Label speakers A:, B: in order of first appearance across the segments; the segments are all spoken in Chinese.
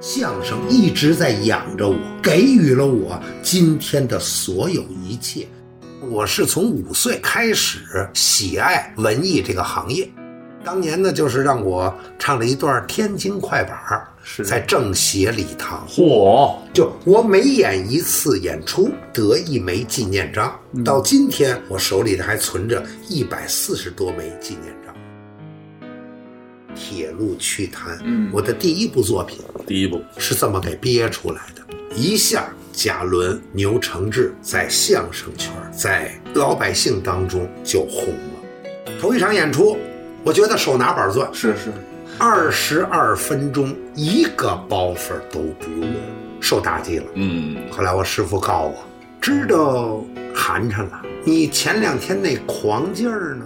A: 相声一直在养着我，给予了我今天的所有一切。我是从五岁开始喜爱文艺这个行业，当年呢，就是让我唱了一段天津快板儿，
B: 是
A: 在政协礼堂，
B: 嚯，
A: 就我每演一次演出得一枚纪念章，
B: 嗯
A: 到今天我手里还存着一百四十多枚纪念章。铁路趣谈，
B: 嗯
A: 我的第一部作品
B: 第一部
A: 是这么给憋出来的。一下，贾伦、牛承志在相声圈、在老百姓当中就红了。头一场演出，我觉得手拿板钻，
B: 是是，
A: 二十二分钟一个包袱都不落，受打击了。
B: 嗯，
A: 后来我师傅告我，知道寒碜了，你前两天那狂劲儿呢？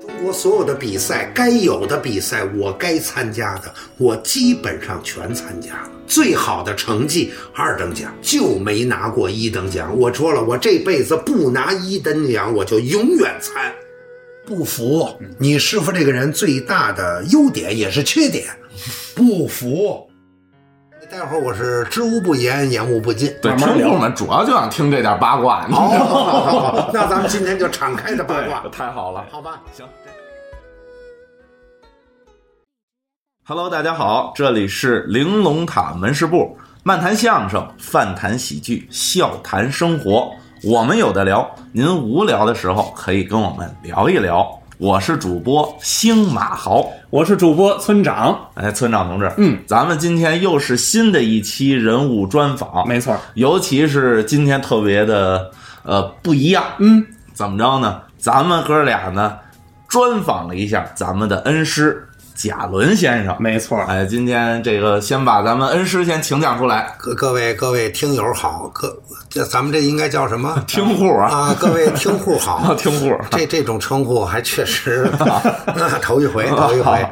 A: 中国所有的比赛，该有的比赛，我该参加的，我基本上全参加了。最好的成绩二等奖，就没拿过一等奖。我说了，我这辈子不拿一等奖，我就永远参。不服，你师傅这个人最大的优点也是缺点，不服。待会儿我是知无不言，言无不尽。
C: 对，
B: 慢慢
C: 听
B: 聊哦
C: 众们主要就想听这点八卦，你知
A: 好，
C: 道吗？
A: 好好好好，那咱们今天就敞开的八卦，
C: 太好了。
A: 好吧？行。
B: Hello，大家好，这里是玲珑塔门市部，漫谈相声，饭谈喜剧，笑谈生活，我们有的聊。您无聊的时候可以跟我们聊一聊。我是主播星马豪，
D: 我是主播村长，
B: 哎，村长同志，
D: 嗯，
B: 咱们今天又是新的一期人物专访，
D: 没错，
B: 尤其是今天特别的呃不一样，
D: 嗯，
B: 怎么着呢？咱们哥俩呢专访了一下咱们的恩师贾伦先生。
D: 没错，
B: 哎，今天这个先把咱们恩师先请讲出来，
A: 各各位各位听友好，各这咱们这应该叫什么
B: 听户啊，
A: 啊？各位听户
B: 啊
A: 好，
B: 听户，
A: 这这种称呼还确 实 啊头一回，头一回，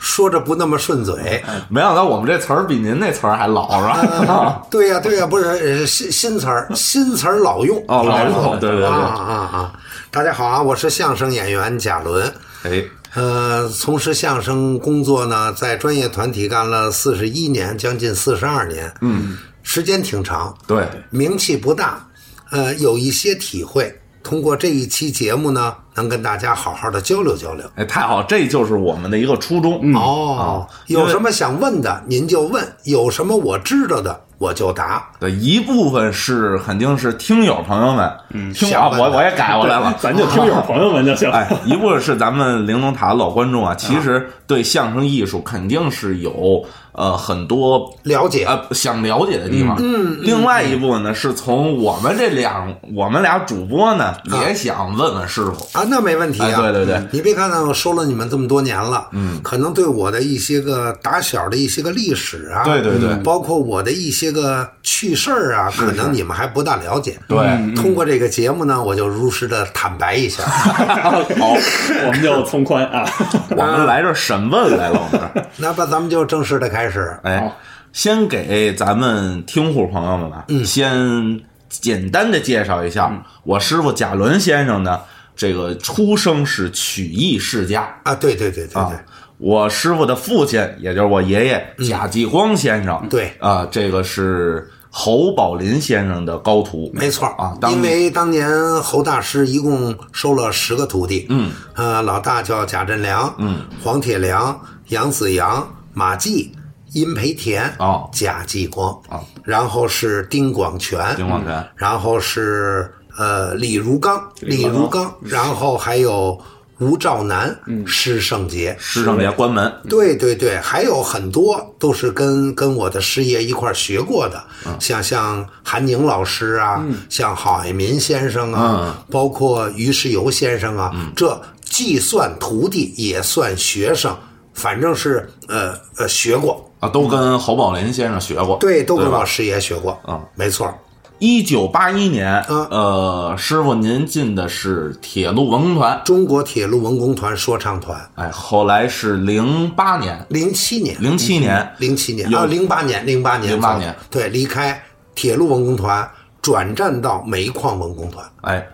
A: 说着不那么顺嘴。
B: 没想到我们这词儿比您那词儿还老啊是吧？
A: 对呀、对呀、不是呃新新词儿，新词儿老用
B: 哦老用对对对
A: 啊啊啊！大家好啊，我是相声演员贾伦。
B: 哎，
A: 呃，从事相声工作呢，在专业团体干了四十一年，将近四十二年，嗯，时间挺长，
B: 对，
A: 名气不大，呃，有一些体会。通过这一期节目呢，能跟大家好好的交流交流。
B: 哎，太好，这就是我们的一个初衷。嗯
A: 哦，有什么想问的您就问，有什么我知道的我就答。
B: 对，一部分是肯定是听友朋友们，嗯，听
A: 想
B: 我
A: 问
B: 我
A: 的
B: 我也改过来 了，
D: 咱就听友朋友们就 行。
B: 哎，一部分是咱们玲珑塔的老观众啊，其实对相声艺术肯定是有呃很多
A: 了解
B: 呃想了解的地方。嗯，另外一部分呢，是从我们这两我们俩主播呢也想问问师 傅。
A: 啊，那没问题啊。
B: 哎对对对，
A: 你别看呢，我收了你们这么多年了，嗯，可能对我的一些个打小的一些个历史啊，
B: 对对对
A: 嗯包括我的一些个趣事儿啊，可能你们还不大了解。
B: 对嗯
A: 通过这个节目呢，我就如实的坦白一 下。
B: 好，
D: 我们就从宽啊，
B: 我们来这儿审问来了，我们这儿。
A: 那么咱们就正式的开始。
B: 哎
D: 好，
B: 先给咱们听户朋友们吧，先简单的介绍一下、我师傅贾伦先生呢，这个出生是曲艺世家。
A: 啊，对对对对对，
B: 啊。我师傅的父亲，也就是我爷爷贾继光先生，
A: 嗯对
B: 啊，这个是侯宝林先生的高徒，
A: 没错
B: 啊。当
A: 因为当年侯大师一共收了十个徒弟，嗯，呃，老大叫贾振良，嗯，黄铁良、杨子阳、马季、殷培田，
B: 哦
A: 贾继光，啊，然后是丁广泉，
B: 丁广泉
A: 嗯然后是呃李如刚，李如刚，然后还有吴兆南，
B: 嗯
A: 施圣杰，
B: 师圣节关门，
A: 嗯对对对，还有很多都是跟跟我的师爷一块儿学过的，像像韩宁老师啊，像郝爱民先生啊，包括于世友先生啊，这既算徒弟也算学生，反正是呃呃学过，
B: 啊，都跟侯宝林先生学过，
A: 对，都跟啊
B: 吧
A: 我师爷学过，
B: 嗯，
A: 没错儿，
B: 一九八一年，
A: 嗯
B: 呃，师傅您进的是铁路文工团，
A: 中国铁路文工团说唱团，
B: 哎，后来是零八年、
A: 零七年，
B: 零七年，
A: 零七年
B: 有
A: 啊，零八年，零八年，
B: 08年，
A: 对，离开铁路文工团，转战到煤矿文工团。
B: 哎，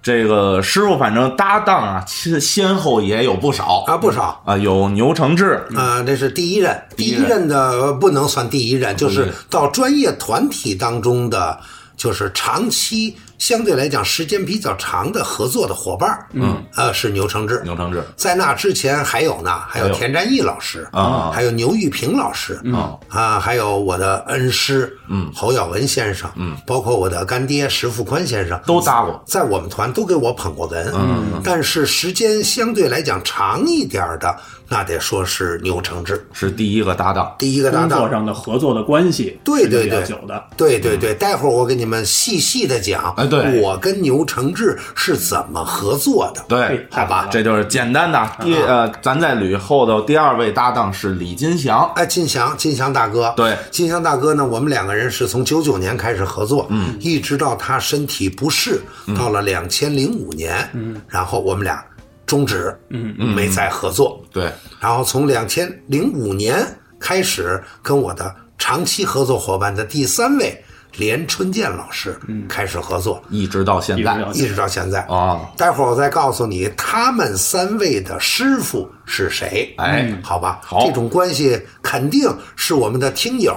B: 这个师傅反正搭档啊，先先后也有不少
A: 啊，不少。
B: 啊，有牛承志，
A: 啊、这是第一任，第
B: 一
A: 一
B: 任
A: 任的不能算第一任，就
B: 第一
A: 是
B: 任
A: 到专业团体当中的，就是长期相对来讲时间比较长的合作的伙伴嗯，呃，是牛承志。
B: 牛承志
A: 在那之前还有呢，还
B: 还
A: 有
B: 有
A: 田占义老师
B: 啊
A: 还有牛玉平老师
B: 啊
A: 啊，还有我的恩师，嗯，侯耀文先生，嗯，包括我的干爹石富宽先生，
B: 都搭过，
A: 在我们团都给我捧过哏，嗯，但是时间相对来讲长一点儿的，那得说是牛承志
B: 是第一个搭档。
A: 第一个搭
D: 工作
A: 档。
D: 上的合作的关系，
A: 对对
D: 比较
A: 对
D: 久的，
A: 对对对，待会儿我给你们细细的讲，
C: 哎对
A: 我跟牛承志是怎么合作的，
B: 对，
D: 太棒了
B: 这就是简单的。第呃，咱再捋后头第二位搭档是李金祥，
A: 哎，金祥，金祥大哥，
B: 对
A: 金祥大哥呢，我们两个人是从九九年开始合作，嗯，一直到他身体不适，到了两千零五年，嗯，然后我们俩终止，嗯，没再合作，
B: 对，
A: 然后从两千零五年开始，跟我的长期合作伙伴的第三位连春建老师
B: 嗯
A: 开始合作，
B: 一直到现
D: 一直
B: 在
D: 到
A: 一直到现在。
B: 啊，
A: 待会儿我再告诉你他们三位的师傅是谁。嗯
B: 哎
A: 好吧，
B: 好
A: 这种关系肯定是我们的听友，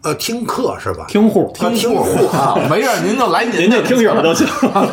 A: 呃，听课是吧？
D: 听户
A: 啊听户 啊，
C: 啊，没事儿，您就来您
D: 您就听友都行。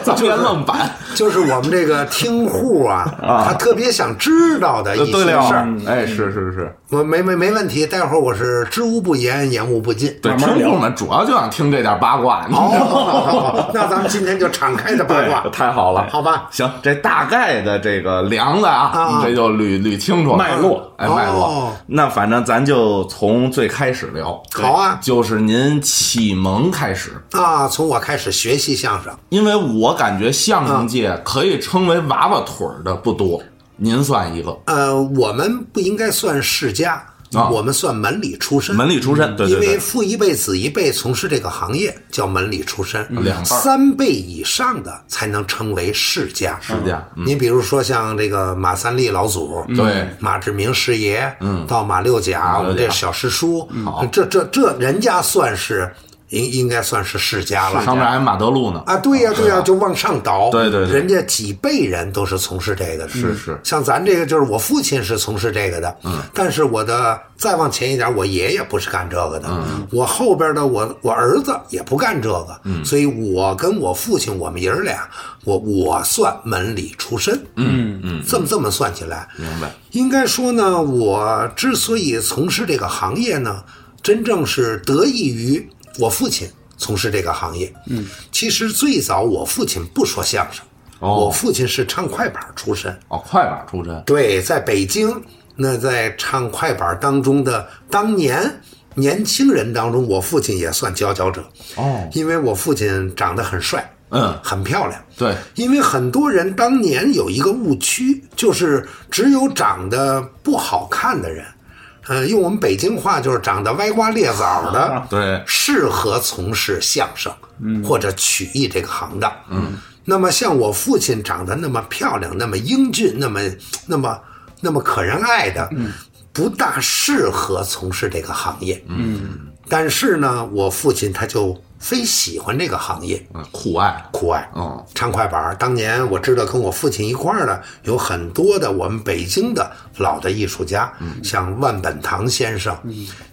C: 咱们愣板，
A: 就是我们这个听户啊， 他特别想知道的一些
B: 对
A: 事
B: 了
A: 儿。，
B: 哎，是是是，
A: 我没没没问题，待会儿我是知无不言，言无不尽。
C: 对，
D: 慢慢
C: 听
D: 聊
C: 友们主要就想听这点八卦，你知
A: 好，
C: 道吗
A: 好好好好 那咱们今天就敞开的八卦，
B: 太好了，
A: 好吧？
B: 行，这大概的这个两，
C: 凉的
A: 啊
C: 啊，这就捋捋清楚了
D: 脉络
C: 哎，脉络。
A: 哦
B: 那反正咱就从最开始聊，
A: 好啊
B: 就是您启蒙开始，
A: 啊，从我开始学习相声，
C: 因为我感觉相
A: 啊
C: 声界可以称为娃娃腿儿的不多，您算一个。
A: 呃，我们不应该算世家，
C: 啊
A: 我们算门里出身。
B: 门里出身，对对
A: 嗯因为
B: 对，
A: 父一辈子一辈从事这个行业叫门里出身，
C: 两辈儿
A: 三辈以上的才能称为世家。世
C: 家，
A: 您比如说像这个马三立老祖，
C: 对
A: 马志明师爷，嗯，到马六甲，我嗯们这小师叔，这这这人家算是应应该算是世家了。
C: 上面还有马德禄呢，
A: 啊，对呀、对呀、就往上倒。
B: 对对对
A: 人家几辈人都是从事这个的。是
C: 是
A: 像咱这个就是我父亲是从事这个的，嗯，但是我的再往前一点，我爷爷不是干这个的，嗯，我后边的我我儿子也不干这个，嗯，所以我跟我父亲我们爷儿俩，我我算门里出身，嗯嗯，这么这么算起来，明白？应该说呢，我之所以从事这个行业呢，真正是得益于我父亲。从事这个行业，嗯，其实最早我父亲不说相声，
C: 哦
A: 我父亲是唱快板出身，
C: 哦，快板出身，
A: 对，在北京，那在唱快板当中的当年年轻人当中，我父亲也算佼佼者
C: 哦，
A: 因为我父亲长得很帅，
C: 嗯，
A: 很漂亮。
C: 对，
A: 因为很多人当年有一个误区，就是只有长得不好看的人，呃，用我们北京话就是长得歪瓜裂枣的，
C: 对
A: 适合从事相声，或者曲艺这个行当，嗯。那么像我父亲长得那么漂亮，那么英俊，那么那么那么可人爱的，不大适合从事这个行业，嗯。但是呢，我父亲他就非喜欢这个行业，
C: 嗯，酷爱，
A: 酷爱，
C: 嗯，
A: 唱快板儿。当年我知道跟我父亲一块儿的有很多的我们北京的老的艺术家，像万本堂先生，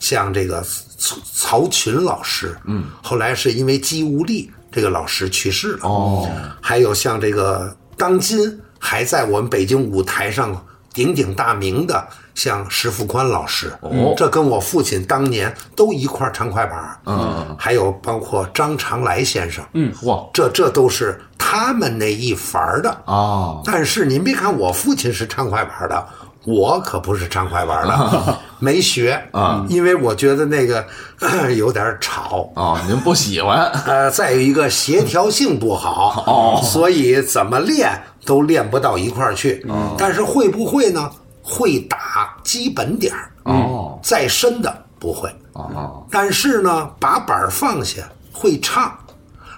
A: 像这个曹曹群老师，嗯，后来是因为肌无力，这个老师去世了。
C: 哦，
A: 还有像这个当今还在我们北京舞台上鼎鼎大名的，像石富宽老师，
C: 哦
A: 这跟我父亲当年都一块儿唱快板儿，嗯，还有包括张长来先生，嗯，
C: 嚯，
A: 这这都是他们那一伐儿的。
C: 哦，
A: 但是您别看我父亲是唱快板的，我可不是唱快板 的，没学啊，因为我觉得那个 有点吵。
C: 哦，您不喜欢，
A: 呃，再有一个协调性不好，哦，所以怎么练都练不到一块儿去。但是会不会呢？会打基本点儿，
C: 哦，
A: 再深的不会。
C: 哦，
A: 但是呢，把板儿放下会唱，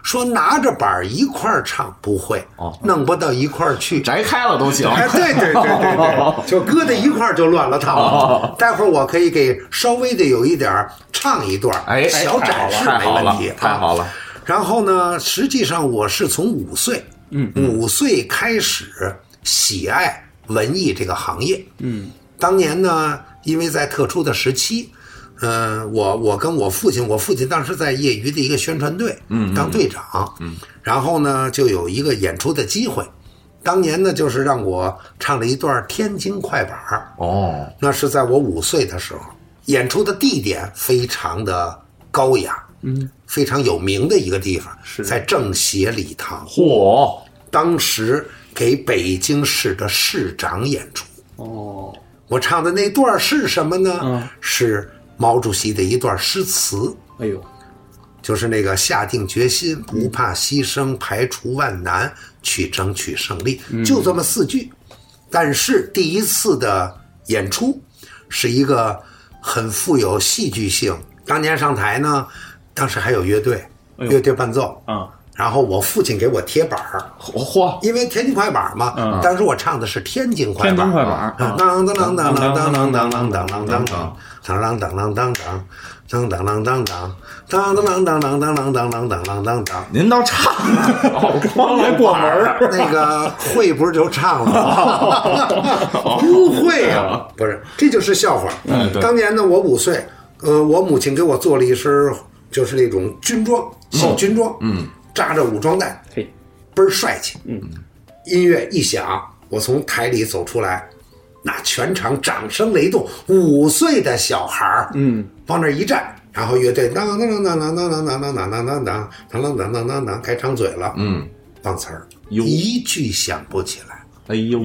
A: 说拿着板儿一块儿唱不会，弄不到一块儿去。
C: 摘开了都行，
A: 哎，对对对对对，就搁在一块儿就乱了套了。待会儿我可以给稍微的有一点儿唱一段儿，
C: 哎
A: 小展示
C: 太
A: 没
C: 好了
A: 问题，啊
C: 太好了太好了
A: 啊。然后呢，实际上我是从五岁嗯，五岁开始喜爱文艺这个行业。嗯，当年呢，因为在特殊的时期，呃，我我跟我父亲，我父亲当时在业余的一个宣传队，嗯，当队长，嗯，然后呢，就有一个演出的机会。当年呢，就是让我唱了一段天津快板儿
B: 哦，
A: 那是在我五岁的时候，演出的地点非常的高雅，嗯，非常有名的一个地方，是在政协礼堂。
B: 嚯，
A: 当时给北京市的市长演出，
D: 哦，
A: 我唱的那段是什么呢？
D: 嗯
A: 是毛主席的一段诗词，
D: 哎呦，
A: 就是那个下定决心，
D: 嗯
A: 不怕牺牲，排除万难，去争取胜利，
D: 嗯
A: 就这么四句。但是第一次的演出是一个很富有戏剧性。当年上台呢，当时还有乐队，
D: 哎呦
A: 乐队伴奏，
D: 啊，
A: 然后我父亲给我贴板儿，
B: 嚯，
A: 因为天津快板嘛，
D: 嗯
A: 当时我唱的是天津快
D: 天津
A: 板。
D: 快板
A: 当
D: 啊，
A: 当当当当当当当当当当当当当当当当当当当当当当当当当当当当当当当当。
B: 您倒唱，
C: 哦
D: 光来过门儿，
A: 那个会不是就唱了吗？不会啊，不是，这就是笑话。
C: 对
A: 当年呢，我五岁，呃，我母亲给我做了一身就是那种军装，小军装，嗯，扎着武装带，
D: 嘿，
A: 倍儿帅气。嗯，音乐一响，我从台里走出来，那全场掌声雷动。五岁的小孩儿，嗯，往那儿一站，然后乐队当当当当当当当当当当当当当当当当当当开张嘴了，嗯，忘词儿，一句响不起来。
B: 哎呦，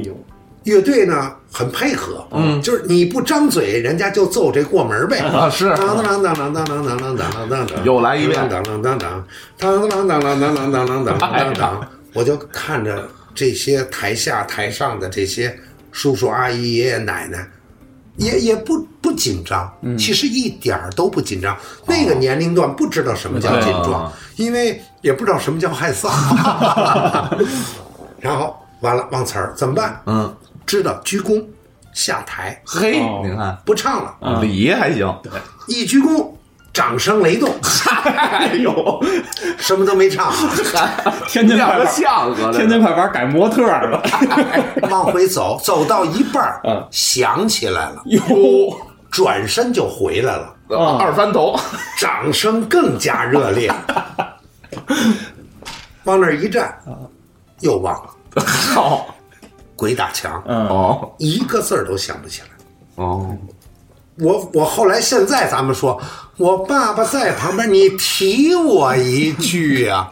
A: 乐队呢很配合，嗯，就是你不张嘴，人家就揍这过门呗。
B: 啊是
A: 当当当当当当当当当当当，
B: 又来一遍
A: 当当当当当当当当当当当当当当当，我就看着这些台下台上的这些叔叔阿姨、爷爷奶奶，也也不不紧张，其实一点儿都不紧张。那个年龄段不知道什么叫紧张，因为也不知道什么叫害臊。然后完了忘词儿怎么办？嗯，知道鞠躬下台
B: 嘿，
D: 哦
B: 您看
A: 不唱了，
D: 嗯
B: 礼还行，
A: 一鞠躬。掌声雷动，
D: 哎呦，
A: 什么都没唱，啊
D: 天津快
C: 两个
D: 板，
C: 相声，
D: 天津快板改模特儿了，
A: 往回走，走到一半儿
D: 嗯
A: 想起来了，
D: 哟，
A: 转身就回来了，
D: 啊
C: 呃二番头，
A: 掌声更加热 烈。往那儿一站，
D: 嗯
A: 又忘了，
C: 好
A: 鬼打墙，
D: 嗯，
C: 哦
A: 一个字儿都想不起来。
C: 哦，
A: 我我后来现在咱们说，我爸爸在旁边，你提我一句啊，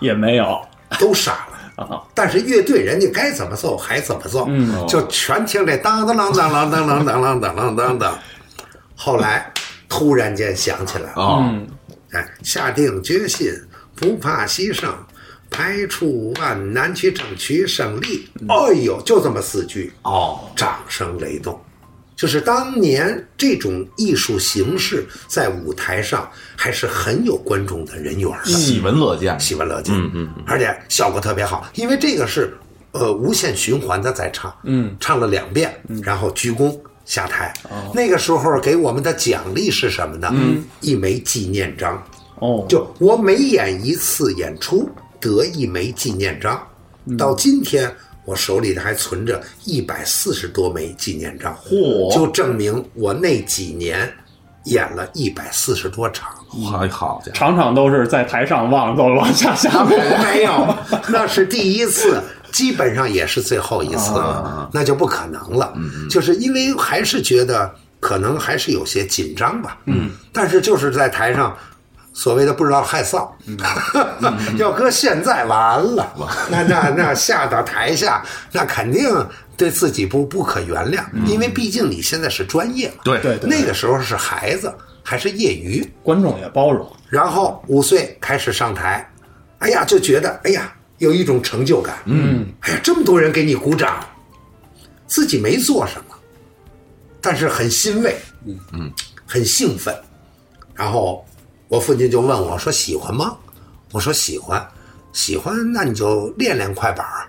D: 也没有
A: 都傻了
D: 啊。
A: 但是乐队人家该怎么奏还怎么奏，就全听这当当当当当当当当当当当当当。后来突然间想起
B: 啊
A: 来，
C: 哦，
A: 哎，下定决心，不怕牺牲，排除万难去争取胜利。哎呦，就这么四句哦，掌声雷动。就是当年这种艺术形式在舞台上还是很有观众的人缘的，
B: 喜闻乐见，
A: 喜闻乐见，嗯嗯，而且效果特别好，因为这个是呃无限循环的在唱，嗯，唱了两遍，然后鞠躬下台。那个时候给我们的奖励是什么呢？嗯，一枚纪念章，
D: 哦，
A: 就我每演一次演出得一枚纪念章，到今天我手里还存着一百四十多枚纪念章，
B: 嚯
A: 就证明我那几年演了一百四十多场。
B: 哎好家伙，
D: 场场都是在台上忘，都往下 下面，
A: 啊没有，那是第一次，基本上也是最后一次了，那就不可能了。就是因为还是觉得可能还是有些紧张吧。嗯，但是就是在台上。所谓的不知道害臊， 要搁现在嗯完了，那那那下到台下，那肯定对自己不不可原谅，因为毕竟你现在是专业嘛，
B: 对
D: 对对，
A: 那个时候是孩子，还是业余，
D: 观众也包容，
A: 然后五岁开始上台，哎呀，就觉得哎呀，有一种成就感。嗯，哎呀，这么多人给你鼓掌，自己没做什么，但是很欣慰，嗯嗯，很兴奋。然后我父亲就问我说：“喜欢吗？”我说：“喜欢，喜欢，那你就练练快板儿。”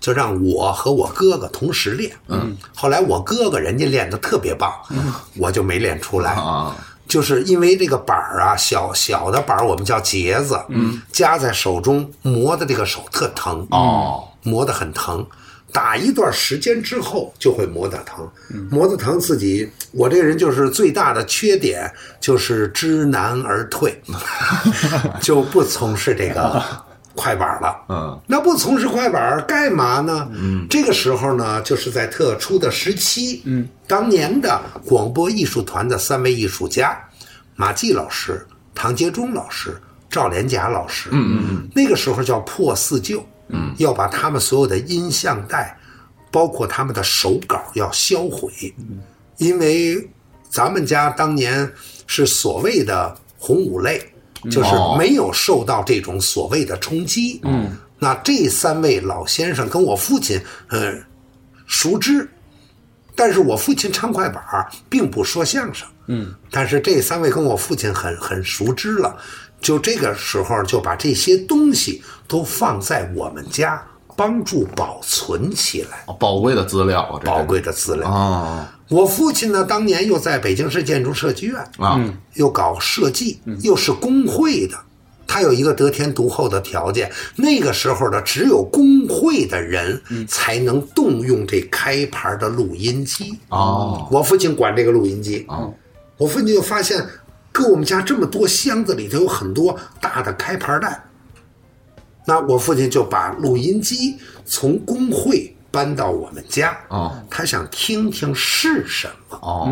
A: 就让我和我哥哥同时练，嗯，后来我哥哥人家练得特别棒，我就没练出来
B: 啊，
A: 就是因为这个板儿啊，小小的板儿我们叫结子，嗯，夹在手中磨的这个手特疼，
C: 哦，
A: 磨得很疼。打一段时间之后就会磨得疼，磨得疼自己。我这人就是最大的缺点就是知难 而退，就不从事这个快板了。
C: 嗯，
A: 那不从事快板儿干嘛呢？啊嗯，这个时候呢，就是在特殊的时期，嗯，当年的广播艺术团的三位艺术家，马季老师、唐杰忠老师、赵连甲老师，嗯嗯嗯，那个时候叫破四旧，嗯，要把他们所有的音像带，包括他们的手稿要销毁，因为咱们家当年是所谓的红五类，就是没有受到这种所谓的冲击。哦嗯，那这三位老先生跟我父亲，呃，熟知，但是我父亲唱快板儿并不说相声。嗯，但是这三位跟我父亲很很熟知了，就这个时候就把这些东西都放在我们家，帮助保存起来，
C: 哦宝贵的资料啊，这是
A: 宝贵的资料。
C: 啊
A: 我父亲呢，当年又在北京市建筑设计院
C: 啊，嗯
A: 又搞设计，又是工会的，他有一个得天独厚的条件。那个时候呢，只有工会的人
C: 嗯
A: 才能动用这开盘的录音机。
C: 哦，
A: 我父亲管这个录音机
C: 哦
A: 我父亲就发现，搁我们家这么多箱子里头有很多大的开盘带，那我父亲就把录音机从工会搬到我们家。
C: 哦
A: 他想听听是什么。
C: 哦，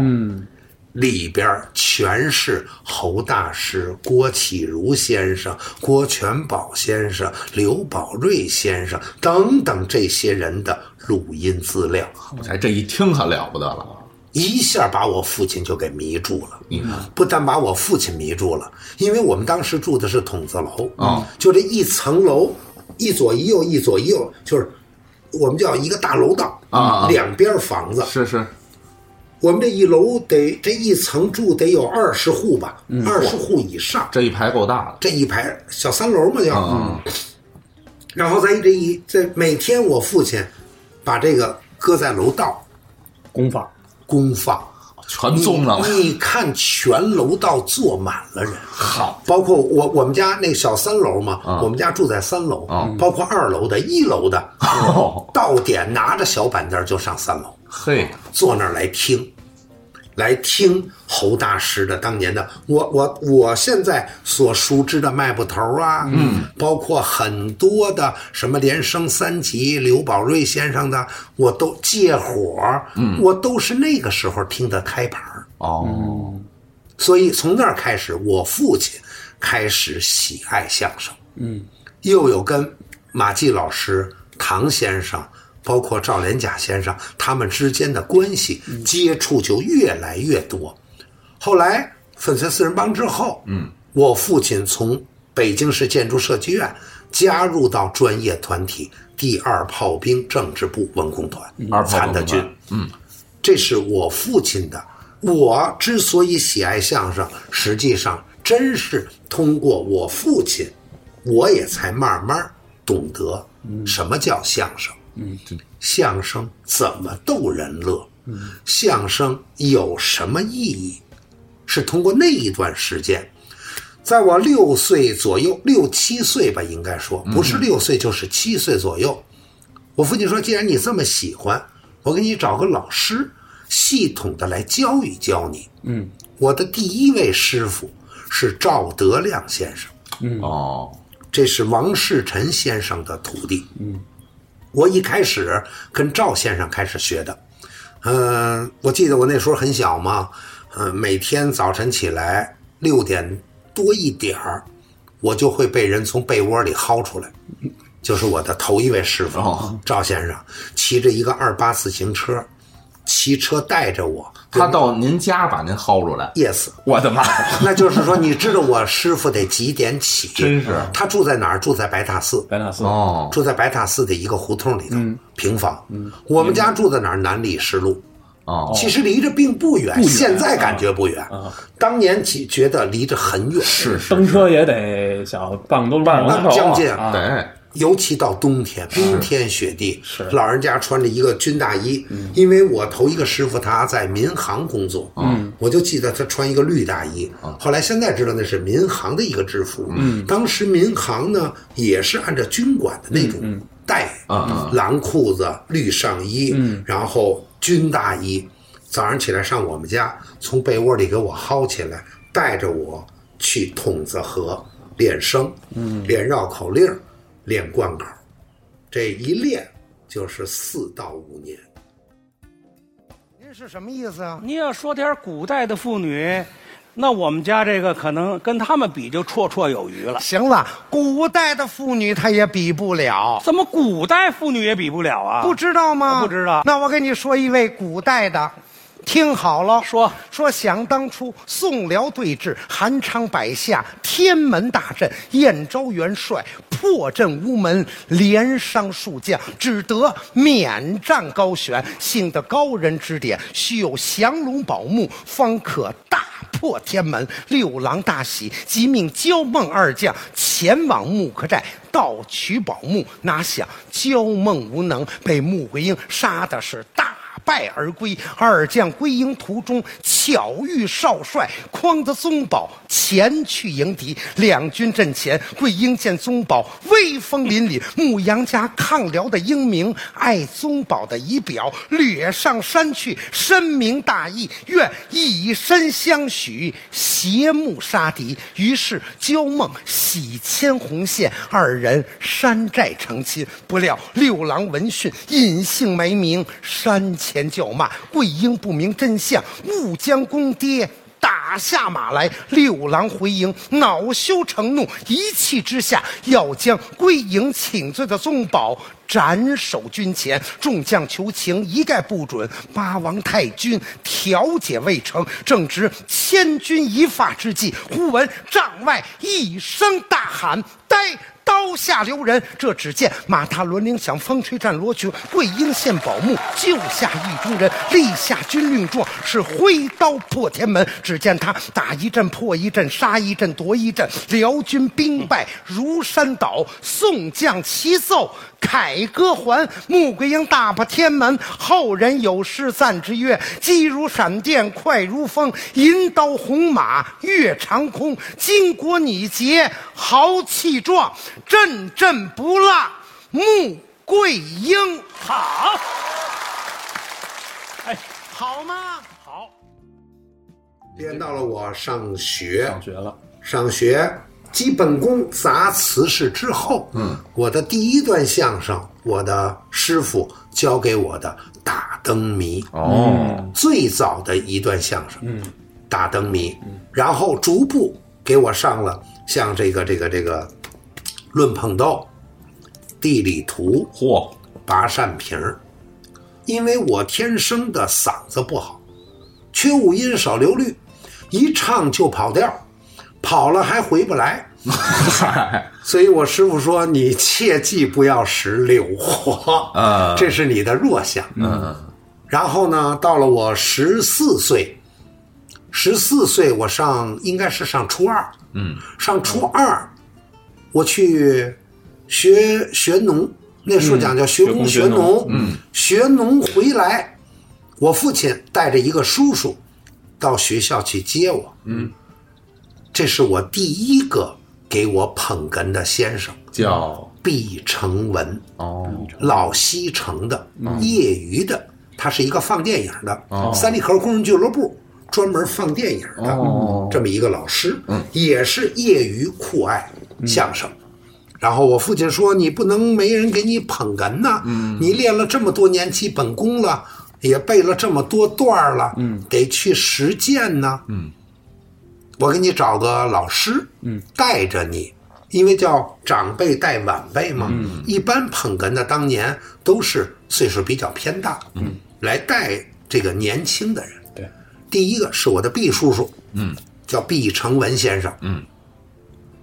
A: 里边儿全是侯大师、郭启儒先生、郭全宝先生、刘宝瑞先生等等这些人的录音资料，
C: 我才这一听可了不得了，
A: 一下把我父亲就给迷住了。
C: 你看
A: 不但把我父亲迷住了，因为我们当时住的是筒子楼啊，就这一层楼，一左一右，一左一右，就是我们叫一个大楼道
C: 啊啊
A: 两边儿房子，
C: 是是
A: 我们这一楼得这一层住得有二十户吧，
C: 嗯
A: 二十、户以上，
C: 这一排够大的
A: 这一排小三楼嘛就，
C: 啊
A: 然后在这一这每天我父亲把这个搁在楼道
D: 功放，
A: 公放，
C: 全纵上了，
A: 你看全楼道坐满了人，
C: 好
A: 包括我我们家那小三楼嘛，我们家住在三楼，包括二楼的、一楼的，
C: 哦
A: 到点拿着小板凳就上三楼。
C: 嘿
A: 坐那儿来听，来听侯大师的当年的我我我现在所熟知的卖布头啊，嗯，包括很多的什么连升三级刘宝瑞先生的，我都借火，嗯，我都是那个时候听的开盘儿
C: 哦
A: 所以从那儿开始，我父亲开始喜爱相声。嗯，又有跟马季老师、唐先生，包括赵连甲先生他们之间的关系
C: 嗯
A: 接触就越来越多。后来粉碎四人帮之后，嗯，我父亲从北京市建筑设计院加入到专业团体第二炮兵政治部文工团，
C: 嗯二炮
A: 参的
C: 文工团嗯
A: 军，这是我父亲的。我之所以喜爱相声，实际上真是通过我父亲，我也才慢慢懂得什么叫相声。相声怎么逗人乐？相声有什么意义？是通过那一段时间，在我六岁左右，六七岁吧，应该说不是六岁就是七岁左右。我父亲说：“既然你这么喜欢，我给你找个老师，系统的来教一教你。”嗯，我的第一位师傅是赵德亮先生。
B: 嗯
C: 哦
A: 这是王世臣先生的徒弟。嗯，我一开始跟赵先生开始学的。嗯、我记得我那时候很小嘛，嗯、每天早晨起来六点多一点儿，我就会被人从被窝里薅出来。就是我的头一位师傅、
C: 哦
A: 赵先生，骑着一个二八自行车，骑车带着我。
C: 他到您家把您薅出来，
A: yes，
C: 我的妈，
A: 那就是说，你知道我师傅得几点起？
C: 真是
A: 他住在哪儿？住在白塔寺。
D: 白塔寺
C: 哦
A: 住在白塔寺的一个胡同里头，平房。我们家住在哪儿？南礼士路，
C: 哦
A: 其实离着并不远，
D: 远
A: 现在感觉不远，当年觉觉得离着很远，
C: 是是
D: 蹬车也得小半个多半
A: 啊
D: 啊
B: 啊
A: 那将近
C: 对
A: 尤其到冬天，冰天雪地，
D: 是
A: 老人家穿着一个军大衣，因为我头一个师傅他在民航工作，嗯，我就记得他穿一个绿大衣，后来现在知道那是民航的一个制服，嗯，当时民航呢也是按照军管的那种带，
C: 嗯
B: 啊
A: 蓝裤子、绿上衣，然后军大衣。早上起来上我们家，从被窝里给我薅起来，带着我去筒子河练声，嗯，练绕口令，练贯口，这一练就是四到五年。
E: 您是什么意思啊？
F: 你要说点古代的妇女，那我们家这个可能跟他们比就绰绰有余了。
E: 行了，古代的妇女她也比不了，
F: 怎么古代妇女也比不了啊？
E: 不知道吗？
F: 我不知道
E: 那我给你说一位古代的，听好了，
F: 说
E: 说想当初宋辽对峙，韩昌摆下天门大阵，燕昭元帅破阵无门，连伤数将，只得免战高悬。幸得高人指点，须有降龙宝木，方可大破天门。六郎大喜，即命焦孟二将前往木刻寨盗取宝木。哪想焦孟无能，被穆桂英杀的是大。败而归。二将归营途中，巧遇少帅匡德宗保前去迎敌，两军阵前，桂英见宗保威风凛凛，牧羊家抗辽的英明，爱宗保的仪表，掠上山去，深明大义，愿以身相许，携目杀敌。于是焦孟喜牵红线，二人山寨成亲。不料六郎闻讯，隐姓埋名，山前叫骂。桂英不明真相，误将公爹。打下马来，六郎回营，恼羞成怒，一气之下要将归营请罪的宗保斩首军前。众将求情，一概不准。八王太君调解未成，正值千钧一发之际，忽闻帐外一声大喊：“呆！”刀下留人。这只见马踏轮铃响，风吹战罗裙。桂英献宝木，救下意中人，立下军令状，是挥刀破天门。只见他打一阵破一阵，杀一阵夺一阵，辽军兵败如山倒，宋将齐奏。凯歌还，穆桂英大破天门。后人有诗赞之曰：“机如闪电，快如风，银刀红马跃长空。巾帼你杰，豪气壮，阵阵不落穆桂英。”哎
F: 好，
E: 好吗？
A: 练到了我上学，
D: 上学了，
A: 上学基本功砸瓷实之后，嗯，我的第一段相声，我的师傅教给我的打灯谜，
B: 嗯
G: 哦，
A: 最早的一段相声，嗯，打灯谜，然后逐步给我上了像这个这个这个论捧逗、地理图、
G: 嚯，
A: 拔扇皮儿，因为我天生的嗓子不好，缺五音少流律，一唱就跑调，跑了还回不来。所以我师傅说：“你切记不要使柳活，
G: 啊
A: 这是你的弱项。”嗯。然后呢，到了我十四岁，十四岁我上应该是上初二，嗯，上初二，我去学学农，那时候讲叫学
D: 学
A: 工
D: 工
A: 学
D: 学农
A: 农，嗯，学农回来，我父亲带着一个叔叔到学校去接我，嗯，这是我第一个给我捧哏的先生，
B: 叫
A: 毕成文，
B: 哦
A: 老西城的、业余的，他是一个放电影的、三里河工人俱乐部专门放电影的、这么一个老师，也是业余酷爱相声。然后我父亲说：“你不能没人给你捧哏呐、你练了这么多年基本功了，也背了这么多段儿了，得去实践呐、我给你找个老师，嗯，带着你，因为叫长辈带晚辈嘛，嗯，一般捧哏的当年都是岁数比较偏大，嗯，来带这个年轻的人。
D: 对，
A: 第一个是我的毕叔叔，嗯，叫毕成文先生，嗯，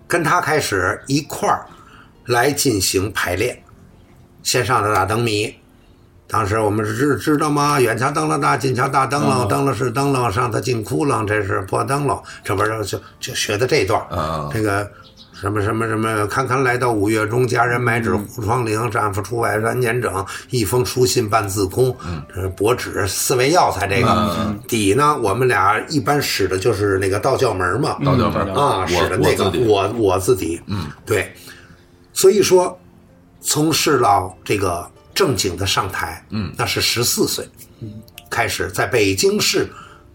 A: 跟他开始一块儿来进行排练，先上的大灯谜。当时我们是知道吗？远桥灯笼大，近桥大灯笼，灯笼是灯啊笼，上头进窟窿，这是破灯笼。这玩意儿就就学的这段儿，这个什么什么什么，堪堪来到五月中，佳人买
C: 嗯
A: 指护窗棂，丈夫出外三年整，一封书信半自空。
C: 嗯
A: 这是薄纸四味药材这个底呢，我们俩一般使的就是那个道教门嘛，
C: 道教门
A: 啊，使的那个
C: 我自己
A: 我我自己，嗯，对，所以说从事到这个正经的上台，嗯，那是十四岁，开始在北京市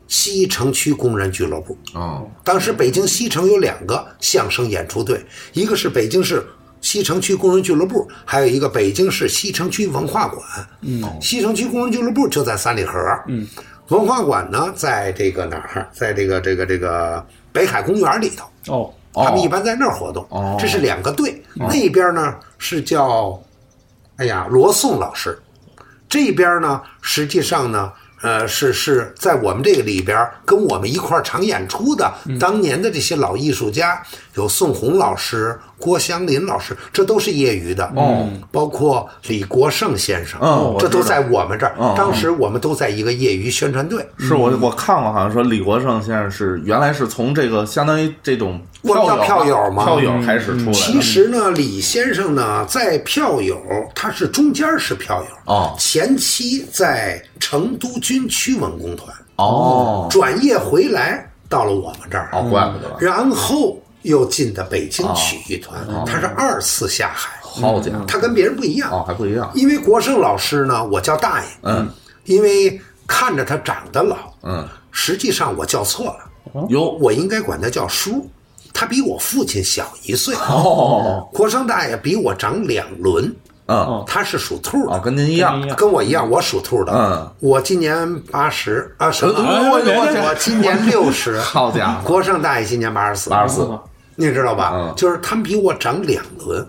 A: 西城区工人俱乐部，
C: 哦，
A: 当时北京西城有两个相声演出队，一个是北京市西城区工人俱乐部，还有一个北京市西城区文化馆。嗯，西城区工人俱乐部就在三里河。嗯，文化馆呢，在这个哪儿？在这个这个这个北海公园里头。
D: 哦，
A: 他们一般在那儿活动。
C: 哦
A: 这是两个队，那边呢是叫，哎呀，罗宋老师，这边呢实际上呢。呃，是是在我们这个里边跟我们一块儿常演出的，当年的这些老艺术家，有宋红老师、郭祥林老师，这都是业余的哦，包括李国盛先生，
B: 嗯
A: 这都在我们这儿。当时我们都在一个业余宣传队，
B: 是我我看过，好像说李国盛先生是原来是从这个相当于这种
A: 我们叫
B: 票
A: 票友
B: 友
A: 嘛
B: 票友开始出来的。
A: 其实呢，李先生呢，在票友，他是中间是票友
C: 哦
A: 前期在成都军区文工团，
C: 哦，
A: 转业回来到了我们这儿，
C: 哦，怪不得，
A: 然后又进的北京曲艺团，
C: 哦
A: 他是二次下海，
B: 嗯
C: 好家伙，
A: 他跟别人不一样，
C: 哦，还不一样，
A: 因为国胜老师呢，我叫大爷，嗯，因为看着他长得老，
C: 嗯，
A: 实际上我叫错了。
C: 哟，
A: 我应该管他叫叔，他比我父亲小一岁。
C: 哦，
A: 国生大爷比我长两轮，
C: 嗯，
A: 他是属兔
B: 啊，
A: 的，
B: 跟您一样，
A: 哦跟我一样，我属兔的。
B: 嗯，
A: 我今年八十啊，什么？
C: 哎呦
A: 我
C: 我的
A: 我
C: 天
A: 我今年六十。
C: 好家伙，
A: 国生大爷今年八十四，
C: 八十四，
A: 你知道吧？
C: 嗯哦
A: 就是他们比我长两轮，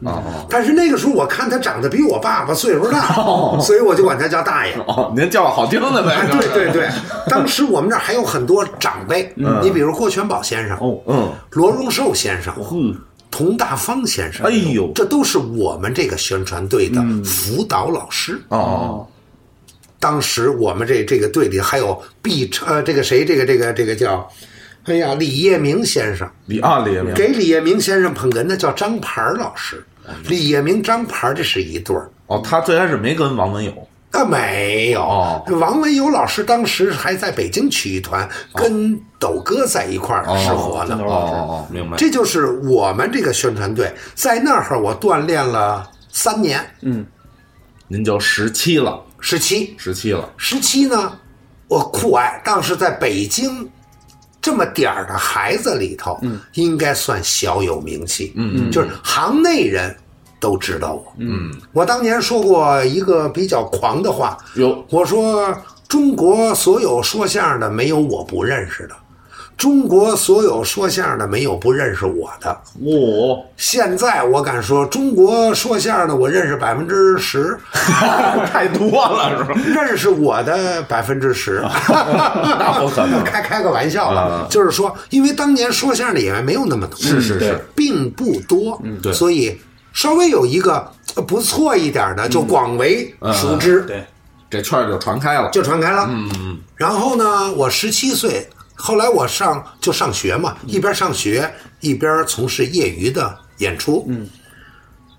A: 但是那个时候我看他长得比我爸爸岁数大，所以我就管他叫大爷。
C: 哦，您叫好听的呗
A: 啊，，对对对，当时我们这儿还有很多长辈，
C: 嗯
A: 你比如郭全宝先生，
D: 哦
B: 嗯，
A: 罗荣寿先生，佟大方先生，
B: 哎呦嗯
A: 这都是我们这个宣传队的辅导老师。
B: 哦哦，
A: 当时我们这这个队里还有毕成呃，这个谁，这个这个这个叫，哎呀，李业明先生，
B: 李啊李明，
A: 给李业明先生捧哏的叫张盘儿老师，
B: 嗯
A: 李业明、张盘儿这是一对儿。
B: 哦，他最开始没跟王文友，
A: 啊，没有。
B: 哦
A: 王文友老师当时还在北京曲艺团跟斗哥在一块儿生活呢。
D: 哦
B: 哦哦，明白，
A: 这就是我们这个宣传队在那儿，我锻炼了三年，
B: 您就十七了，
A: 十七，
B: 十七了，
A: 十七呢，我酷爱，当时在北京这么点儿的孩子里头，应该算小有名气，嗯，就是行内人都知道我，嗯，我当年说过一个比较狂的话，
B: 哟，
A: 我说中国所有说相声的没有我不认识的，中国所有说相声的没有不认识我的。
B: 我
A: 现在我敢说，中国说相声的我认识百分之十，
B: 太多了是吧？
A: 认识我的百分之十，
B: 那不可 能啊
A: 开开个玩笑了，就是说，因为当年说相声的演员没有那么多，是
B: 是是，
A: 并不多，
B: 对
A: 所以稍微有一个呃不错一点的就广为
B: 嗯
A: 熟知，
D: 对，
C: 这圈儿就传开了，
A: 就传开了。嗯，然后呢，我十七岁，后来我上就上学嘛，一边上学一边从事业余的演出。嗯，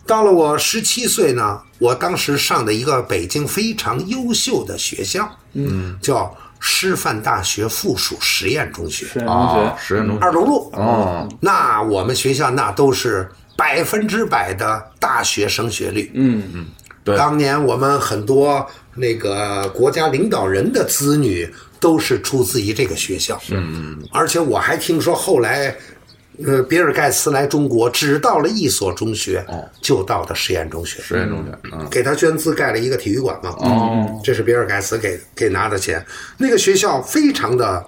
A: 到了我十七岁呢，我当时上的一个北京非常优秀的学校，嗯，叫师范大学附属实验中学，
D: 沈同
C: 啊，
B: 哦
D: 学，
C: 十人中，
A: 二中路。
C: 哦，
A: 那我们学校那都是百分之百的大学升学率。
D: 嗯嗯，
C: 对
A: 当年我们很多那个国家领导人的子女都是出自于这个学校。嗯嗯。而且我还听说后来，呃，比尔盖茨来中国只到了一所中学，就到的实验中学。
C: 十人中学，嗯，
A: 给他捐资盖了一个体育馆嘛。哦，这是比尔盖茨给给拿的钱。那个学校非常的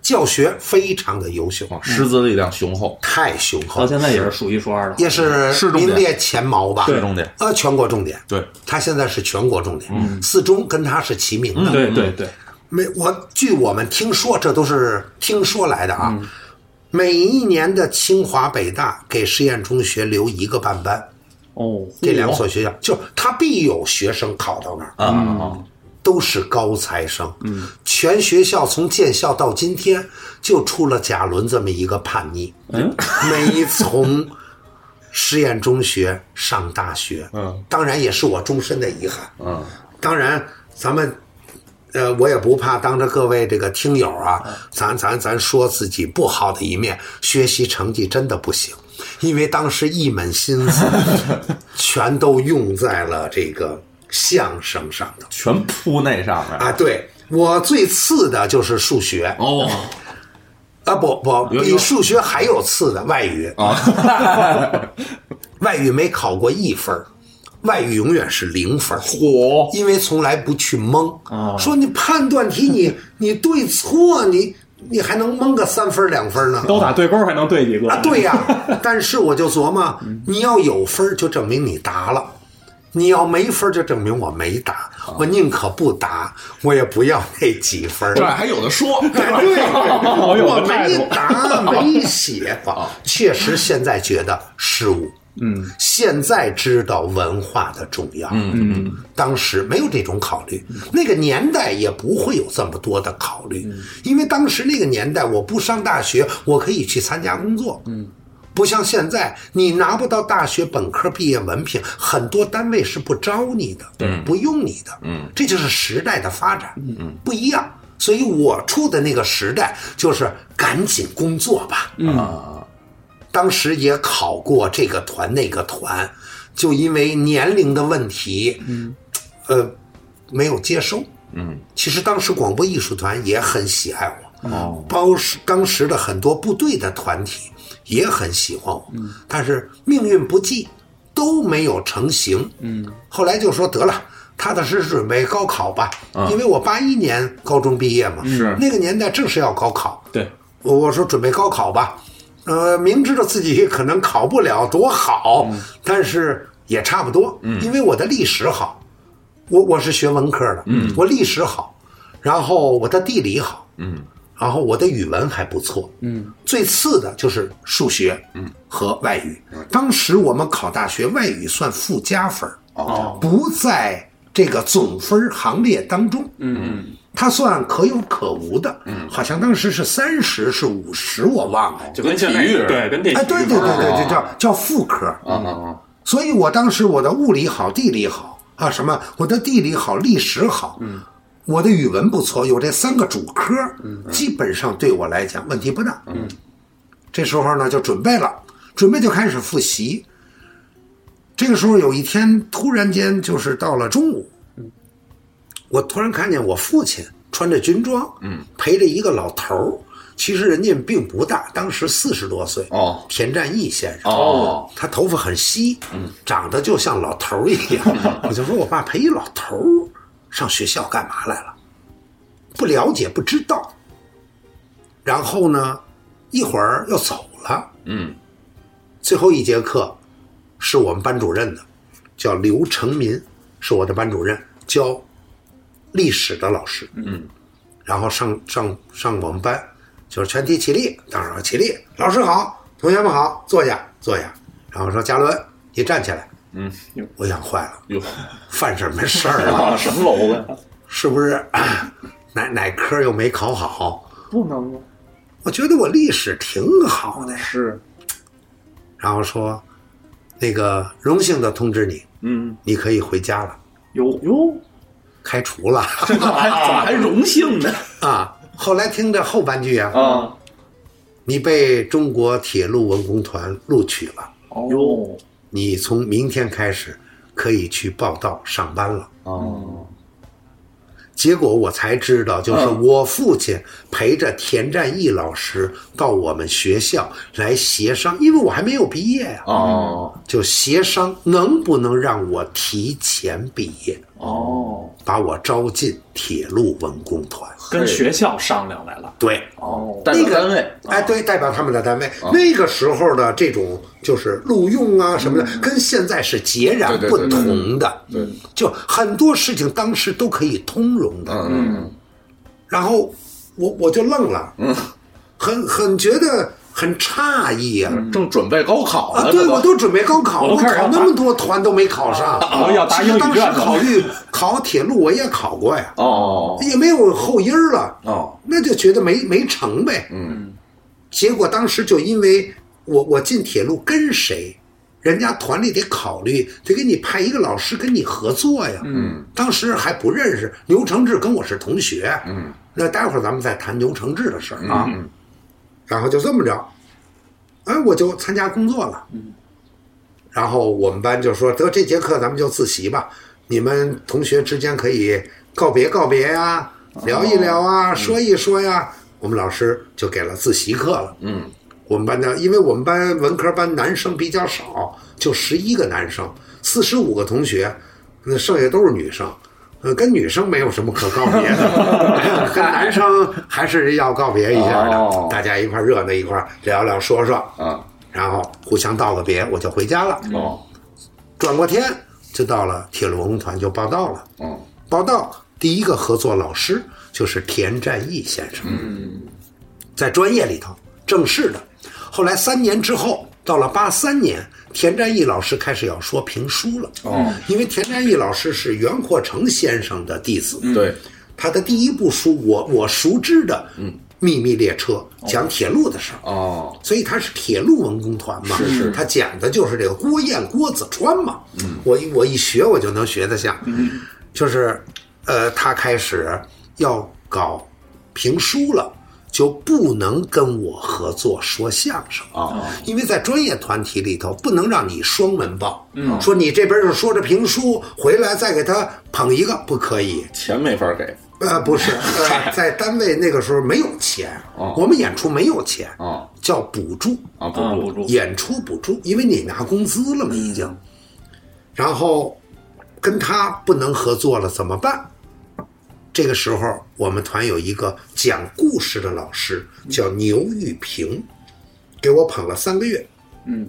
A: 教学非常的优秀，
B: 哦师资力量雄厚，
A: 太雄厚
D: 到
A: 了。
D: 现在也是数一数二的，
A: 也是
B: 是重点
A: 名列前茅吧？
D: 对
B: 重点
A: 呃，全国重点。
B: 对，
A: 他现在是全国重点，四中跟他是齐名的。
D: 嗯对对对，
A: 每我据我们听说，这都是听说来的啊。每一年的清华北大给实验中学留一个半班，
D: 哦，
A: 这两所学校就他必有学生考到那儿，
B: 啊，
A: 都是高材生。嗯，全学校从建校到今天就出了贾伦这么一个叛逆。
D: 嗯，
A: 没从实验中学上大学，
C: 嗯，
A: 当然也是我终身的遗憾。
C: 嗯，
A: 当然，咱们，呃，我也不怕当着各位这个听友啊，
C: 嗯
A: 咱咱咱说自己不好的一面，学习成绩真的不行，因为当时一门心 思全都用在了这个相声上头
B: 全扑那上面。
A: 啊。对我最次的就是数学
C: 哦，
A: 啊，不不，比数学还有次的外语啊， 外语没考过一分儿外语永远是零分儿
C: 火
A: 因为从来不去蒙。说你判断题你你对错你你还能蒙个三分儿两分儿呢？
D: 都打对勾还能对几个
A: 啊，对呀、但是我就琢磨，你要有分儿就证明你答了。你要没分儿就证明我没答，我宁可不答，我也不要那几分儿。
C: 这还有的说，
A: 对，
D: 好有
A: 我
D: 个态
A: 没
D: 度
A: 答，没写吧？确实，现在觉得失误。嗯，现在知道文化的重要。嗯嗯，当时没有这种考虑，那个年代也不会有这么多的考虑，因为当时那个年代，我不上大学，我可以去参加工作。嗯。不像现在，你拿不到大学本科毕业文凭，很多单位是不招你的，对，不用你的，嗯，这就是时代的发展，嗯，不一样。所以我处的那个时代就是赶紧工作吧，嗯，当时也考过这个团那个团，就因为年龄的问题，嗯，呃，没有接收，嗯，其实当时广播艺术团也很喜爱我，
C: 哦，
A: 包时当时的很多部队的团体也很喜欢我，但是命运不济，都没有成型。嗯，后来就说得了。踏踏实实准备高考吧，因为我八一年高中毕业嘛，
C: 是
A: 那个年代正是要高考。
D: 对，
A: 我我说准备高考吧，呃，明知道自己可能考不了多好，但是也差不多，因为我的历史好，我我是学文科的，我历史好，然后我的地理好，然后我的语文还不错，嗯，最次的就是数学，嗯，和外语。当时我们考大学，外语算附加分儿
D: 哦
A: 不在这个总分儿行列当中，嗯，它算可有可无的，嗯，好像当时是三十是五十，我忘了，
D: 就跟现在
C: 体育似的
D: 对，跟这啊
A: 哎，对对对对，这叫叫副科，
C: 啊，
A: 所以我当时我的物理好，地理好啊，什么我的地理好，历史好，嗯，我的语文不错，有这三个主科，嗯，基本上对我来讲问题不大，嗯，这时候呢就准备了，准备就开始复习。这个时候有一天突然间就是到了中午，我突然看见我父亲穿着军装，嗯，陪着一个老头儿，其实人家并不大，当时四十多岁，
C: 哦
A: 田占义先生，
C: 哦，
A: 他头发很稀，长得就像老头儿一样。我就说我爸陪一老头儿上学校干嘛来了？不了解，不知道。然后呢，一会儿又走了。嗯，最后一节课是我们班主任的，叫刘成民，是我的班主任，教历史的老师。嗯，然后上上上我们班，就是全体起立，当然起立，老师好，同学们好，坐下坐下。然后说嘉伦，你站起来。嗯，我想坏了，
C: 哟，
A: 犯什么事 儿了？
D: 啊什么楼的？
A: 是不是哪哪科又没考好？
D: 不能啊，
A: 我觉得我历史挺好的呀。
D: 是
A: 然后说，那个荣幸的通知你，嗯，你可以回家了，
D: 有有
A: 开除 了
B: 还怎么还荣幸呢？
A: 啊。后来听着后半句啊，
D: 啊，
A: 你被中国铁路文工团录取了。
D: 哦有
A: 你从明天开始可以去报道上班了。哦。结果我才知道，就是我父亲陪着田占义老师到我们学校来协商，因为我还没有毕业呀、
C: 哦，
A: 就协商能不能让我提前毕业，
D: 哦，
A: 把我招进铁路文工团。
D: 跟学校商量来了。
A: 对，
D: 哦，
C: 代
A: 那
C: 表
A: 个
C: 单位，
A: 哎，对，代表他们的单位，那个时候的这种就是录用
D: 嗯
A: 啊什么的，跟现在是截然
C: 对对
A: 不
C: 对对
A: 同的。
C: 对，
A: 就很多事情当时都可以通融的。
C: 嗯，
A: 然后我我就愣了，嗯，很很觉得很诧异
D: 嗯
A: 啊。
C: 正准备高考
A: 啊，
C: 呢，
A: 对
C: 这
A: 我都准备高考，
D: 我
A: 我
D: 都开始
A: 考
D: 要
A: 那
D: 打
A: 么多团都没考上。
D: 我要打
A: 其实
D: 英语
A: 当时
D: 卷子
A: 考虑考铁路，我也考过呀，
C: 哦
A: 也没有后音儿了。
C: 哦，
A: 那就觉得没没成呗。嗯，结果当时就因为我我进铁路跟谁，人家团里得考虑，得给你派一个老师跟你合作呀。嗯，当时还不认识牛承志，跟我是同学。嗯，那待会儿咱们再谈牛承志的事儿啊。然后就这么着，哎，我就参加工作了。嗯，然后我们班就说得这节课咱们就自习吧，你们同学之间可以告别告别呀、聊一聊啊，说一说呀、我们老师就给了自习课了。嗯，我们班的，因为我们班文科班男生比较少，就十一个男生，四十五个同学，那剩下都是女生。呃，跟女生没有什么可告别 的，跟男生还是要告别一下的。
C: 哦
A: 大家一块儿热闹一块儿聊聊说说，
C: 啊，
A: 然后互相道个别，我就回家了。
C: 哦，
A: 转过天就到了铁路文工团，就报道了。
C: 哦，
A: 报道第一个合作老师就是田占义先生，
C: 嗯
A: 在专业里头正式的。后来三年之后，到了八三年，田占义老师开始要说评书了。哦，因为田占义老师是袁阔成先生的弟子，
C: 对，
A: 他的第一部书我我熟知的，嗯，《秘密列车》讲铁路的事儿。
C: 哦，
A: 所以他是铁路文工团嘛，
C: 是嗯是
A: 他讲的就是这个郭燕、郭子川嘛。我一我一学我就能学得像，
C: 嗯
A: 就是，呃，他开始要搞评书了，就不能跟我合作说相声
C: 哦
A: 啊，因为在专业团体里头不能让你双门报，
C: 哦
A: 嗯，说你这边是说着评书，回来再给他捧一个，不可以，
C: 钱没法给，
A: 呃，不是，呃，在单位那个时候没有钱，我们演出没有钱，
C: 哦
A: 叫补助，
C: 啊，不
D: 啊，
C: 不，
D: 不住，
A: 演出补助，因为你拿工资了嘛已经，然后跟他不能合作了，怎么办？这个时候，我们团有一个讲故事的老师叫牛玉平，给我捧了三个月。
D: 嗯，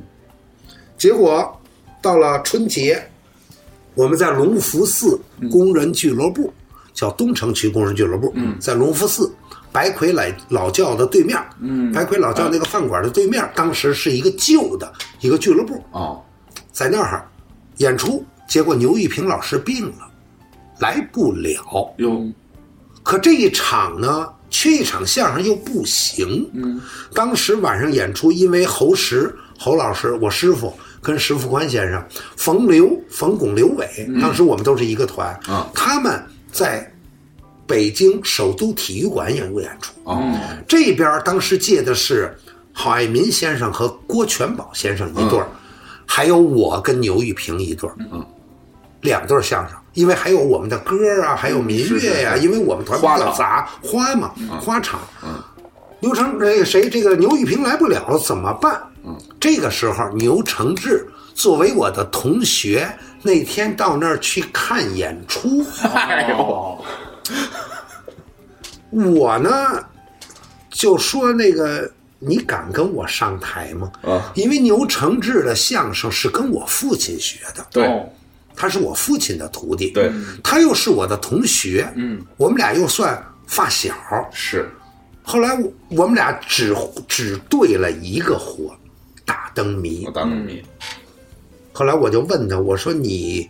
A: 结果到了春节，我们在隆福寺工人俱乐部，叫东城区工人俱乐部，在隆福寺白魁老老教的对面，白魁老教那个饭馆的对面，当时是一个旧的一个俱乐部，
C: 哦，
A: 在那儿演出，结果牛玉平老师病了，来不了。
C: 哟，
D: 嗯
A: 可这一场呢，缺一场相声又不行。嗯，当时晚上演出，因为侯石侯老师，我师傅跟石富宽先生、冯刘、冯巩、刘伟，当时我们都是一个团
C: 啊
A: 他们在北京首都体育馆演过演出。
C: 哦，
D: 嗯
A: 这边当时借的是郝爱民先生和郭全宝先生一对儿，还有我跟牛玉平一对儿，嗯，两对儿相声，因为还有我们的歌儿啊，还有民乐呀、因为我们团比
C: 花
A: 较
C: 场
A: 杂，花嘛，花场，牛成那个谁，这个牛玉平来不了了，怎么办？这个时候牛承志作为我的同学，那天到那儿去看演出，
D: 哎呦，
A: 我呢就说那个你敢跟我上台吗？
C: 啊
A: 因为牛承志的相声是跟我父亲学的，
C: 对，
D: 哦
A: 他是我父亲的徒弟，
C: 对，
A: 他又是我的同学，嗯，我们俩又算发小，
C: 是，
A: 后来我我们俩只只对了一个活，大灯谜
C: 我。当
D: 嗯
C: 个谜，
A: 后来我就问他，我说你，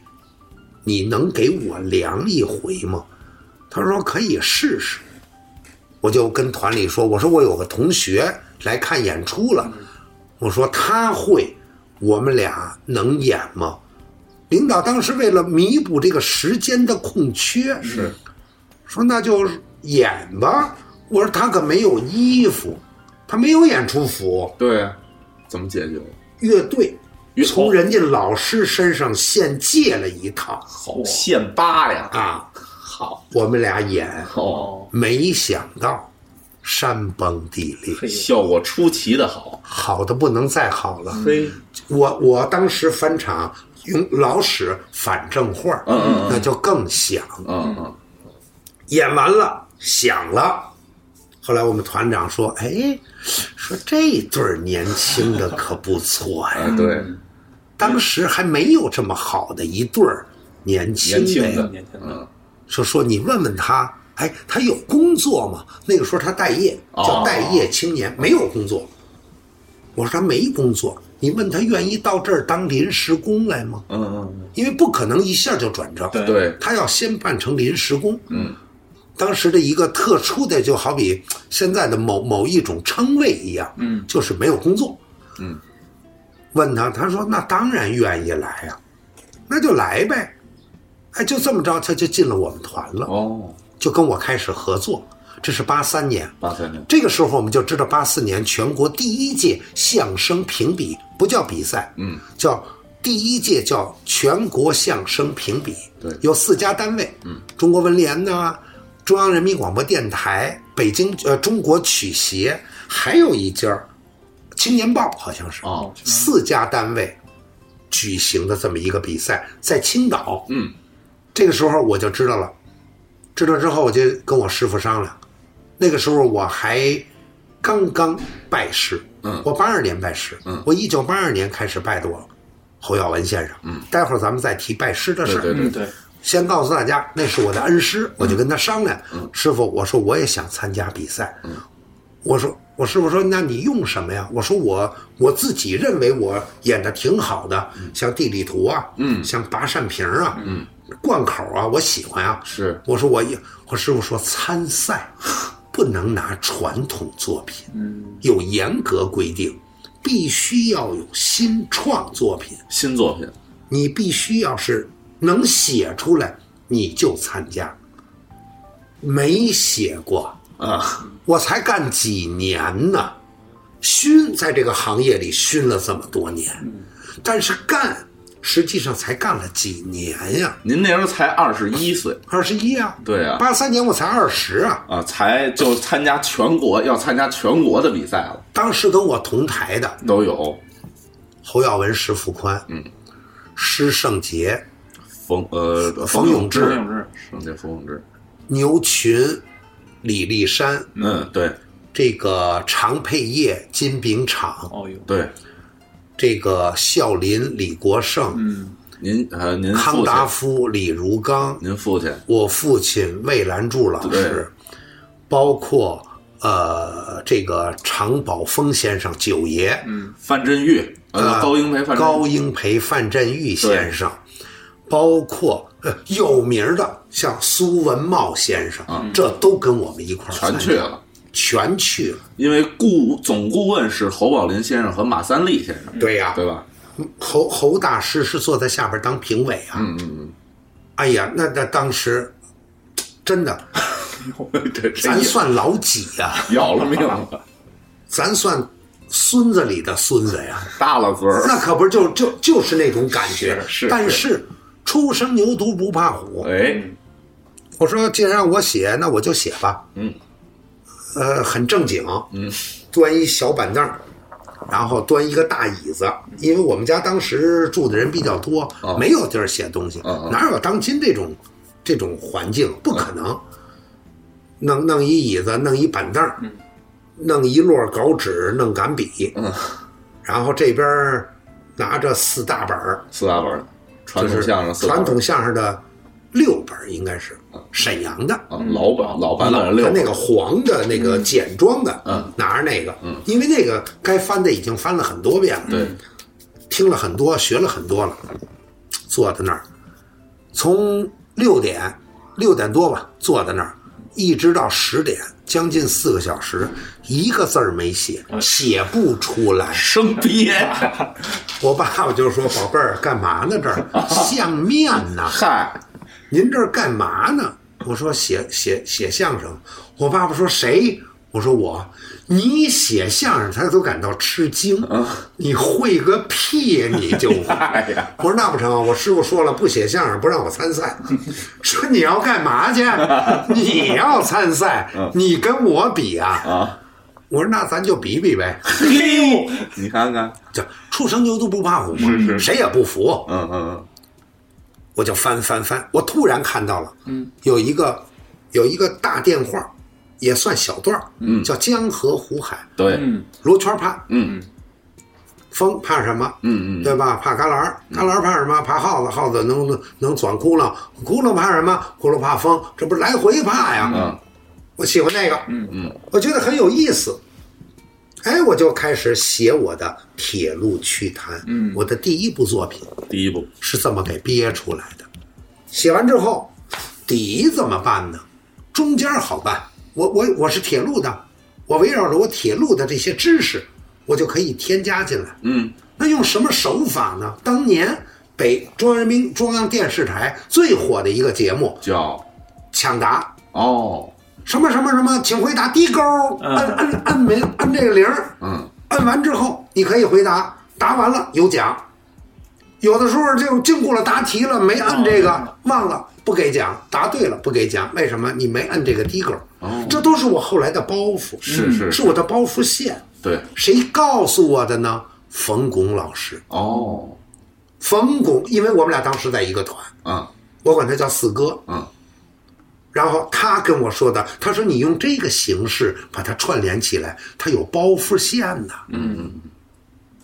A: 你能给我量一回吗？他说可以试试。我就跟团里说，我说我有个同学来看演出了，我说他会，我们俩能演吗？领导当时为了弥补这个时间的空缺，是说那就演吧。我说他可没有衣服，他没有演出服，
C: 对，啊怎么解决？
A: 乐队
C: 乐
A: 从人家老师身上现借了一套
C: 好，现扒呀，
A: 啊，
C: 好，
A: 我们俩演，
C: 哦，
D: 哦，
A: 没想到山崩地裂，
D: 嘿，
C: 效果出奇的好，
A: 好的不能再好了。
C: 嘿，
A: 我我当时翻场用老史反正话儿，
C: 嗯嗯嗯
A: 那就更响。
C: 嗯嗯，
A: 演完了，响了。后来我们团长说：“哎，说这对儿年轻的可不错 呀。”
C: 哎，对，
D: 嗯
A: 当时还没有这么好的一对儿年轻
C: 年轻
A: 的
C: 的，
D: 年轻的
C: 嗯，
A: 就说你问问他，哎，他有工作吗？那个时候他待业，叫待业青年，没有工作。我说他没工作，你问他愿意到这儿当临时工来吗？
C: 嗯嗯
A: 因为不可能一下就转正，
D: 对
C: 嗯，对，
A: 他要先办成临时工。嗯，当时的一个特殊的，就好比现在的某某一种称谓一样，嗯，就是没有工作。嗯，问他，他说那当然愿意来呀、那就来呗。哎，就这么着，他就进了我们团了，
B: 哦，
A: 就跟我开始合作。这是八三年，
B: 八三年，
A: 这个时候我们就知道，八四年全国第一届相声评比不叫比赛，嗯，叫第一届叫全国相声评比，
B: 对
A: 有四家单位，嗯，中国文联呐，中央人民广播电台，北京呃中国曲协，还有一家儿青年报好像是，
B: 哦，
D: 嗯
A: 四家单位举行的这么一个比赛，在青岛。
B: 嗯，
A: 这个时候我就知道了，知道之后我就跟我师傅商量。那个时候我还刚刚拜师，嗯，我八二年拜师，嗯，我一九八二年开始拜的我侯耀文先生，嗯，待会儿咱们再提拜师的事儿。
B: 对对
D: 嗯，
B: 对，
D: 对，
A: 先告诉大家，那是我的恩师，我就跟他商量，师傅，我说我也想参加比赛，我说我师傅说，那你用什么呀？我说我我自己认为我演的挺好的，像地理图啊，嗯，像拔扇屏啊，嗯，贯口啊，我喜欢啊。
B: 是
A: 我说我一我师傅说参赛不能拿传统作品，嗯，有严格规定，必须要有新创作品。
B: 新作品，
A: 你必须要是能写出来，你就参加。没写过，
D: 嗯
B: 啊，
A: 我才干几年呢，熏在这个行业里熏了这么多年，
B: 嗯
A: 但是干实际上才干了几年呀，
B: 您那时候才二十一岁
A: 二十一啊，
B: 对啊
A: 八三年我才二十啊，
B: 啊，才就参加全国，要参加全国的比赛了，
A: 当时跟我同台的
B: 都有
A: 侯耀文、石富宽，嗯，施圣杰、
B: 冯呃
A: 冯永
D: 志
A: 志、
D: 永志，
B: 嗯对冯永志，
A: 牛群、李立山，
B: 嗯，对
A: 这个常佩业、金炳昶，
D: 哦呦，
B: 对，
A: 这个孝林、李国盛、
D: 嗯，
B: 您呃您
A: 康
B: 父亲嗯
A: 达，夫、李如刚，
B: 您父亲
A: 我父亲魏兰柱老师，包括呃这个常宝峰先生、九爷，
B: 范振钰，呃
A: 呃
B: 高英嗯培范
A: 嗯
B: 振钰
A: 高英培、范振钰先生，包括呃有名的像苏文茂先生，这都跟我们一块儿参
B: 嗯全
A: 加
B: 去，了。嗯
A: 全去了。
B: 因为顾总顾问是侯宝林先生和马三立先生，
A: 对呀、
B: 对吧？
A: 侯侯大师是坐在下边当评委啊。嗯嗯嗯。哎呀，那那当时真的，
B: 这这
A: 咱
B: 也
A: 算啊老几呀、
B: 要了命了，
A: 咱算孙子里的孙子 呀、
B: 大了嘴儿，
A: 那可不是就就就是那种感觉。
B: 是是
A: 但是初生牛犊不怕虎。
B: 哎，
A: 我说，既然让我写，那我就写吧。
B: 嗯。
A: 呃，很正经。嗯。端一小板凳儿，然后端一个大椅子，因为我们家当时住的人比较多，
B: 啊
A: 没有地儿写东西，
B: 嗯嗯
A: 哪有当今这种这种环境？不可
B: 啊
A: 能。弄弄一椅子，弄一板凳儿，弄一摞稿纸，弄杆笔，
B: 嗯
A: 然后这边儿拿着四大本儿，
B: 四大本儿，传
A: 就
B: 统
A: 是
B: 相声四大
A: 传
B: 本儿
A: 统相声的六本儿应该是沈阳的，
B: 啊，老
A: 嗯
B: 版老版本
A: 他
B: 六
A: 那个黄的那个简装的，
B: 嗯，
A: 拿着那个，嗯，因为那个该翻的已经翻了很多遍了，
B: 对，
A: 听了很多，学了很多了，坐在那儿，从六点六点多吧，坐在那儿，一直到十点，将近四个小时，一个字儿没写，写不出来。
B: 生憋，
A: 我爸爸就说：“宝贝儿，干嘛呢？这 儿相面呢？
B: 嗨，
A: 您这儿干嘛呢？”我说写：“写写相声。”我爸爸说：“谁？”我说：“我。”你写相声，他都感到吃惊。你会个屁！你就会。
B: 啊 哎呀，
A: 我说那不成啊，我师傅说了，不写相声不让我参 赛，说你要干嘛去？你要参 赛，
B: 嗯
A: 你跟我比啊？
B: 啊，
A: 我说那咱就比比呗，
B: 嘿，你看看，
A: 就初生牛犊不怕虎嘛，谁也不服。
B: 嗯嗯
A: 我就翻翻翻，我突然看到了，嗯，有一个有一个大电话，也算小段儿，嗯，叫江河湖海
B: 嗯，对，
D: 嗯，
A: 罗圈盼，
B: 嗯
A: 风怕什么？
B: 嗯嗯，
A: 对吧？怕旮旯儿，旮旯儿怕什么？怕耗子，耗子能能能钻窟窿，窟窿怕什么？窟窿怕风，这不是来回怕呀？
B: 嗯，
A: 我喜欢那个，
D: 嗯
B: 嗯，
A: 我觉得很有意思。哎，我就开始写我的《铁路趣谈》，嗯，我的第一部作品
B: 第一部
A: 是这么给憋出来的。写完之后，底怎么办呢？中间好办，我我我是铁路的，我围绕着我铁路的这些知识，我就可以添加进来。
C: 嗯，
A: 那用什么手法呢？当年北中央人民中央电视台最火的一个节目
C: 叫
A: 抢答，
C: 哦，
A: 什么什么什么，请回答低勾，按按按没按这个铃儿，
C: 嗯，
A: 按完之后你可以回答，答完了有奖。有的时候就禁锢了答题了，没按这
C: 哦
A: 个，忘了不给奖；答对了不给奖，为什么？你没按这个低勾。
C: 哦
A: 这都是我后来的包袱，
C: 是是
A: 是我的包袱线。
C: 对，
A: 谁告诉我的呢？冯巩老师，
C: 哦，
A: 冯巩，因为我们俩当时在一个团，
C: 嗯
A: 我管他叫四哥。
C: 嗯，
A: 然后他跟我说的，他说你用这个形式把它串联起来，它有包袱线呐。嗯，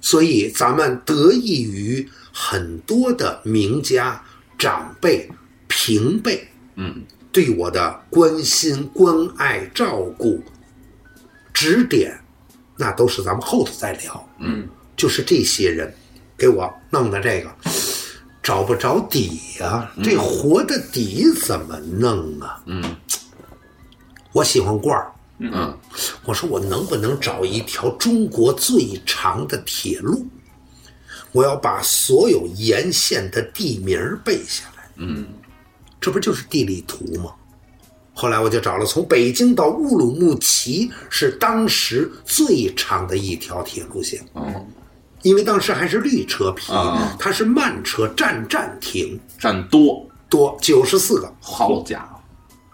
A: 所以咱们得益于很多的名家、长辈、平辈，
C: 嗯，
A: 对我的关心、关爱、照顾、指点，那都是咱们后头再聊。嗯，就是这些人给我弄的这个，找不着底呀、这活的底怎么弄啊？嗯，我喜欢罐儿，
C: 嗯
A: 我说我能不能找一条中国最长的铁路？我要把所有沿线的地名儿背下来。嗯，这不就是地理图吗？后来我就找了从北京到乌鲁木齐是当时最长的一条铁路线，
C: 哦，
B: 嗯
A: 因为当时还是绿车皮
C: 啊，
A: 它是慢车，站站停
C: 占多，
A: 多九十四个。
C: 好家伙，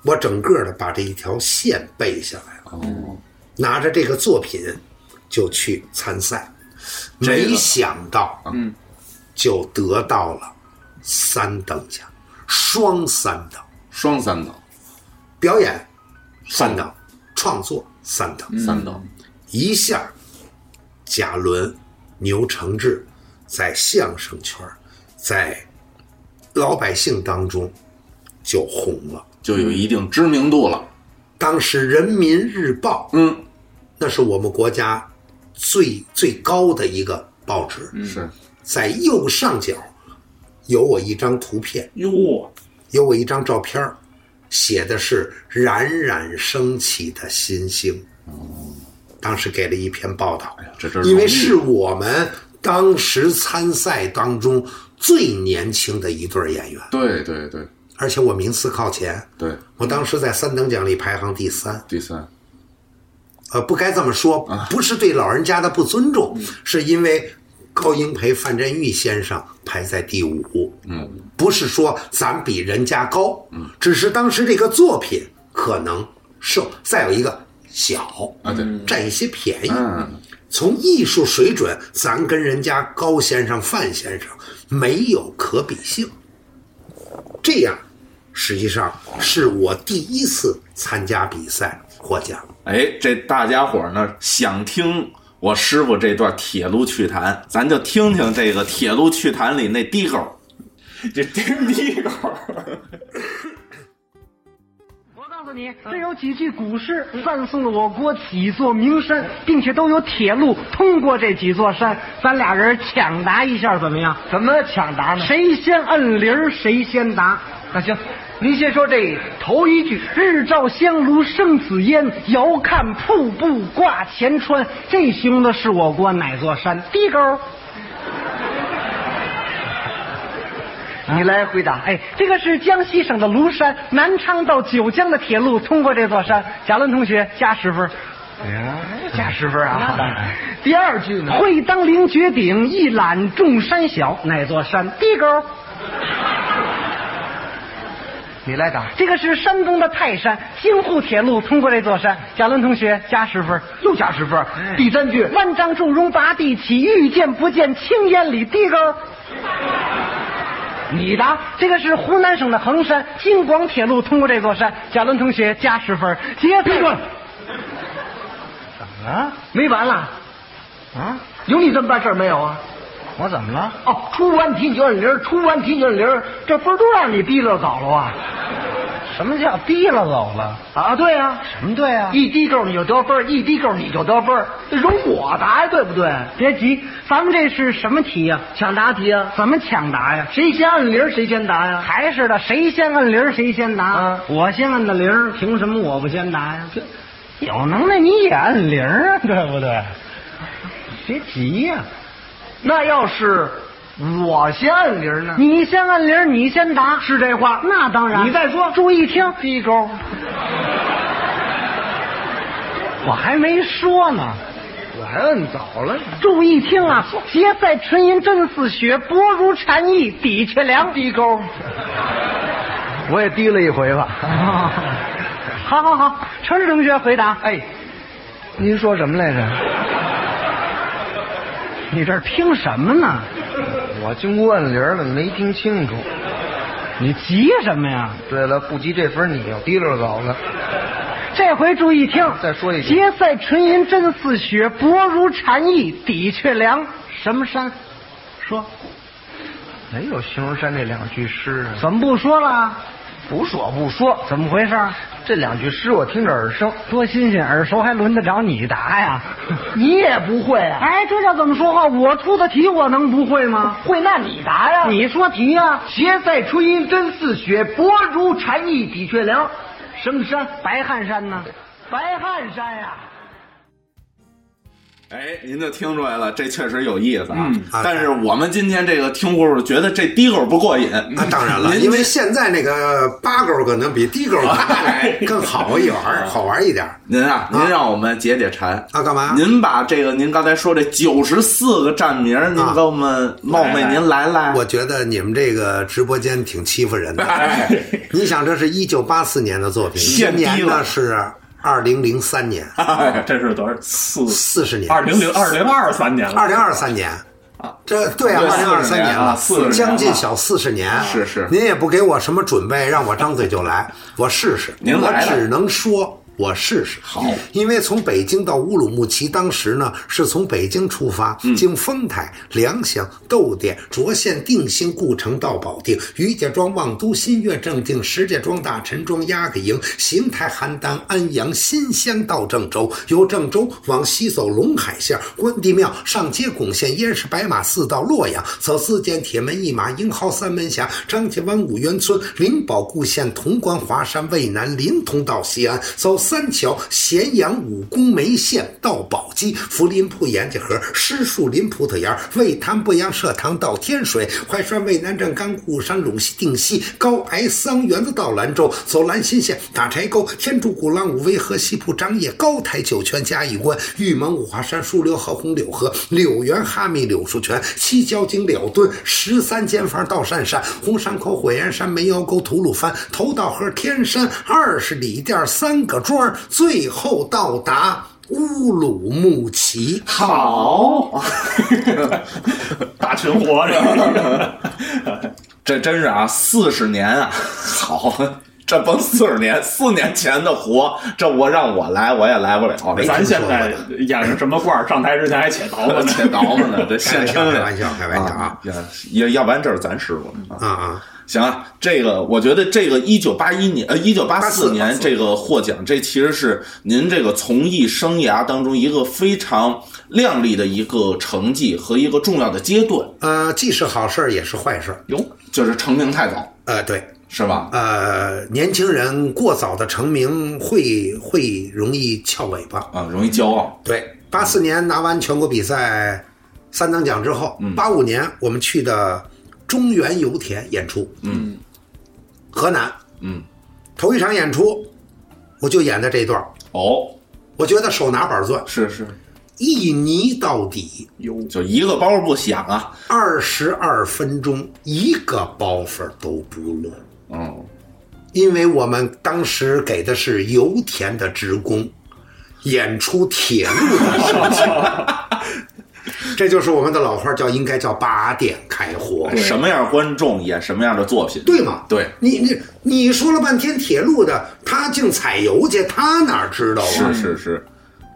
A: 我整个的把这一条线背下来
C: 哦
A: 了，
B: 嗯
A: 拿着这个作品就去参赛，
C: 这个
A: 没想到，
D: 嗯，
A: 就得到了三等奖，双三等，
C: 双三等，
A: 表演三等，创作三
B: 嗯
A: 等，
C: 三等，
A: 一下，贾伦、牛承志在相声圈儿，在老百姓当中就红了。
C: 就有一定知名度了。
A: 当时《人民日报》
C: 嗯，
A: 那是我们国家最最高的一个报纸，
B: 嗯
C: 是，
A: 在右上角有我一张图片，
D: 哟，
A: 有我一张照片儿写的是“冉冉升起的新星”。当时给了一篇报道，
C: 这真
A: 因为
C: 容易
A: 是我们当时参赛当中最年轻的一对儿演员，
C: 对对对
A: 而且我名次靠前，
C: 对，
A: 我当时在三等奖里排行第三。
C: 第三，
A: 呃，不该这么说，
C: 啊
A: 不是对老人家的不尊重，
C: 嗯
A: 是因为高英培、范振钰先生排在第五，嗯，不是说咱比人家高，嗯，只是当时这个作品可能受，再有一个小
C: 啊对
A: 占一些便宜，
C: 嗯，
A: 从艺术水准，咱跟人家高先生、范先生没有可比性。这样，实际上是我第一次参加比赛获奖。
B: 哎，这大家伙儿呢想听我师傅这段铁路趣谈，咱就听听这个铁路趣谈里那低狗。
D: 这丁尼狗，
E: 我告诉你，这有几句古诗赞颂了我国几座名山，并且都有铁路通过这几座山。咱俩人抢答一下怎么样？怎么抢答呢？谁先摁铃儿谁先答。那行，您先说这头一句：“日照香炉生紫烟，遥看瀑布挂前川。”这形容的是我国哪座山？低沟。你来回答。哎，这个是江西省的庐山，南昌到九江的铁路通过这座山。贾伦同学加十分。哎加十分啊！第二句呢？会当凌绝顶，一览众山小。哪座山？地沟。你来打。这个是山东的泰山，京沪铁路通过这座山。贾伦同学加十分，又加十分。第三句：万丈祝融拔地起，遇见不见青烟里。地沟。你答，这个是湖南省的衡山，京广铁路通过这座山。贾伦同学加十分，杰闭嘴！怎么了？没完了？啊？有你这么办事儿没有啊？我怎么了？哦，出完题你就按铃儿，出完题你就按铃儿，这分儿都让你提溜走了啊！什么叫提溜走了？啊，对呀、什么对啊呀、一低勾你就得分儿，一低勾你就得分儿，这容我答呀，对不对？别急，咱们这是什么题呀、抢答题呀、怎么抢答呀？谁先按铃儿谁先答呀？啊还是的，谁先按铃儿谁先答。我先按的铃儿，凭什么我不先答呀？有能耐你也按铃啊，对不对？谁急呀、
H: 那要是我先按铃儿呢？
E: 你先按铃，你先答，
H: 是这话？
E: 那当然。
H: 你再说
E: 注意听，
H: 低沟，
E: 我还没说呢。
H: 我还摁早了。
E: 注意听啊！结在唇龈，真似血；薄如蝉翼，底却凉。
H: 低沟， 我也低了一回吧。
E: 好好好，程志同学回答。
H: 哎，您说什么来着？
E: 你这儿听什么呢？
H: 我经过按铃儿了，没听清楚。
E: 你急什么呀？
H: 对了，不及这分你又提溜走了。
E: 这回注意听，
H: 再说一遍
E: 结在唇龈，真似血；薄如蝉翼，底却凉。什么山？说，
H: 没有哎形容山这两句诗啊？
E: 怎么不说了？
H: 不说不说，
E: 怎么回事？
H: 这两句诗我听着耳生。
E: 多新鲜，耳熟还轮得着你答呀？
H: 你也不会啊？
E: 哎，这叫怎么说话？我出的题，我能不会吗？
H: 会，那你答呀
E: 你说题呀、
H: 斜塞春阴真似雪，薄如蝉翼抵却凉。什么山？
E: 白汗山呢？白汗山呀、
B: 哎，您就听出来了，这确实有意思啊。
D: 嗯
B: 但是我们今天这个听故事，觉得这低口不过瘾。
A: 那当然了，
B: 您
A: 因为现在那个八勾可能比低勾
B: 哎
A: 更好一玩儿，好玩一点儿
B: 您啊，您让我们解解馋。
A: 啊？干嘛？
B: 您把这个您刚才说这九十四个站名儿，您
A: 啊
B: 给我们冒昧您来来。
A: 我觉得你们这个直播间挺欺负人的。你想，这是一九八四年的作品，今
B: 哎献低了
A: 年呢是二零零三年，
D: 哎这是多少四
A: 四十年，
D: 二零零二零二三年了，
A: 二零二三年。这对啊，
B: 对
A: 二零二三年了，
D: 40年了
A: 将近小四十年，
B: 是是
A: 您也不给我什么准备，让我张嘴就来，我试试。
B: 您
A: 我
B: 来了
A: 只能说。我试试好，因为从北京到乌鲁木齐，当时呢是从北京出发，
B: 嗯
A: 经丰台、良乡、窦店、涿县、定兴、故城到保定、于家庄、望都、新月、正定、石家庄、大陈庄、鸭个营、邢台、邯郸、安阳、新乡到郑州，由郑州往西走陇海线、关帝庙、上街巩县、燕市白马寺到洛阳，走四间铁门一马、英豪三门峡、张家湾五原村、灵宝固县、潼关华山、渭南、临潼到西安，走三桥、咸阳、武功梅县到宝鸡、涪陵铺沿家河、施树林葡萄园、渭潭鄱阳社堂到天水、怀川渭南镇甘固山陇西定西、高癌桑园子到兰州，走兰新县、打柴沟、天竺古浪、武威河、西铺、张掖、高台、酒泉、嘉峪关、玉蒙、五华山、疏流河、红柳河、柳园、哈密、柳树泉、西郊井、了墩、十三间房到善山、红山口、火焰山、煤窑沟、吐鲁番、头道河、天山、二十里店、三个庄，最后到达乌鲁木齐。
B: 好，
D: 大群活着。
B: 这真是啊，四十年啊，好，这甭四十年，四年前的活，这我让我来，我也来不了。
D: 咱现在演着什么罐儿？上台之前还且倒
B: 我
D: 呢，
B: 且倒吧呢，这现听
A: 开玩笑开玩笑
B: 啊
A: 啊！
B: 要要不然这是咱师傅呢
A: 啊。啊！
B: 行啊，这个我觉得这个一九八一年呃一九八四年这个获奖，这其实是您这个从艺生涯当中一个非常亮丽的一个成绩和一个重要的阶段，
A: 呃，既是好事儿，也是坏事儿。
B: 哟，就是成名太早
A: 呃，对，
B: 是吧？
A: 呃，年轻人过早的成名会会容易翘尾巴。
B: 啊，容易骄傲，
A: 对，八四年拿完全国比赛三等奖之后，
B: 嗯
A: 八五、年我们去的中原油田演出，
B: 嗯，
A: 河南，
B: 嗯，
A: 头一场演出我就演的这段儿，
B: 哦，
A: 我觉得手拿板儿钻，
B: 是是，
A: 一泥到底，
B: 就一个包不响啊，
A: 二十二分钟一个包袱都不落。
B: 嗯，
A: 因为我们当时给的是油田的职工演出铁路的事 情，这就是我们的老话儿叫应该叫八点开火，
B: 哎什么样观众演什么样的作品，
A: 对吗？
B: 对，
A: 你你你说了半天铁路的，他净采油去，他哪知道啊？
B: 是是是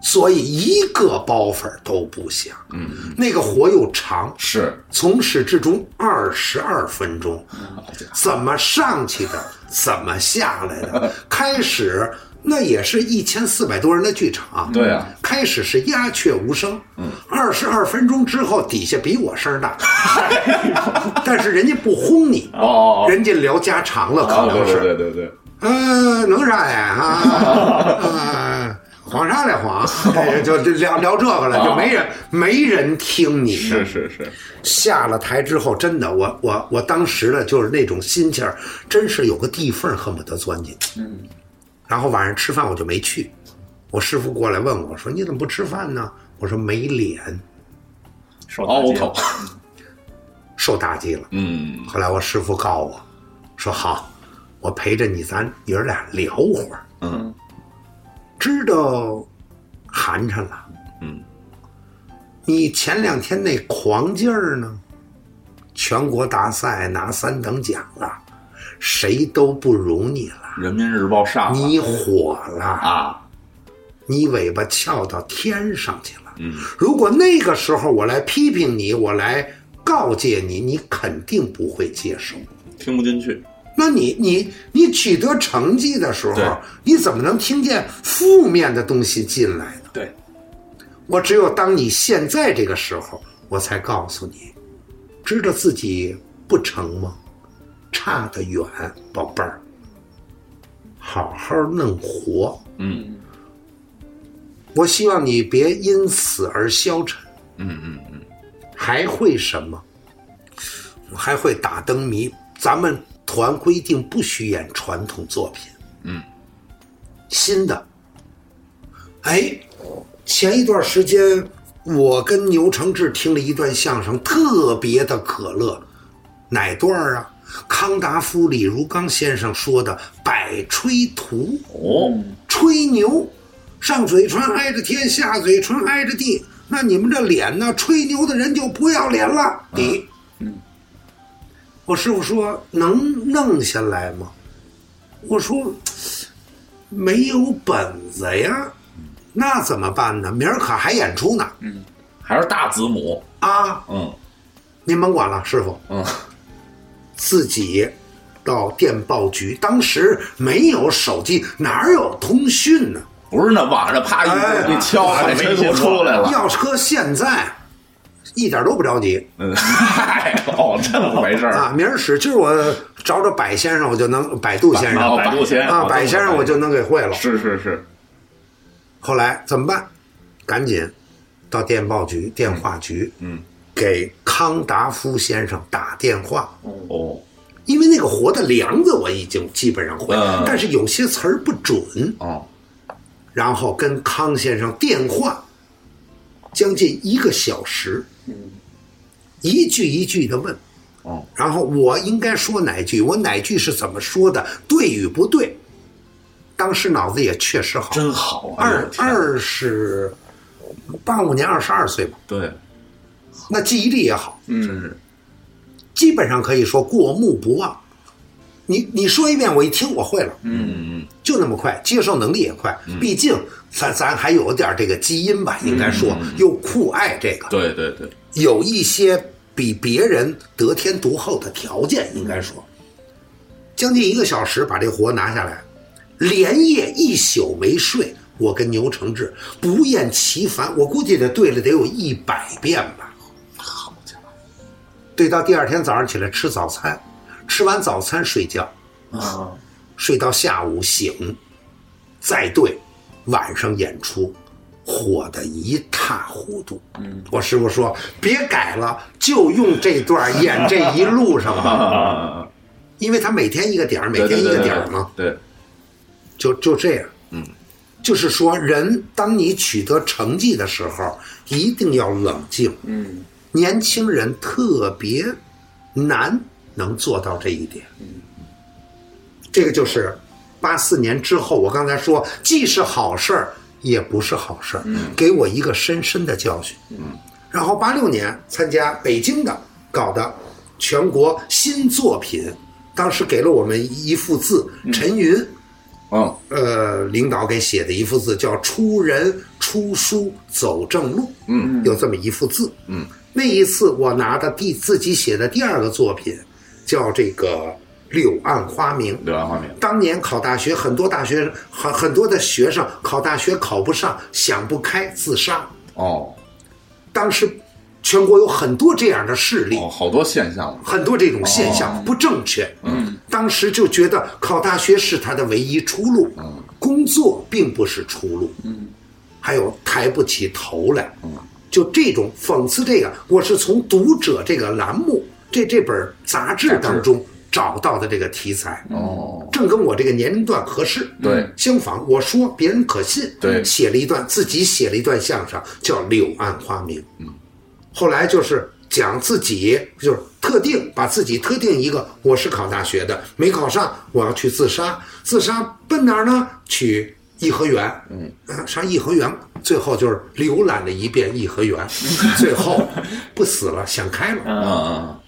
A: 所以一个包袱儿都不响。嗯，那个活又长，
B: 是，
A: 从始至终二十二分钟，怎么上去的，怎么下来 的？开始那也是一千四百多人的剧场，
B: 对嗯啊，
A: 开始是鸦雀无声，二十二分钟之后底下比我声儿大， 但是人家不轰你，
B: 哦，
A: 人家聊家常了，可
B: 哦
A: 能呃
B: 对
A: 是，
B: 对对对对，
A: 嗯，能啥呀啊？啊晃啥来晃？哎就就聊聊这个了，就没人没人听你的。
B: 啊是是是，
A: 下了台之后，真的，我我我当时的就是那种心气儿，真是有个地缝儿恨不得钻进去。嗯，然后晚上吃饭我就没去，我师傅过来问我说：“你怎么不吃饭呢？”我说：“没脸，
D: 手打
B: 拗
D: 结
B: 口，
A: 受打击了。”
B: 哦嗯，
A: 后来我师傅告我说：“好，我陪着你，咱爷儿俩聊会儿。”
B: 嗯，
A: 知道寒碜了。
B: 嗯，
A: 你前两天那狂劲儿呢？全国大赛拿三等奖了，谁都不如你了。
B: 人民日报上了
A: 你火了，
B: 啊，
A: 你尾巴翘到天上去了。
B: 嗯，
A: 如果那个时候我来批评你，我来告诫你，你肯定不会接受。
B: 听不进去，
A: 那你你你取得成绩的时
B: 对
A: 候，你怎么能听见负面的东西进来呢？
D: 对，
A: 我只有当你现在这个时候，我才告诉你，知道自己不成吗？差得远，宝贝儿，好好弄活。
B: 嗯
A: 我希望你别因此而消沉。
B: 嗯嗯嗯，
A: 还会什么？我还会打灯谜。咱们团规定不许演传统作品，
B: 嗯，
A: 新的。哎，前一段时间我跟牛承志听了一段相声，特别的可乐，哪段儿啊？康达夫、李如刚先生说的《百吹图》。
B: 哦，
A: 吹牛，上嘴唇挨着天，下嘴唇挨着地。那你们这脸呢？吹牛的人就不要脸了。底，嗯，我师傅说能弄下来吗？我说没有本子呀，那怎么办呢？明儿可还演出呢。
B: 还是大子母，
A: 啊，
B: 嗯
A: 您甭管了，师傅，
B: 嗯，
A: 自己到电报局，当时没有手机，哪有通讯呢？
B: 不是那网上啪
A: 哎
B: 一一敲，海
D: 没
B: 飞
D: 见
B: 就
D: 过
B: 出来了，
A: 要车现在一点都不着急
B: 嗯，嗨，哦，这么回事儿，
A: 啊，明儿使劲儿我找找百先生，我就能百度先
B: 哦
D: 那
A: 生
D: 百度先
A: 啊，百先生我就能给会了。
B: 是是是，
A: 后来怎么办？赶紧到电报局、电话局，
B: 嗯，
A: 给康达夫先生打电话，
B: 哦
A: 因为那个活的梁子我已经基本上会，
B: 嗯
A: 但是有些词儿不准。
B: 哦，
A: 然后跟康先生电话将近一个小时，一句一句的问，
B: 哦，
A: 然后我应该说哪句，我哪句是怎么说的，对与不对。当时脑子也确实好，啊
B: 真好，哎呦
A: 二
B: 天
A: 二十八五年二十二岁嘛，
B: 对，
A: 那记忆力也好，
B: 真是
A: 基本上可以说过目不忘。你你说一遍，我一听我会了，
B: 嗯嗯嗯
A: 就那么快，接受能力也快。毕竟咱咱还有点这个基因吧，应该说、又酷爱这个，
B: 嗯对对对，
A: 有一些比别人得天独厚的条件，应该说，将近一个小时把这活拿下来，连夜一宿没睡。我跟牛承志不厌其烦，我估计得对了得有一百遍吧。好家伙！对到第二天早上起来吃早餐，吃完早餐睡觉，
D: 啊，
A: 睡到下午醒，再对，晚上演出，火的一塌糊涂。嗯，我师傅说别改了，就用这段演这一路上 吧，
B: 啊，
A: 因为他每天一个点儿，每
B: 对
A: 天
B: 对
A: 一
B: 对
A: 个
B: 对
A: 点儿嘛，
B: 对，
A: 就就这样。
B: 嗯，
A: 就是说，人当你取得成绩的时候，一定要冷静。
D: 嗯，
A: 年轻人特别难能做到这一点。这个就是八四年之后，我刚才说，既是好事儿，也不是好事儿，给我一个深深的教训。然后八六年参加北京的搞的全国新作品，当时给了我们一幅字，陈云。
B: 嗯
A: 呃，领导给写的一幅字叫“出人出书走正路”，嗯，有这么一幅字，嗯，那一次我拿的第自己写的第二个作品叫这个《柳暗花明》，
B: 柳暗花明，
A: 当年考大学，很多大学很很多的学生考大学考不上，想不开自杀，
B: 哦
A: 当时全国有很多这样的事例，
B: 哦，好多现象，
A: 很多这种现象不正确。哦嗯，当时就觉得考大学是他的唯一出路，工作并不是出路。嗯，嗯还有抬不起头来。就这种讽刺，这个我是从《读者》这个栏目这这本杂志当中找到的这个题材。哦，正跟我这个年龄段合适。嗯
C: 对
A: 相反，我说别人可信。
C: 对
A: 写了一段自己写了一段相声，叫《柳暗花明》。
C: 嗯
A: 后来就是讲自己，就是特定把自己特定一个，我是考大学的，没考上，我要去自杀，自杀奔哪儿呢？去颐和园，嗯，上颐和园，最后就是浏览了一遍颐和园，最后不死了，想开 了，
C: 嗯嗯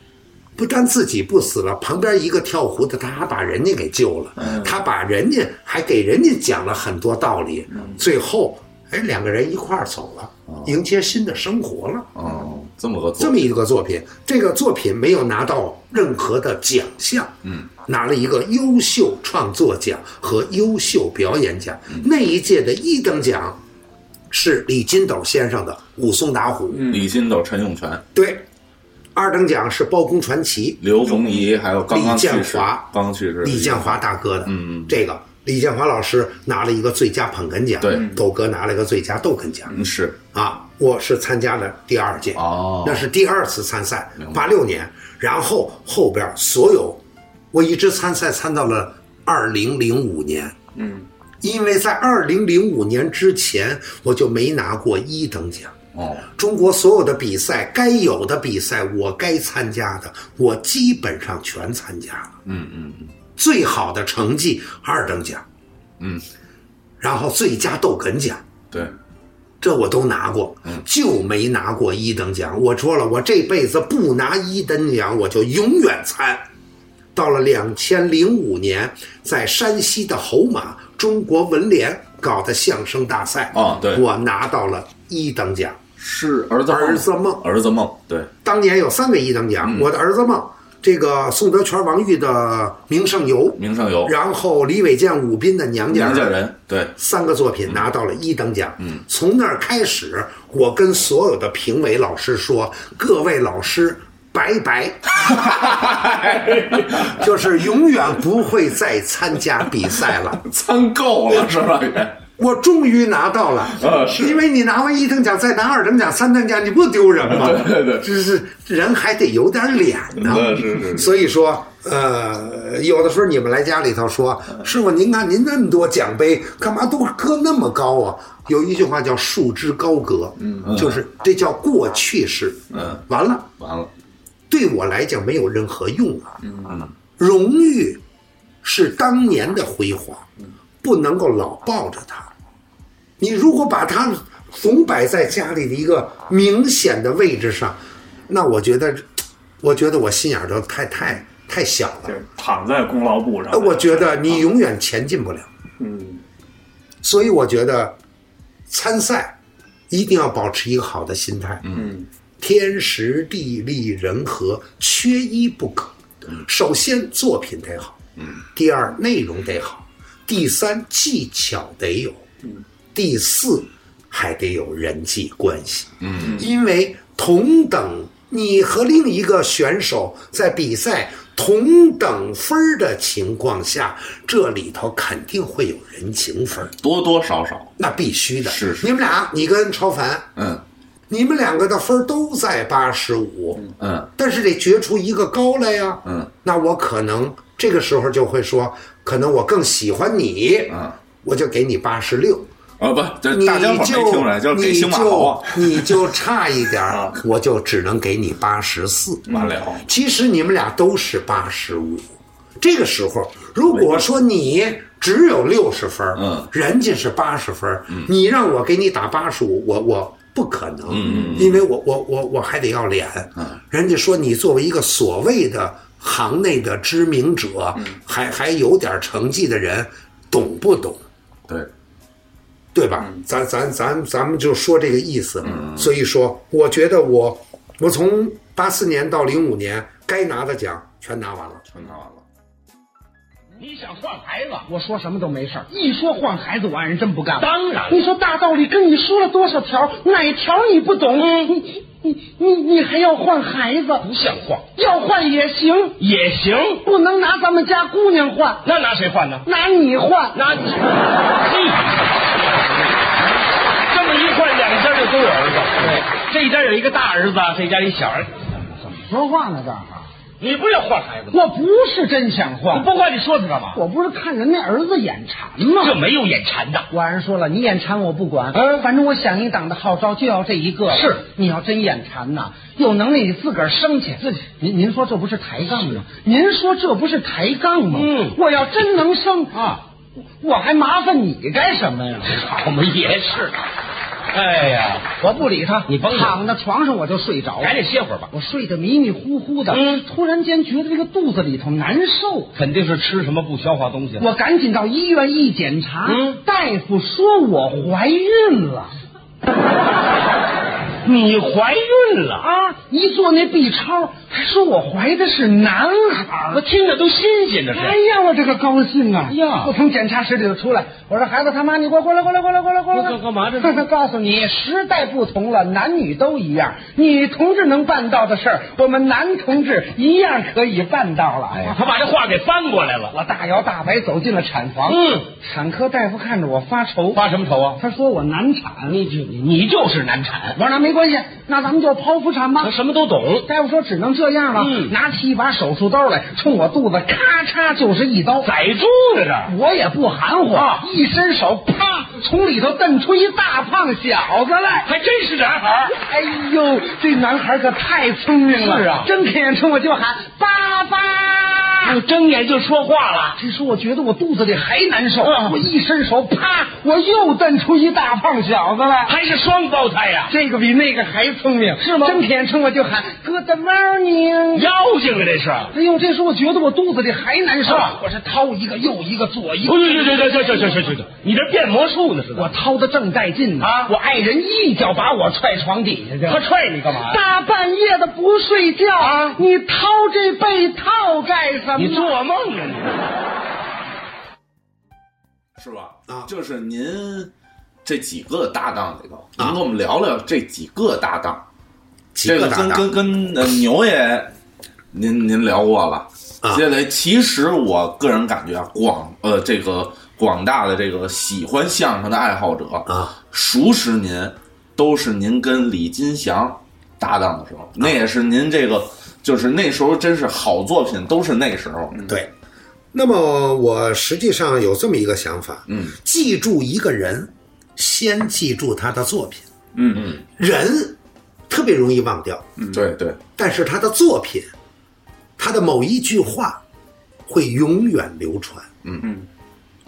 A: 不但自己不死了，旁边一个跳湖的他还把人家给救了，他把人家还给人家讲了很多道理，最后哎两个人一块儿走了，迎接新的生活了。
C: 嗯哦，这么个
A: 这
C: 做
A: 么一个作品，这个作品没有拿到任何的奖项，嗯，拿了一个优秀创作奖和优秀表演奖。那一届的一等奖是李金斗先生的《武松打虎》，
B: 嗯
C: 李金斗、陈永泉、
A: 对，二等奖是包公传奇，
C: 刘洪怡，还有刚刚
A: 李建
C: 去世
A: 华，
C: 刚刚去世的
A: 李建华大哥的，嗯，这个李建华老师拿了一个最佳捧哏奖，
C: 对，
A: 斗哥拿了一个最佳逗哏奖，
C: 嗯是
A: 啊，我是参加了第二届，
C: 哦
A: 那是第二次参赛
C: 明，白
A: 八六年，然后后边所有，我一直参赛参到了二零零五年，嗯，因为在二零零五年之前我就没拿过一等奖。
C: 哦，
A: 中国所有的比赛，该有的比赛，我该参加的，我基本上全参加了。嗯嗯嗯，最好的成绩二等奖，嗯，然后最佳逗哏奖，
C: 对，
A: 这我都拿过，
C: 嗯
A: 就没拿过一等奖。我说了，我这辈子不拿一等奖，我就永远参。到了两千零五年，在山西的侯马中国文联搞的相声大赛，
C: 哦对
A: 我拿到了一等奖。
C: 是儿子
A: 儿子梦
C: 儿子梦，对，
A: 当年有三个一等
C: 嗯
A: 奖，我的儿子梦，这个宋德全、王玉的《名胜游》，
C: 名胜游，
A: 然后李伟健、武斌的《娘家
C: 哦娘家人，对，
A: 三个作品拿到了一等奖。嗯，从那儿开始，我跟所有的评委老师说：“各位老师，拜拜， 就是永远不会再参加比赛了。
C: 参够了是吧？
A: 我终于拿到了，
D: 啊是
A: 因为你拿完一等奖，再拿二等奖、三等奖，你不丢人吗？
D: 对对对
A: 这是人还得有点脸呢。
D: 嗯是是是
A: 所以说，呃，有的时候你们来家里头说，师傅您看您那么多奖杯，干嘛都搁那么高啊？有一句话叫“束之高阁”，嗯，就是这叫过去式。嗯，完了，
C: 完了，
A: 对我来讲没有任何用啊。荣誉是当年的辉煌，不能够老抱着它。你如果把它总摆在家里的一个明显的位置上，那我觉得，我觉得我心眼儿都太太太小了
D: 对。，躺在功劳簿
A: 哎
D: 上。
A: 呃我觉得你永远前进不了。
D: 嗯，
A: 所以我觉得参赛一定要保持一个好的心态。嗯，天时地利人和缺一不可。首先作品得好，嗯，第二内容得好，第三技巧得有，嗯，第四还得有人际关系。嗯，因为同等。你和另一个选手在比赛同等分儿的情况下，这里头肯定会有人情分儿。
C: 多多少少，
A: 那必须的。
C: 是是
A: 你们俩，你跟超凡，
C: 嗯
A: 你们两个的分儿都在八十五，
C: 嗯，
A: 但是得决出一个高来呀。
C: 嗯，
A: 那我可能这个时候就会说，可能我更喜欢你，
C: 嗯，
A: 我就给你八十六。
C: 啊不，这
A: 你
C: 大家伙没听出来，
A: 就
C: 就是给星马豪啊，
A: 你就你就差一点儿，我就只能给你八十四。
C: 完了，
A: 其实你们俩都是八十五。这个时候，如果说你只有六十分，
C: 嗯，
A: 人家是八十分，你让我给你打八十五，我我不可能，嗯因为我我我我还得要脸，嗯，人家说你作为一个所谓的行内的知名者，
C: 嗯
A: 还还有点成绩的人，懂不懂？
C: 对，
A: 对吧？
B: 嗯
A: 咱咱咱咱们就说这个意思。所以说，我觉得我我从八四年到零五年该拿的奖全拿完了。
C: 全拿完了，
H: 你想换孩子？
E: 我说什么都没事儿一说换孩子，我爱人真不干了。
H: 当然了
E: 你说大道理跟你说了多少条，哪条你不懂？你你你你还要换孩子？
H: 不像话，
E: 要换也行，
H: 也行。
E: 不能拿咱们家姑娘换，
H: 那拿谁换呢？
E: 拿你换。
H: 拿你，嘿，这么
F: 家有一个大儿子，这家一小儿子。
E: 说话呢，干
H: 啊
E: 哈？
F: 你不是要换孩子吗？
E: 我不是真想
F: 你
E: 换，
F: 不换你说他干嘛？
E: 我不是看人那儿子眼馋吗？
F: 这没有眼馋的。
E: 晚上说了，你眼馋我不管，嗯，反正我响应党的号召，就要这一个。
F: 是，
E: 你要真眼馋呐，有能力你自个儿生去。
F: 嗯
E: 自己，您您说这不是抬杠吗？您说这不是抬杠吗？
F: 嗯
E: 我要真能生啊，我还麻烦你干 什么呀？
F: 我们也是。哎呀，
E: 我不理他，
F: 你甭理
E: 躺在床上我就睡着了，
F: 赶紧歇会儿吧，
E: 我睡得迷迷糊糊的，
F: 嗯
E: 突然间觉得这个肚子里头难受，
F: 肯定是吃什么不消化东西了。
E: 我赶紧到医院一检查，
F: 嗯
E: 大夫说我怀孕了
F: 你怀孕了？
E: 啊！一做那 B 超，还说我怀的是男孩
F: 我
E: 儿。
F: 听着都新鲜着
E: 哎
F: 是。
E: 呀，我这个高兴啊！
F: 哎呀
E: 我从检查室里头出来，我说孩子他妈，你给我过来，过来，过来，过来，过来！
F: 干干嘛这是
E: 哼哼 告诉你，时代不同了，男女都一样。女同志能办到的事儿，我们男同志一样可以办到了。哎呀，
F: 他把这话给翻过来了。
E: 我大摇大摆走进了产房。
F: 嗯，
E: 产科大夫看着我发愁，
F: 发什么愁啊？
E: 他说我难产。你
F: 你就是难产
E: 我，说那没关系，那咱们就剖腹产吧
F: 他。什么都懂。
E: 大夫说只能这样了，
F: 嗯
E: 拿起一把手术刀来，冲我肚子咔嚓就是一刀，
F: 宰猪呢这啊
E: 我也不含糊，一伸手，啪，从里头瞪出一大胖小子来。
F: 还真是啊男孩儿。
E: 哎呦，这男孩可太聪明了！
F: 是啊
E: 睁开眼冲我就喊爸爸。
F: 就睁眼就说话了，
E: 这时候我觉得我肚子里还难受，
F: 嗯
E: 我一伸手，啪，我又瞪出一大胖小子来。
F: 还是双胞胎呀、
E: 这个比那个还聪明，是吗？睁眼冲我就喊 Good morning。
F: 妖精啊这是！
E: 哎呦，这时候我觉得我肚子里还难受，
F: 啊
E: 我是掏一个又一个，左一
F: 不
E: 个。
F: 是，这这这这这这这你这变魔术呢是
E: 我
F: 吧？
E: 掏的正带劲呢，
F: 啊
E: 我爱人一脚把我踹床底下去了。
F: 他踹你干嘛呀？
E: 大半夜的不睡觉，啊、你掏这被套干什么？
F: 你做梦啊你！
B: 是吧？
A: 啊
B: 就是您这几个搭档里头，
A: 啊
B: 您跟我们聊聊这几个搭档。
A: 几个
B: 这
A: 搭
B: 个
A: 档
B: 跟跟跟、呃、牛爷，您您聊过了。
A: 啊
B: 接下来，其实我个人感觉啊，广呃这个广大的这个喜欢相声的爱好者
A: 啊，
B: 熟识您都是您跟李金祥搭档的时候，那也是您这个就是那时候真是好作品都是那时候。
A: 对。那么我实际上有这么一个想法，嗯，记住一个人，先记住他的作品，
B: 嗯嗯，
A: 人特别容易忘掉，
B: 对对，
A: 但是他的作品，他的某一句话，会永远流传。嗯
I: 嗯，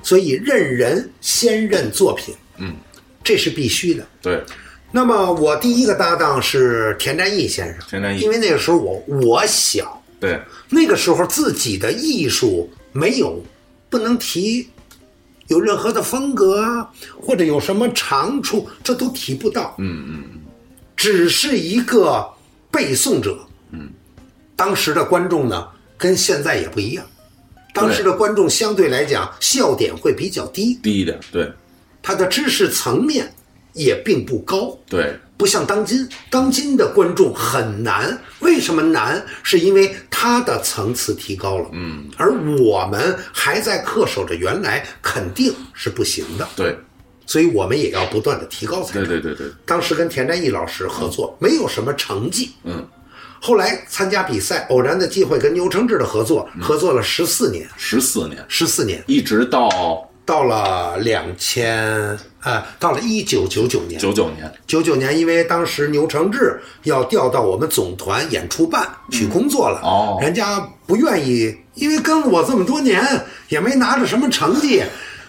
A: 所以认人先认作品，
B: 嗯，
A: 这是必须的。
B: 对，
A: 那么我第一个搭档是田占义先生，
B: 田占义
A: 因为那个时候我我小，
B: 对，
A: 那个时候自己的艺术没有，不能提有任何的风格啊，或者有什么长处，这都提不到。
B: 嗯嗯
A: 只是一个背诵者。嗯，当时的观众呢，跟现在也不一样。当时的观众相对来讲笑点会比较低，
B: 低一点，对
A: 他的知识层面也并不高，
B: 对，
A: 不像当今，当今的观众很难。为什么难？是因为他的层次提高了，嗯，而我们还在恪守着原来，肯定是不行的，
B: 对
A: 所以我们也要不断的提高才
B: 对
A: 能。
B: 对对对，
A: 当时跟田占义老师合作，没有什么成绩，
B: 嗯，
A: 后来参加比赛，偶然的机会跟牛承志的合作，
B: 嗯
A: 合作了十四年，
B: 十四年，
A: 十四年，
B: 一直到
A: 到了两千，呃，到了一九九九年，
B: 九九年，
A: 九九年，因为当时牛承志要调到我们总团演出办去工作了，
B: 哦
A: 人家不愿意，因为跟我这么多年也没拿着什么成绩。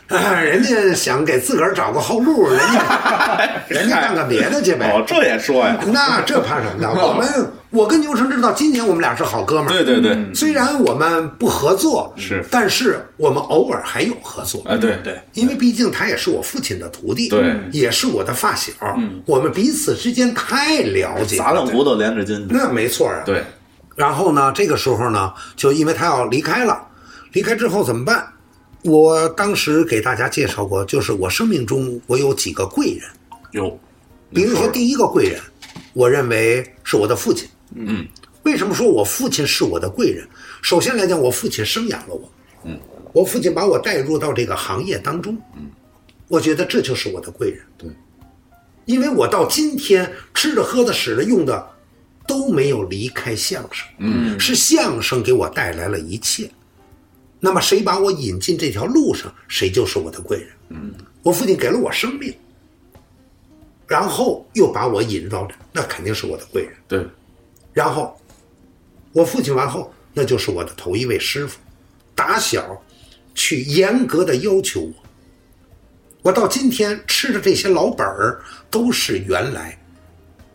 A: 啊，人家想给自个儿找个后路，人 家人家干个别的去呗。
B: 哦，这也说呀，
A: 那这怕什么的？我们我跟牛成志到今年我们俩是好哥们儿。
B: 对对对，
A: 虽然我们不合作，
B: 是
A: 但是我们偶尔还有合作。
B: 啊对对，
A: 因为毕竟他也是我父亲的徒弟，
B: 对嗯
A: 也是我的发小，我们彼此之间太了解
B: 砸
A: 了，
B: 烂骨头连着筋，
A: 那没错啊。
B: 对，
A: 然后呢，这个时候呢，就因为他要离开了，离开之后怎么办？我当时给大家介绍过，就是我生命中我有几个贵人，
B: 有，
A: 比如说第一个贵人，我认为是我的父亲。
B: 嗯，
A: 为什么说我父亲是我的贵人？首先来讲，我父亲生养了我。嗯，我父亲把我带入到这个行业当中。嗯，我觉得这就是我的贵人。
B: 对，
A: 因为我到今天吃的、喝的、使的、用的都没有离开相声，嗯，是相声给我带来了一切。那么谁把我引进这条路上，谁就是我的贵人。嗯，我父亲给了我生命，然后又把我引到这，那肯定是我的贵人。
B: 对，
A: 然后我父亲完后，那就是我的头一位师傅，打小去严格的要求我。我到今天吃的这些老本儿，都是原来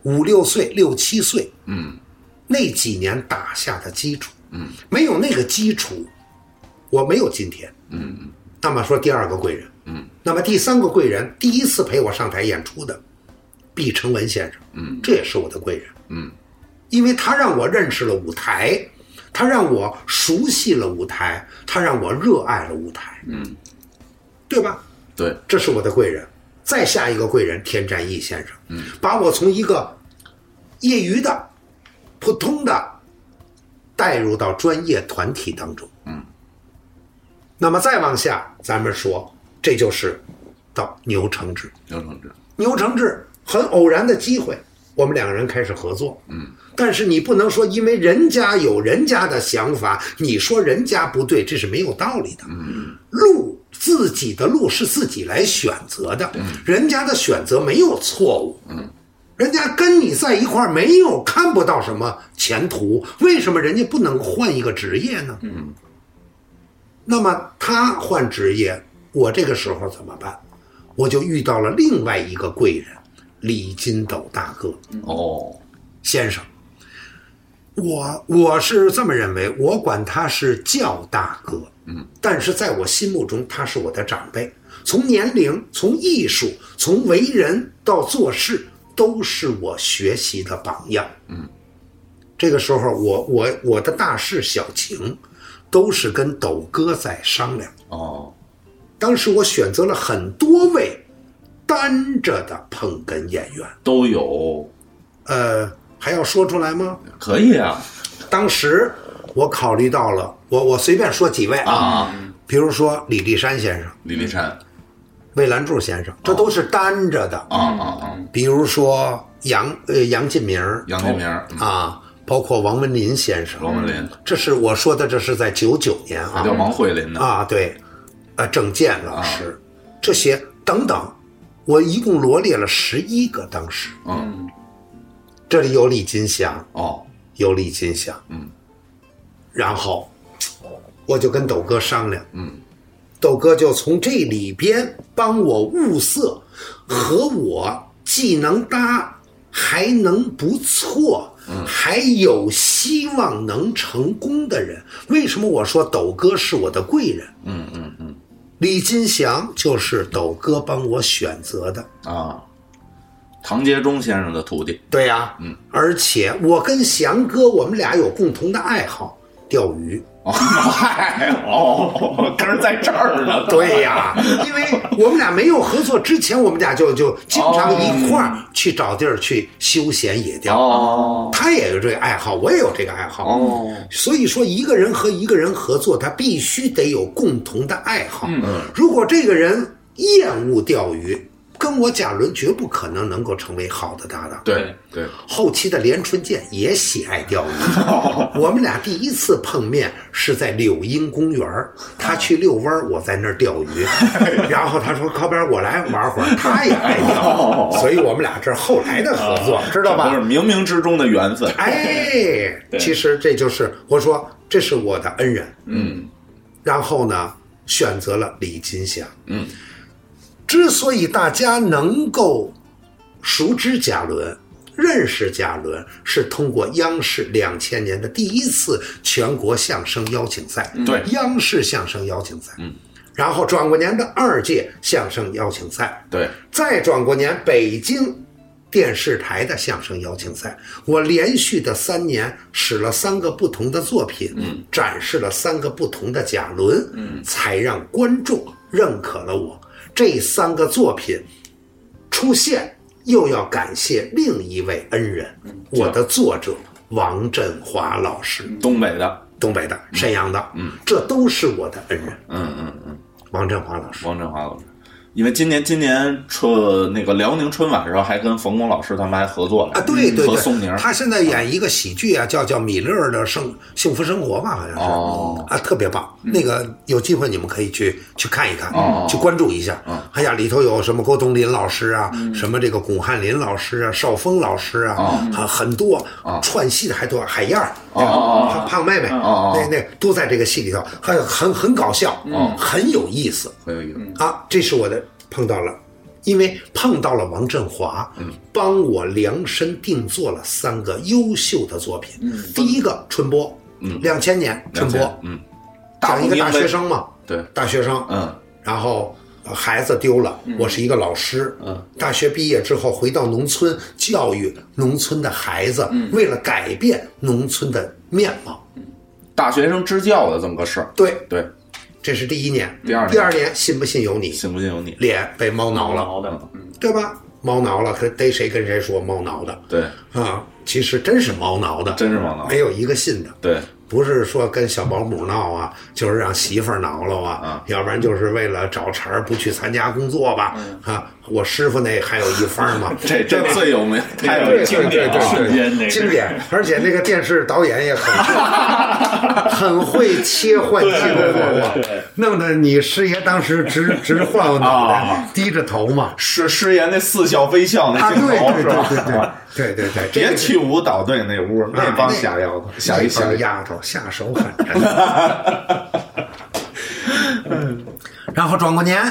A: 五六岁、六七岁，嗯，那几年打下的基础，嗯，没有那个基础，我没有今天，嗯。那么说第二个贵人，嗯，那么第三个贵人，第一次陪我上台演出的毕成文先生，嗯，这也是我的贵人，
B: 嗯，
A: 因为他让我认识了舞台，他让我熟悉了舞台，他让我热爱了舞台，
B: 嗯，
A: 对吧？
B: 对，
A: 这是我的贵人。再下一个贵人田占义先生，嗯，把我从一个业余的、普通的带入到专业团体当中，
B: 嗯。
A: 那么再往下，咱们说，这就是到牛承志。
B: 牛承志，
A: 牛承志很偶然的机会，我们两个人开始合作，
B: 嗯。
A: 但是你不能说，因为人家有人家的想法，你说人家不对，这是没有道理的。
B: 嗯，
A: 路自己的路是自己来选择的，人家的选择没有错误。
B: 嗯，
A: 人家跟你在一块儿没有看不到什么前途，为什么人家不能换一个职业呢？
B: 嗯，
A: 那么他换职业，我这个时候怎么办？我就遇到了另外一个贵人，李金斗大哥
B: 哦，
A: 先生。我我是这么认为，我管他是叫大哥，
B: 嗯，
A: 但是在我心目中他是我的长辈，从年龄、从艺术、从为人到做事，都是我学习的榜样，
B: 嗯。
A: 这个时候我，我我的大事小情，都是跟斗哥在商量。
B: 哦，
A: 当时我选择了很多位单着的捧哏演员，
B: 都有，
A: 呃，还要说出来吗？
B: 可以啊
A: 当时我考虑到了，我我随便说几位啊，
B: 啊，
A: 比如说李立山先生、
B: 李立啊山
A: 魏兰柱先
B: 哦
A: 生，这都是单着的。
B: 啊啊啊，
A: 比如说杨呃杨进明儿
B: 杨金明，嗯
A: 啊，包括王文林先生，
B: 王文林，
A: 这是我说的，这是在九九年
B: 还
A: 啊
B: 叫王慧林呢，
A: 啊对，呃郑健老师，这些等等，我一共罗列了十一个，当时
B: 嗯，
A: 这里有李金祥，
B: 哦，
A: 有李金祥，
B: 嗯，哦
A: 然后我就跟斗哥商量，
B: 嗯，
A: 斗哥就从这里边帮我物色，和我既能搭，还能不错，
B: 嗯
A: 还有希望能成功的人。为什么我说斗哥是我的贵人？
B: 嗯嗯嗯，
A: 李金祥就是斗哥帮我选择的，
B: 啊，唐杰忠先生的徒弟，
A: 对呀、
B: 嗯，
A: 而且我跟祥哥，我们俩有共同的爱好，钓鱼，
B: 哦，嗨，哦，根儿在这儿 呢，
A: 对呀、因为我们俩没有合作之前，我们俩就就经常一块儿去找地儿去休闲野钓。
B: 哦
A: 他也有这个爱好，我也有这个爱好。
B: 哦，
A: 所以说，一个人和一个人合作，他必须得有共同的爱好。
B: 嗯
A: 如果这个人厌恶钓鱼，跟我贾伦绝不可能能够成为好的搭档。
B: 对对，
A: 后期的连春建也喜爱钓 鱼。我们俩第一次碰面是在柳荫公园儿他去遛弯儿，我在那儿钓 鱼。然后他说：“靠边，我来玩会儿。”他也爱钓，所以我们俩这是后来的合作，知道
B: 哦这
A: 吧
B: 都？是冥冥之中的缘分，
A: 哎，其实这就是我说，这是我的恩人。
B: 嗯
A: 然后呢，选择了李金祥。
B: 嗯，
A: 之所以大家能够熟知贾伦、认识贾伦，是通过央视两千年的第一次全国相声邀请赛，
B: 嗯对
A: 央视相声邀请赛，
B: 嗯，
A: 然后转过年的二届相声邀请赛，
B: 对，
A: 再转过年北京电视台的相声邀请赛，我连续的三年使了三个不同的作品，
B: 嗯
A: 展示了三个不同的贾伦，
B: 嗯
A: 才让观众认可了我。这三个作品出现，又要感谢另一位恩人，
B: 嗯
A: 我的作者王振华老师，
B: 东北的，
A: 东北的，沈阳的，
B: 嗯，
A: 这都是我的恩人，
B: 嗯嗯嗯，
A: 王振华老师。
B: 王振华老师，因为今年今年春那个辽宁春晚的时候，还跟冯巩老师他们还合作了
A: 啊，对对
B: 嗯和宋宁
A: 对，，他现在演一个喜剧啊，叫叫米勒的生幸福生活吧，好像是、
B: 哦
A: 啊，特别棒。那个有机会你们可以去去看一看，
B: 哦嗯
A: 去关注一下。哎呀，里头有什么郭冬临老师啊，什么这个巩汉林老师啊，邵峰老师啊，啊很多串戏的还多，海燕儿，
B: 哦哦
A: 胖胖妹妹，
B: 哦哦嗯
A: 那那都在这个戏里头，还有很很搞笑，很有意思。
B: 很有意思。
A: 啊，这是我的碰到了，因为碰到了王振华，
B: 嗯
A: 帮我量身定做了三个优秀的作品。第一个春波，两千年春波，
B: 嗯，
A: 讲一个大学生嘛，
B: 对，
A: 大学生，
B: 嗯，
A: 然后呃孩子丢了，我是一个老师，嗯，大学毕业之后回到农村教育农村的孩子，
B: 嗯
A: 为了改变农村的面貌，
B: 大学生支教的这么个事儿，
A: 对，
B: 对，
A: 这是第一年，
B: 第二年
A: 第二年信不信由你，
B: 信不信由你。
A: 脸被猫挠了。
D: 毛的，嗯，
A: 对吧？猫挠了，可逮谁跟谁说猫挠的
B: 对，
A: 啊？其实真是猫挠的，
B: 真是王老
A: 没有一个信的，
B: 对，
A: 不是说跟小保姆闹啊，就是让媳妇儿挠了啊
B: 啊，
A: 要不然就是为了找茬儿不去参加工作吧啊。我师傅那还有一番嘛，
B: 这
A: 对
B: 这
A: 吧？
B: 最有名，太有
D: 这
A: 对对
B: 名
D: 经
A: 对对
D: 典啊瞬间那
A: 对，
D: 个
A: 经典，而且那个电视导演也很很会切换镜头
D: 对对对
A: 啊
D: 对，
A: 弄得你师爷当时直直晃脑袋，低着头嘛，
B: 是师爷那似笑非笑那
A: 啊，
B: 镜
A: 对
B: 头
A: 对对
B: 是
A: 对
B: 吧？
A: 对对对对，这
B: 别
A: 个
B: 去舞蹈队那屋，那帮下丫头，下一
A: 那
B: 下
A: 帮
B: 一
A: 丫头下手狠着。然后转过年，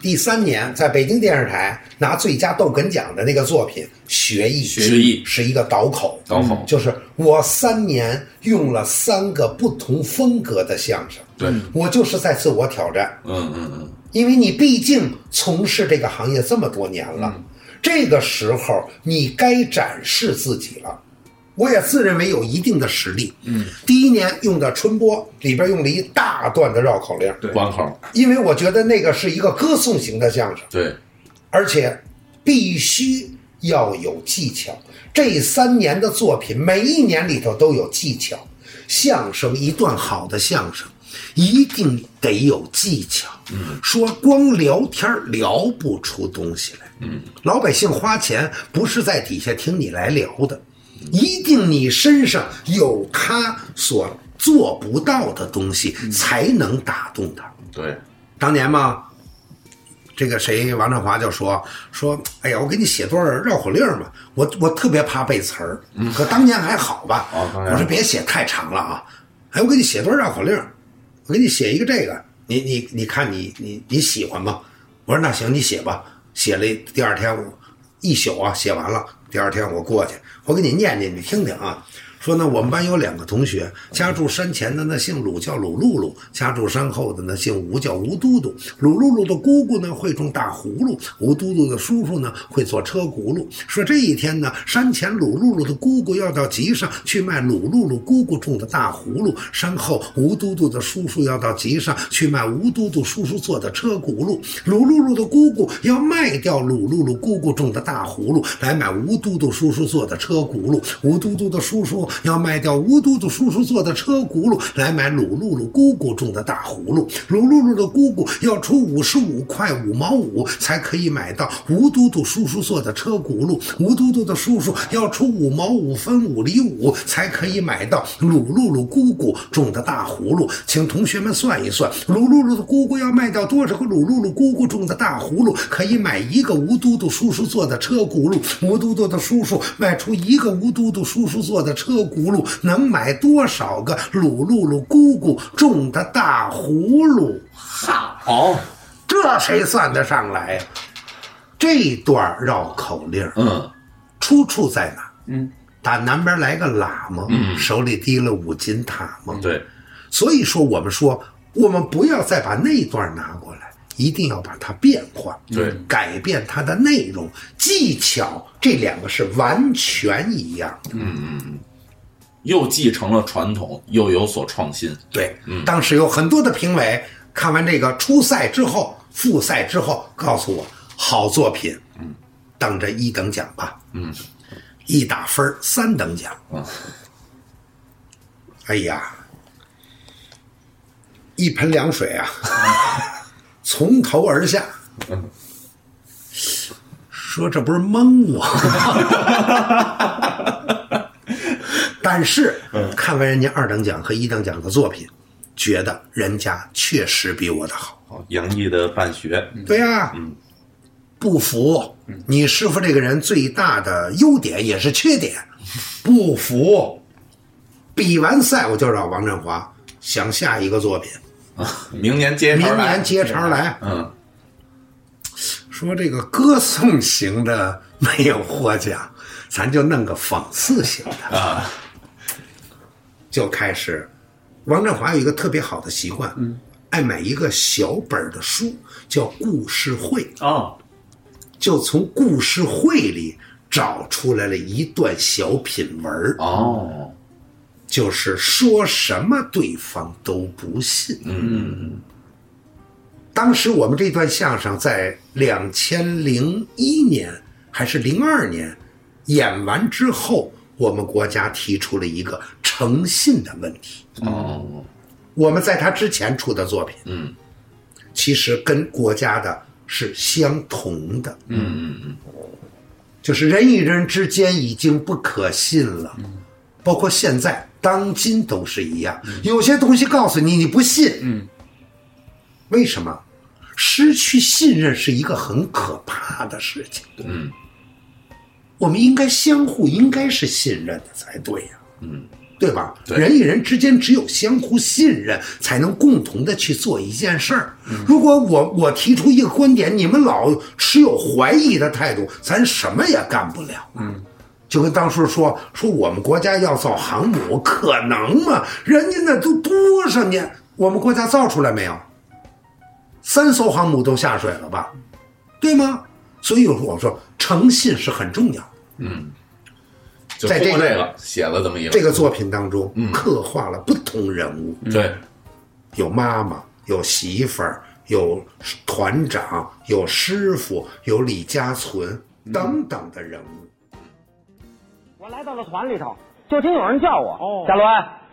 A: 第三年在北京电视台拿最佳逗哏奖的那个作品《学艺》，
B: 学艺
A: 是一个倒口，
B: 倒口
A: 就是我三年用了三个不同风格的相声，
B: 对，
A: 我就是在自我挑战，
B: 嗯嗯嗯，
A: 因为你毕竟从事这个行业这么多年了，这个时候你该展示自己了。我也自认为有一定的实力。嗯，第一年用的春波里边用了一大段的绕口令，
B: 对，关口，
A: 因为我觉得那个是一个歌颂型的相声，
B: 对，
A: 而且必须要有技巧。这三年的作品，每一年里头都有技巧。相声一段好的相声，一定得有技巧。嗯，说光聊天儿聊不出东西来。嗯，老百姓花钱不是在底下听你来聊的，一定你身上有他所做不到的东西，才能打动他。
B: 对，
A: 当年嘛，这个谁王振华就说说，哎呀，我给你写段绕口令吧，我我特别怕背词儿，可当年还好吧。我说别写太长了啊，哎，我给你写段绕口令，我给你写一个这个，你你你看你你你喜欢吗？我说那行，你写吧。写了第二天我一宿啊，写完了。第二天我过去，我给你念念，你听听啊。说呢，我们班有两个同学，家住山前的呢姓鲁，叫鲁露露；家住山后的呢姓吴，叫吴嘟嘟。鲁露露的姑姑呢会种大葫芦，吴嘟嘟的叔叔呢会做车轱辘。说这一天呢，山前鲁露露的姑姑要到集上去卖鲁露露姑姑种的大葫芦，山后吴嘟嘟的叔叔要到集上去卖吴嘟嘟叔叔做的车轱辘。鲁露露的姑姑要卖掉鲁露露姑姑种的大葫芦，来买吴嘟嘟叔叔做的车轱辘。吴嘟嘟的叔叔要卖掉吴嘟嘟叔叔做的车轱辘，来买鲁露露姑姑种的大葫芦。鲁露露的姑姑要出五十五块五毛五才可以买到吴嘟嘟叔叔做的车轱辘。吴嘟嘟的叔叔要出五毛五分五厘五才可以买到鲁露露姑姑种的大葫芦。请同学们算一算，鲁露露的姑姑要卖掉多少个鲁露露姑姑种的大葫芦，可以买一个吴嘟嘟叔叔做的车轱辘。吴嘟嘟的叔叔卖出一个吴嘟嘟叔叔做的车轱辘，能买多少个鲁露露姑姑种的大葫芦？
B: 哦，
A: 这谁算得上来呀？这段绕口令儿
B: 嗯，
A: 出处在哪？嗯，打南边来个喇嘛，手里提了五斤塔嘛。
B: 嗯对，
A: 所以说，我们说，我们不要再把那段拿过来，一定要把它变化，
B: 对，
A: 改变它的内容、技巧，这两个是完全一样的。
B: 又继承了传统，又有所创新，
A: 对，当时有很多的评委看完这个初赛之后、复赛之后，告诉我好作品，嗯，等着一等奖吧，嗯，啊一打分儿三等奖，
B: 嗯，
A: 哎呀， 一盆凉水啊，从头而下说这不是蒙 我吗？但是看完人家二等奖和一等奖的作品，觉得人家确实比我的好。
B: 好杨毅的办学，
A: 对呀、不服。你师傅这个人最大的优点也是缺点，不服。比完赛我就找王振华想下一个作品，
B: 明年接茬
A: 明
B: 儿来
A: 年接茬来。
B: 嗯，
A: 说这个歌颂型的没有获奖，咱就弄个讽刺型的啊。就开始，王振华有一个特别好的习惯，嗯，爱买一个小本儿的书，叫故事会，
D: 哦，
A: 就从故事会里找出来了一段小品文儿
B: 哦，
A: 就是说什么对方都不信。嗯，当时我们这段相声在两千零一年还是零二年演完之后，我们国家提出了一个诚信的问题。哦，我们在他之前出的作品，嗯，其实跟国家的是相同的。嗯嗯嗯，就是人与人之间已经不可信了。包括现在当今都是一样，有些东西告诉你你不信，嗯，为什么？失去信任是一个很可怕的事情，嗯，我们应该相互应该是信任的才对呀、嗯，对吧？人与人之间只有相互信任，才能共同的去做一件事儿。如果我我提出一个观点，你们老持有怀疑的态度，咱什么也干不了。就跟当时说说我们国家要造航母，可能吗？人家那都多少年，我们国家造出来没有？三艘航母都下水了吧，对吗？所以我说诚信是很重要的。
B: 就
A: 在
B: 通
A: 这
B: 过
A: 个
B: 这个写了这么一个
A: 这个作品当中刻画了不同人物，
B: 对，
A: 有妈妈，有媳妇儿，有团长，有师傅，有李家存等等的人物。
H: 我来到了团里头，就听有人叫我。哦，贾伦，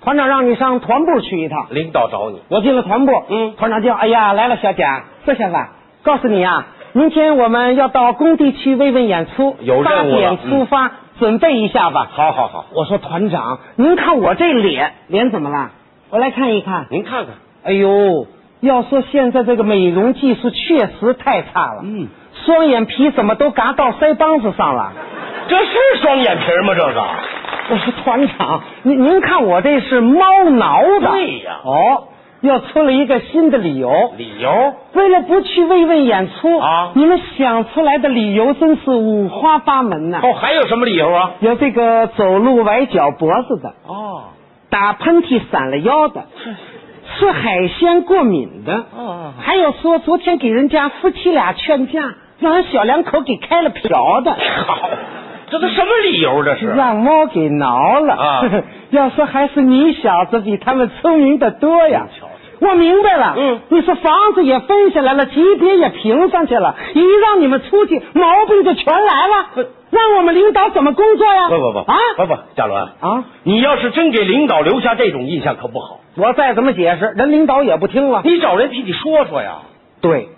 H: 团长让你上团部去一趟。领导找你，我进了团部。嗯，团长叫，哎呀，来了，小贾，这下子啊，告诉你啊，明天我们要到工地去慰问演出，
F: 有任务了
H: 八
F: 嗯
H: 点出发，准备一下吧。
F: 好好好，
H: 我说团长，您看我这脸，脸怎么了？我来看一看。
F: 您看看，
H: 哎呦，要说现在这个美容技术确实太差了。嗯，双眼皮怎么都嘎到腮帮子上了？
F: 这是双眼皮吗？这个
H: 我说团长，您您看我这是猫挠的。
F: 对呀
H: 哦，又出了一个新的理由。
F: 理由
H: 为了不去慰问演出
F: 啊
H: 你们想出来的理由真是五花八门呐、
F: 哦，还有什么理由啊？
H: 有这个走路崴脚脖子的，
F: 哦，
H: 打喷嚏闪了腰的，吃海鲜过敏的，
F: 哦
H: 还有说昨天给人家夫妻俩劝架，让人小两口给开了瓢的。
F: 好， 这都什么理由？这是
H: 让猫给挠了
F: 啊
H: 要说还是你小子比他们聪明的多呀。我明白了，
F: 嗯，
H: 你说房子也分下来了，级别也评上去了，一让你们出去，毛病就全来了，让我们领导怎么工作呀？
F: 不不不
H: 啊
F: 不不，贾伦
H: 啊！
F: 你要是真给领导留下这种印象，可不好。
H: 我再怎么解释，人领导也不听了。
F: 你找人替你说说呀。
H: 对，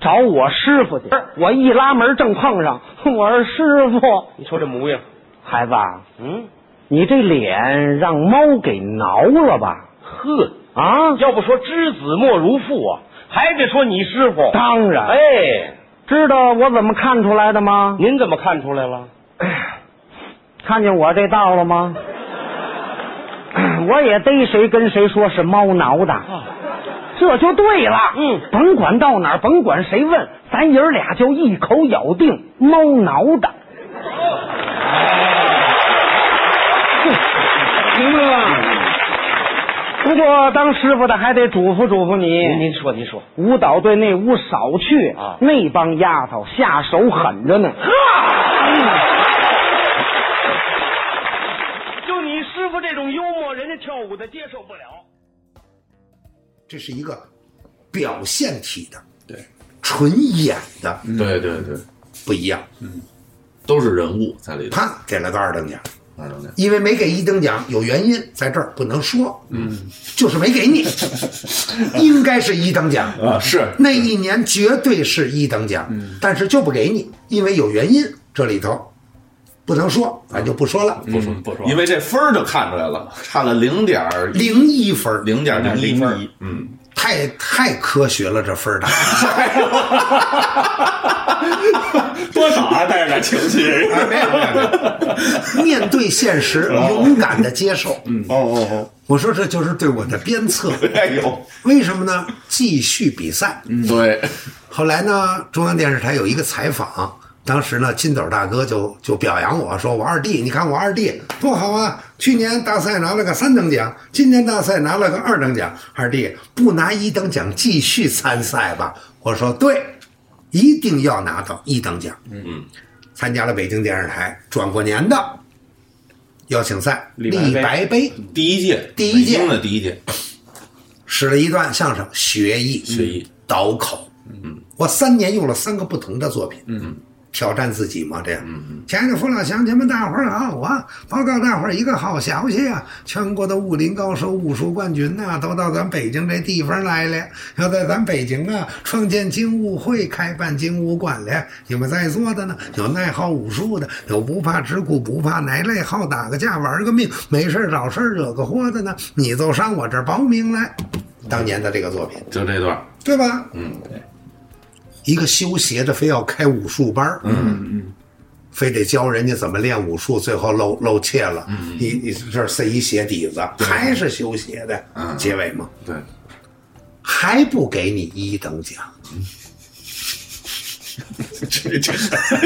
H: 找我师傅去
F: 是，
H: 我一拉门正碰上，我说师傅，
F: 你瞅这模样，
H: 孩子，啊
F: 嗯，
H: 你这脸让猫给挠了吧？
F: 呵，
H: 啊，
F: 要不说知子莫如父啊，还得说你师傅。
H: 当然，
F: 哎，
H: 知道我怎么看出来的吗？
F: 您怎么看出来了？
H: 看见我这道了 吗？我也逮谁跟谁说是猫挠的，这就对了。
F: 嗯
H: 甭管到哪儿，甭管谁问，咱爷儿俩就一口咬定猫挠 的。明白了吧？不过当师傅的还得嘱咐嘱咐你，
F: 您您说您说，
H: 舞蹈队那屋少去
F: 啊
H: 那帮丫头下手狠着呢。
F: 就你师傅这种幽默，人家跳舞的接受不了。
A: 这是一个表现体的，对，纯演的
B: 对对对，
A: 不一样。
B: 都是人物在里头。
A: 啪，给了个二等奖，
C: 那都得
A: 因为没给一等奖有原因，在这儿不能说，嗯，就是没给你，应该是一等奖
C: 啊是
A: 那一年绝对是一等奖，但是就不给你，因为有原因，这里头不能说，咱就不说了，
D: 嗯
B: 不说不说，因为这分儿就看出来了，差了零点
A: 零一分，
B: 零点零一分，
C: 嗯，
A: 太太科学了，这分儿的。
D: 多少还带着点情绪。
A: 没有没有没有，面对现实，勇敢的接受。嗯，
B: 哦哦哦，
A: 我说这就是对我的鞭策。
B: 哎呦，
A: 为什么呢？继续比赛。
B: 对，
A: 后来呢，中央电视台有一个采访，当时呢，金斗大哥就就表扬我说我二弟，你看我二弟多好啊！去年大赛拿了个三等奖，今年大赛拿了个二等奖，二弟不拿一等奖继续参赛吧？我说对，一定要拿到一等奖。
B: 嗯，
A: 参加了北京电视台转过年的邀请赛，
D: 李
A: 李
D: 白
A: 白
D: 杯
A: 杯
B: 第一届，
A: 第一届
B: 北京的第一届，
A: 使了一段相声《学艺》，
B: 学艺
A: 倒口，嗯，我三年用了三个不同的作品，
B: 嗯，
A: 挑战自己嘛，这样。亲爱的父老乡亲们，大伙儿好啊！报告大伙儿一个好消息啊！全国的武林高手、武术冠军呐、都到咱北京这地方来了，要在咱北京啊创建精武会，开办精武馆了。你们在座的呢，有爱好武术的，有不怕吃苦、不怕挨累、好打个架、玩个命、没事儿找事儿、惹个祸的呢，你就上我这儿报名来。当年的这个作品，
B: 就这段儿，
A: 对吧？
B: 嗯，对，
A: 一个修鞋的非要开武术班儿，嗯嗯，非得教人家怎么练武术，最后露露怯了，嗯，你你这儿塞一鞋底子，还是修鞋的，
B: 嗯
A: 结尾嘛，
B: 对，
A: 还不给你一等奖，
B: 这这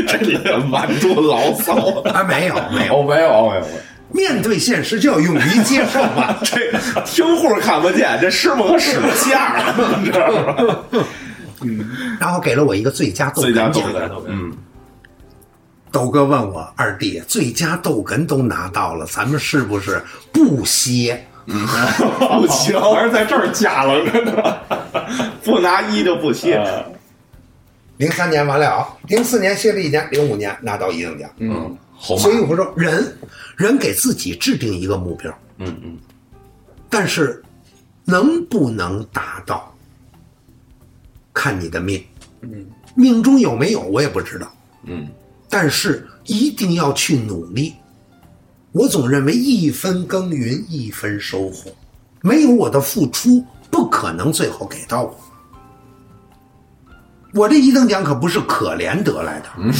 B: 这里满肚牢骚
A: 啊，没有没有，
B: 哦， 没有没有没有。，
A: 面对现实就要勇于接受嘛
B: 这听户看不见，这师傅和使了相了，你知道吗？
A: 然后给了我一个最佳斗
B: 最佳
A: 哏
B: 斗
A: 奖，
B: 哏， 嗯，
A: 豆哥问我二弟，最佳逗哏都拿到了，咱们是不是不歇？
B: 不 行，
D: 还是在这儿架了 呢。
B: 不拿一就不歇。
A: 呃零三年完了，啊零四年歇了一年，零五年拿到一等奖，嗯。
B: 嗯，好嘛
A: 所以，我说，人人给自己制定一个目标，
B: 嗯嗯，
A: 但是能不能达到，看你的命。命中有没有我也不知道，
B: 嗯，
A: 但是一定要去努力。我总认为一分耕耘一分收获，没有我的付出，不可能最后给到我。我这一等奖可不是可怜得来的，
B: 嗯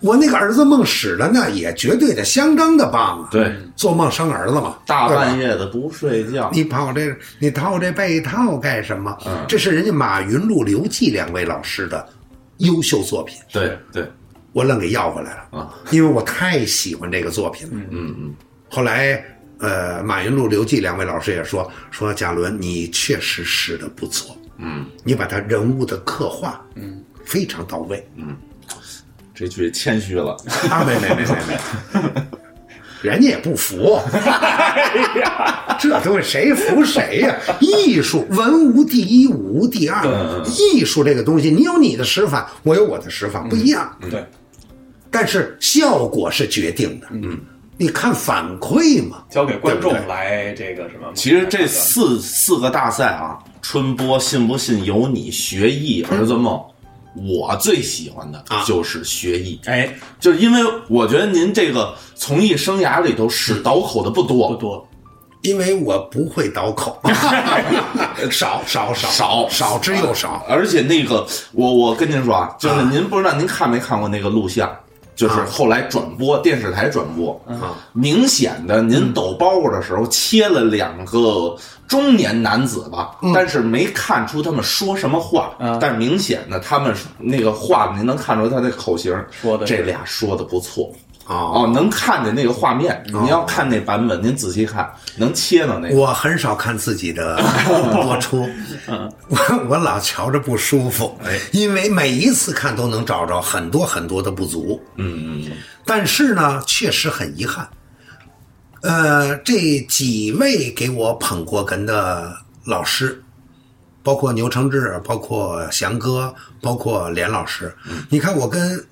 A: 我那个儿子梦使的呢，也绝对的相当的棒啊。
B: 对，
A: 做梦生儿子嘛，
B: 大
A: 对吧
B: 半夜的不睡觉，
A: 你跑这，你套这被套干什么？
B: 嗯
A: 这是人家马云、陆刘季两位老师的优秀作品，
B: 对对，
A: 我愣给要回来了
B: 啊！
A: 因为我太喜欢这个作品了。
B: 嗯嗯，
A: 后来，呃，马云、陆刘季两位老师也说说，贾伦你确实使得不错，
B: 嗯，
A: 你把他人物的刻画，嗯，非常到位。
B: 嗯这句谦虚 了，
A: 啊，没没没没没， 人家也不服，这东西谁服谁呀、艺术文无第一，武无第二
B: 嗯嗯。嗯
A: 艺术这个东西，你有你的使法，我有我的使法，不一样。
D: 对，
A: 但是效果是决定的。嗯，你看反馈嘛，
D: 交给观众
A: 对不对
D: 来这个什么？
B: 其实这四四个大赛啊，春播信不信由你，学艺儿子梦。我最喜欢的
A: 嗯啊
B: 就是学艺，
D: 哎，
B: 就是因为我觉得您这个从艺生涯里头使倒口的不多，
D: 不多，
A: 因为我不会倒 口，少少少
B: 少
A: 少之又少。
B: 而且那个，我我跟您说啊，就是您不知道您看没看过那个录像，就是后来转播电视台转播，明显的您抖包袱的时候切了两个中年男子吧，但是没看出他们说什么话，但是明显的他们那个话您能看出他的口型，
D: 说的是
B: 这俩说的不错。
A: 哦，
B: 哦，能看见那个画面。你要看那版本，您仔细看，能切到 那个。
A: 我很少看自己 的播出，
B: 嗯
A: 我我老瞧着不舒服，
B: 哎
A: 因为每一次看都能找着很多很多的不足。
B: 嗯嗯
A: 但是呢，确实很遗憾。呃，这几位给我捧过哏的老师，包括牛承志，包括翔哥，包括连老师，
B: 嗯
A: 你看我跟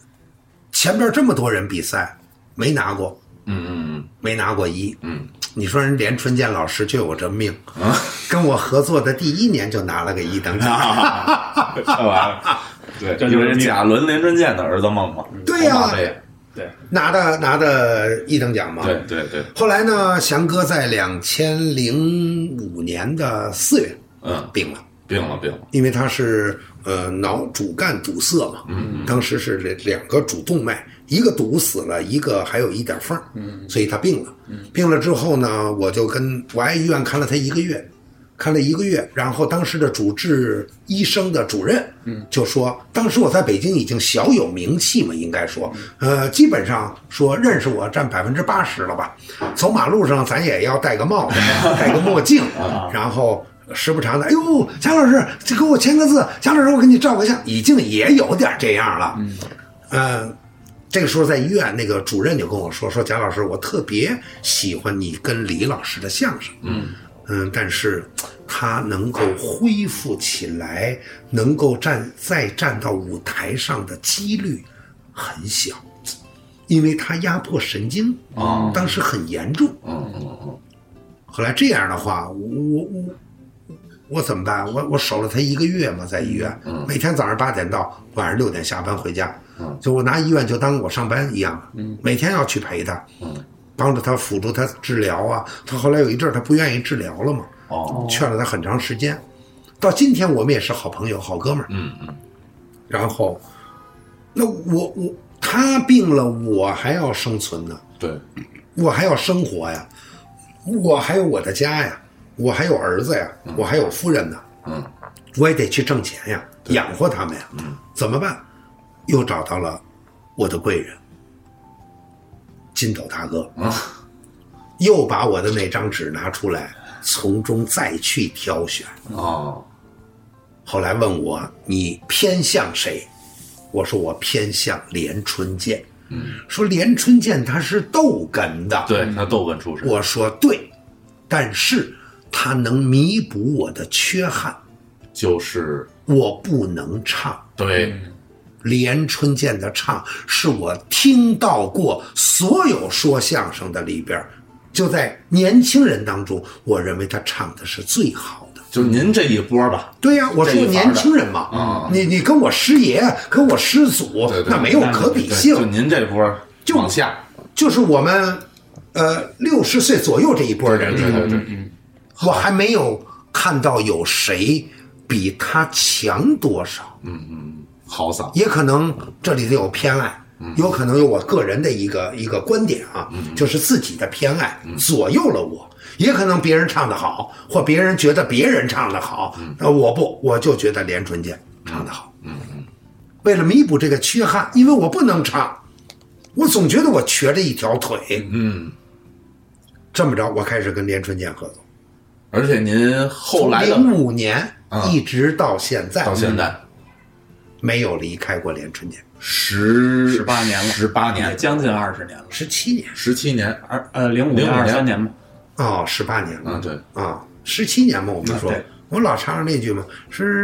A: 前边这么多人比赛没拿过，
B: 嗯嗯嗯
A: 没拿过一，嗯，你说人连春建老师就有这命啊，跟我合作的第一年就拿了个一等奖，
B: 这玩意儿，对，这就是贾伦连春建的儿子梦嘛，
A: 对呀
B: 红宝贝对，
A: 拿的拿的一等奖嘛。
B: 对对对，
A: 后来呢，翔哥在两千零五年的四月，
B: 嗯，
A: 病了，
B: 病了病了，
A: 因为他是呃脑主干堵塞嘛，
B: 嗯
A: 当时是两两个主动脉，一个堵死了，一个还有一点缝儿，
B: 嗯
A: 所以他病了。病了之后呢，我就跟我爱医院看了他一个月，看了一个月，然后当时的主治医生的主任，
J: 嗯
A: 就说当时我在北京已经小有名气嘛，应该说，
B: 嗯
A: 呃，基本上说认识我占百分之八十了吧。走马路上咱也要戴个帽 子，戴个墨镜，
B: 啊
A: 然后时不常的，哎呦，贾老师，这给我签个字，贾老师，我给你照个相，已经也有点这样了。嗯，呃，这个时候在医院，那个主任就跟我说，说贾老师，我特别喜欢你跟李老师的相声。
J: 嗯
A: 嗯，但是他能够恢复起来，能够站再站到舞台上的几率很小，因为他压迫神经
B: 哦
A: 当时很严重。后来这样的话，我我我我怎么办？我我守了他一个月嘛，在医院，每天早上八点到，晚上六点下班回家，
B: 嗯
A: 就我拿医院就当我上班一样了，
B: 嗯
A: 每天要去陪他，
B: 嗯
A: 帮着他辅助他治疗啊。他后来有一阵儿他不愿意治疗了嘛，
B: 哦
A: 劝了他很长时间，到今天我们也是好朋友、好哥们儿。
B: 嗯嗯，
A: 然后，那我我他病了，我还要生存呢，
B: 对，
A: 我还要生活呀，我还有我的家呀，我还有儿子呀，我还有夫人呢，
B: 嗯，
A: 我也得去挣钱呀，养活他们呀，怎么办？又找到了我的贵人，金斗大哥
B: 啊，
A: 又把我的那张纸拿出来，从中再去挑选。
B: 哦，
A: 后来问我你偏向谁？我说我偏向连春建。
B: 嗯，
A: 说连春建他是逗哏的，
B: 对他逗哏出身，
A: 我说对，但是他能弥补我的缺憾，
B: 就是
A: 我不能唱。
B: 对，
A: 连春建的唱是我听到过所有说相声的里边儿，就在年轻人当中，我认为他唱的是最好的。
B: 就是您这一波吧，
A: 对呀、我说
B: 这一行的
A: 年轻人嘛，
B: 嗯
A: 你你跟我师爷跟我师祖
B: 对对
A: 那没有可比性，
B: 对就您这波
A: 就
B: 往下，
A: 就是我们呃六十岁左右这一波人里头，我还没有看到有谁比他强多少。
B: 嗯嗯，好嗓，
A: 也可能这里头有偏爱，
B: 嗯
A: 有可能有我个人的一个一个观点啊，就是自己的偏爱
B: 嗯
A: 左右了我。也可能别人唱的好，或别人觉得别人唱的好，那我不，我就觉得连春建唱的好。
B: 嗯嗯，
A: 为了弥补这个缺憾，因为我不能唱，我总觉得我瘸着一条腿。
B: 嗯，
A: 这么着，我开始跟连春建合作，
B: 而且您后来的
A: 零五年
B: 嗯
A: 一直到现在，
B: 到现在
A: 没有离开过连春建，
B: 十
D: 十八年了
B: 十八年，
D: 将近二十年了，
A: 十七年
B: 十七年，
D: 二呃零五
B: 05
D: 年
B: 年
D: 二三年吧，
A: 哦，十八年了。
B: 嗯对，啊
A: 啊，十七年嘛，我们说
D: 对，
A: 我老插上那句嘛，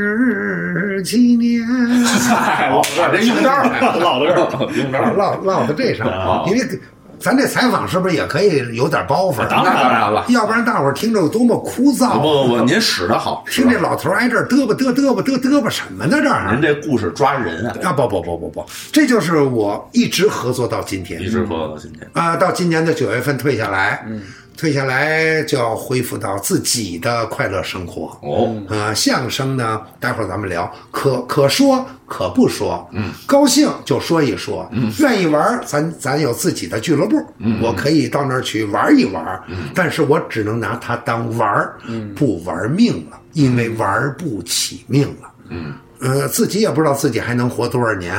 A: 十七 年，
D: 嗨，我
B: 把这用道儿，
D: 老的事儿，
B: 用道
A: 落
B: 儿，
A: 落落到这
B: 啊
A: 上，因为咱这采访是不是也可以有点包袱？
B: 啊当然了
A: 要不然大伙儿听着有多么枯
B: 不
A: 燥。
B: 不不，您使得好，
A: 听这老头儿挨这儿嘚吧嘚嘚吧嘚嘚吧什么呢？这
B: 您
A: 儿
B: 这故事抓人啊，
A: 啊不不不不不，这就是我一直合作到今天，
B: 一直播到今天，
A: 啊，到今年的九月份退下来，嗯，退下来就要恢复到自己的快乐生活。
B: 哦，
A: 呃，相声呢，待会儿咱们聊，可可说可不说，嗯，高兴就说一说，嗯，愿意玩儿，咱咱有自己的俱乐部，嗯，我可以到那儿去玩一玩，嗯，但是我只能拿它当玩儿，嗯，不玩命了，因为玩不起命了，
B: 嗯，
A: 呃，自己也不知道自己还能活多少年，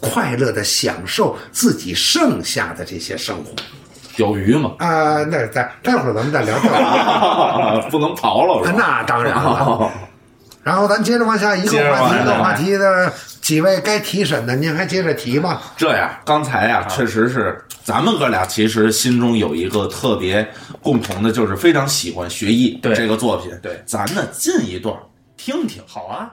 A: 快乐的享受自己剩下的这些生活
B: 有鱼嘛，
A: 啊、那待待会儿咱们再聊这个。
B: 不能刨
A: 啊
B: 了，是吧？
A: 那当然了。 然后咱接着往下一个
B: 接着
A: 话
B: 往
A: 题
B: 下
A: 一个话题的几位该提审的，您还接着提吧。
B: 这呀，刚才呀，确实是咱们哥俩其实心中有一个特别共同的，就是非常喜欢学艺
D: 对
B: 这个作品。
D: 对
B: 咱呢进一段听听。好啊，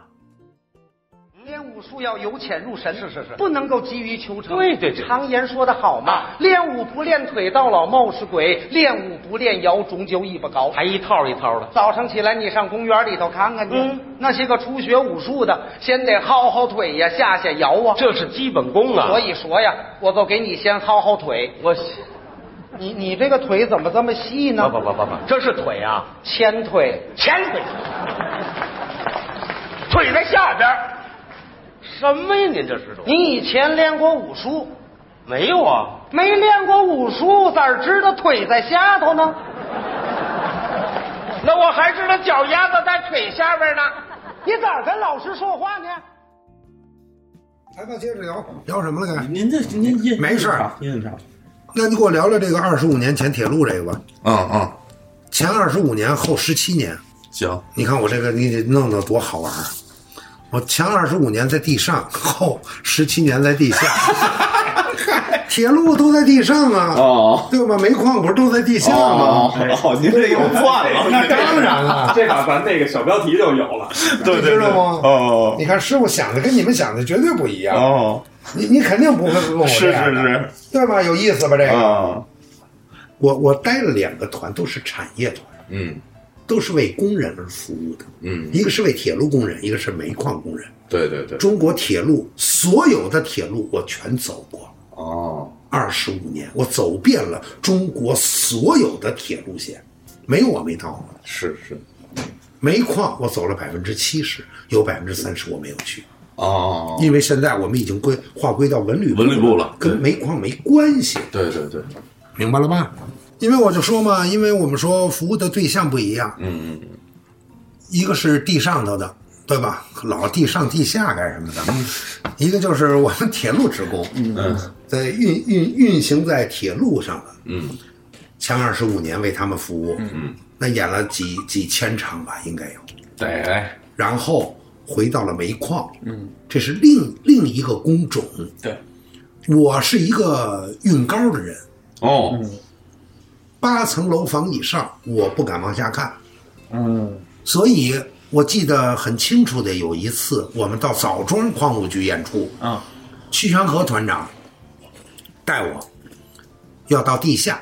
H: 灵
K: 练嗯武术要由浅入深，
J: 是是是
K: 不能够急于求成。
J: 对对对啊
K: 常言说得好嘛，练武不练腿到老冒是鬼，练武不练摇终究艺不高。
J: 还一套一套的。嗯
K: 早上起来，你上公园里头看看去，那些个初学武术的，先得薅薅腿呀，下下摇啊。
J: 这是基本功啊。
K: 所以说呀，我就给你先薅薅腿。
J: 我
K: 你你这个腿怎么这么细呢？
J: 不不不不不，这是腿啊，
K: 前腿，
J: 前腿，腿在下边儿。什么呀？您这是
K: 你以前练过武术？
J: 没有啊？
K: 没练过武术，咋知道腿在下头呢？
J: 那我还知道脚丫子在腿下边呢。
K: 你咋跟老师说话呢？
A: 来吧，接着聊聊什么了？该
B: 您这您您
A: 没事儿
B: 您很长。
A: 那你给我聊聊这个二十五年前铁路这个吧，
B: 嗯嗯，
A: 前二十五年，后十七年。
B: 行，
A: 你看我这个，你得弄得多好玩儿！我前二十五年在地上，后十七年在 地下，铁路都在地上啊，
B: 哦
A: 对吧？煤矿不是都在地下吗？
B: 哦，您这有plan 了，
A: 那当然了，
D: 这把咱那个小标题就有了。
B: 对对对，
A: 知道吗
B: 哦
A: 你看师傅想的跟你们想的绝对不一样，
B: 哦，
A: 你你肯定不会问我这
B: 是
A: 样
B: 是
A: 的
B: 是，
A: 对吧？有意思吧？这个，
B: 啊，
A: 我我带了两个团，都是产业团，
C: 嗯
A: 都是为工人而服务的，
C: 嗯，
A: 一个是为铁路工人，一个是煤矿工人。
C: 对对对，
A: 中国铁路所有的铁路我全走过，
C: 哦，
A: 二十五年我走遍了中国所有的铁路线，没有我没到过的。
C: 是是，
A: 煤矿我走了百分之七十，有百分之三十我没有去，
C: 哦，
A: 因为现在我们已经归划归到文旅
B: 文旅部了
A: 跟煤矿没关系，
C: 对对对，
A: 明白了吧？因为我就说嘛，因为我们说服务的对象不一样，
C: 嗯嗯
A: 一个是地上头的，对吧？老地上地下干什么的？一个就是我们铁路职工，
C: 嗯
A: 在运运运行在铁路上的，
C: 嗯，
A: 前二十五年为他们服务，嗯，那演了几几千场吧，应该有。
C: 得，
A: 然后回到了煤矿，嗯，这是另另一个工种。
D: 对，
A: 我是一个运高的人，
C: 哦，
B: 嗯
A: 八层楼房以上我不敢往下看，
D: 嗯，
A: 所以我记得很清楚的，有一次我们到枣庄矿务局演出，
D: 啊，
A: 屈全河团长带我要到地下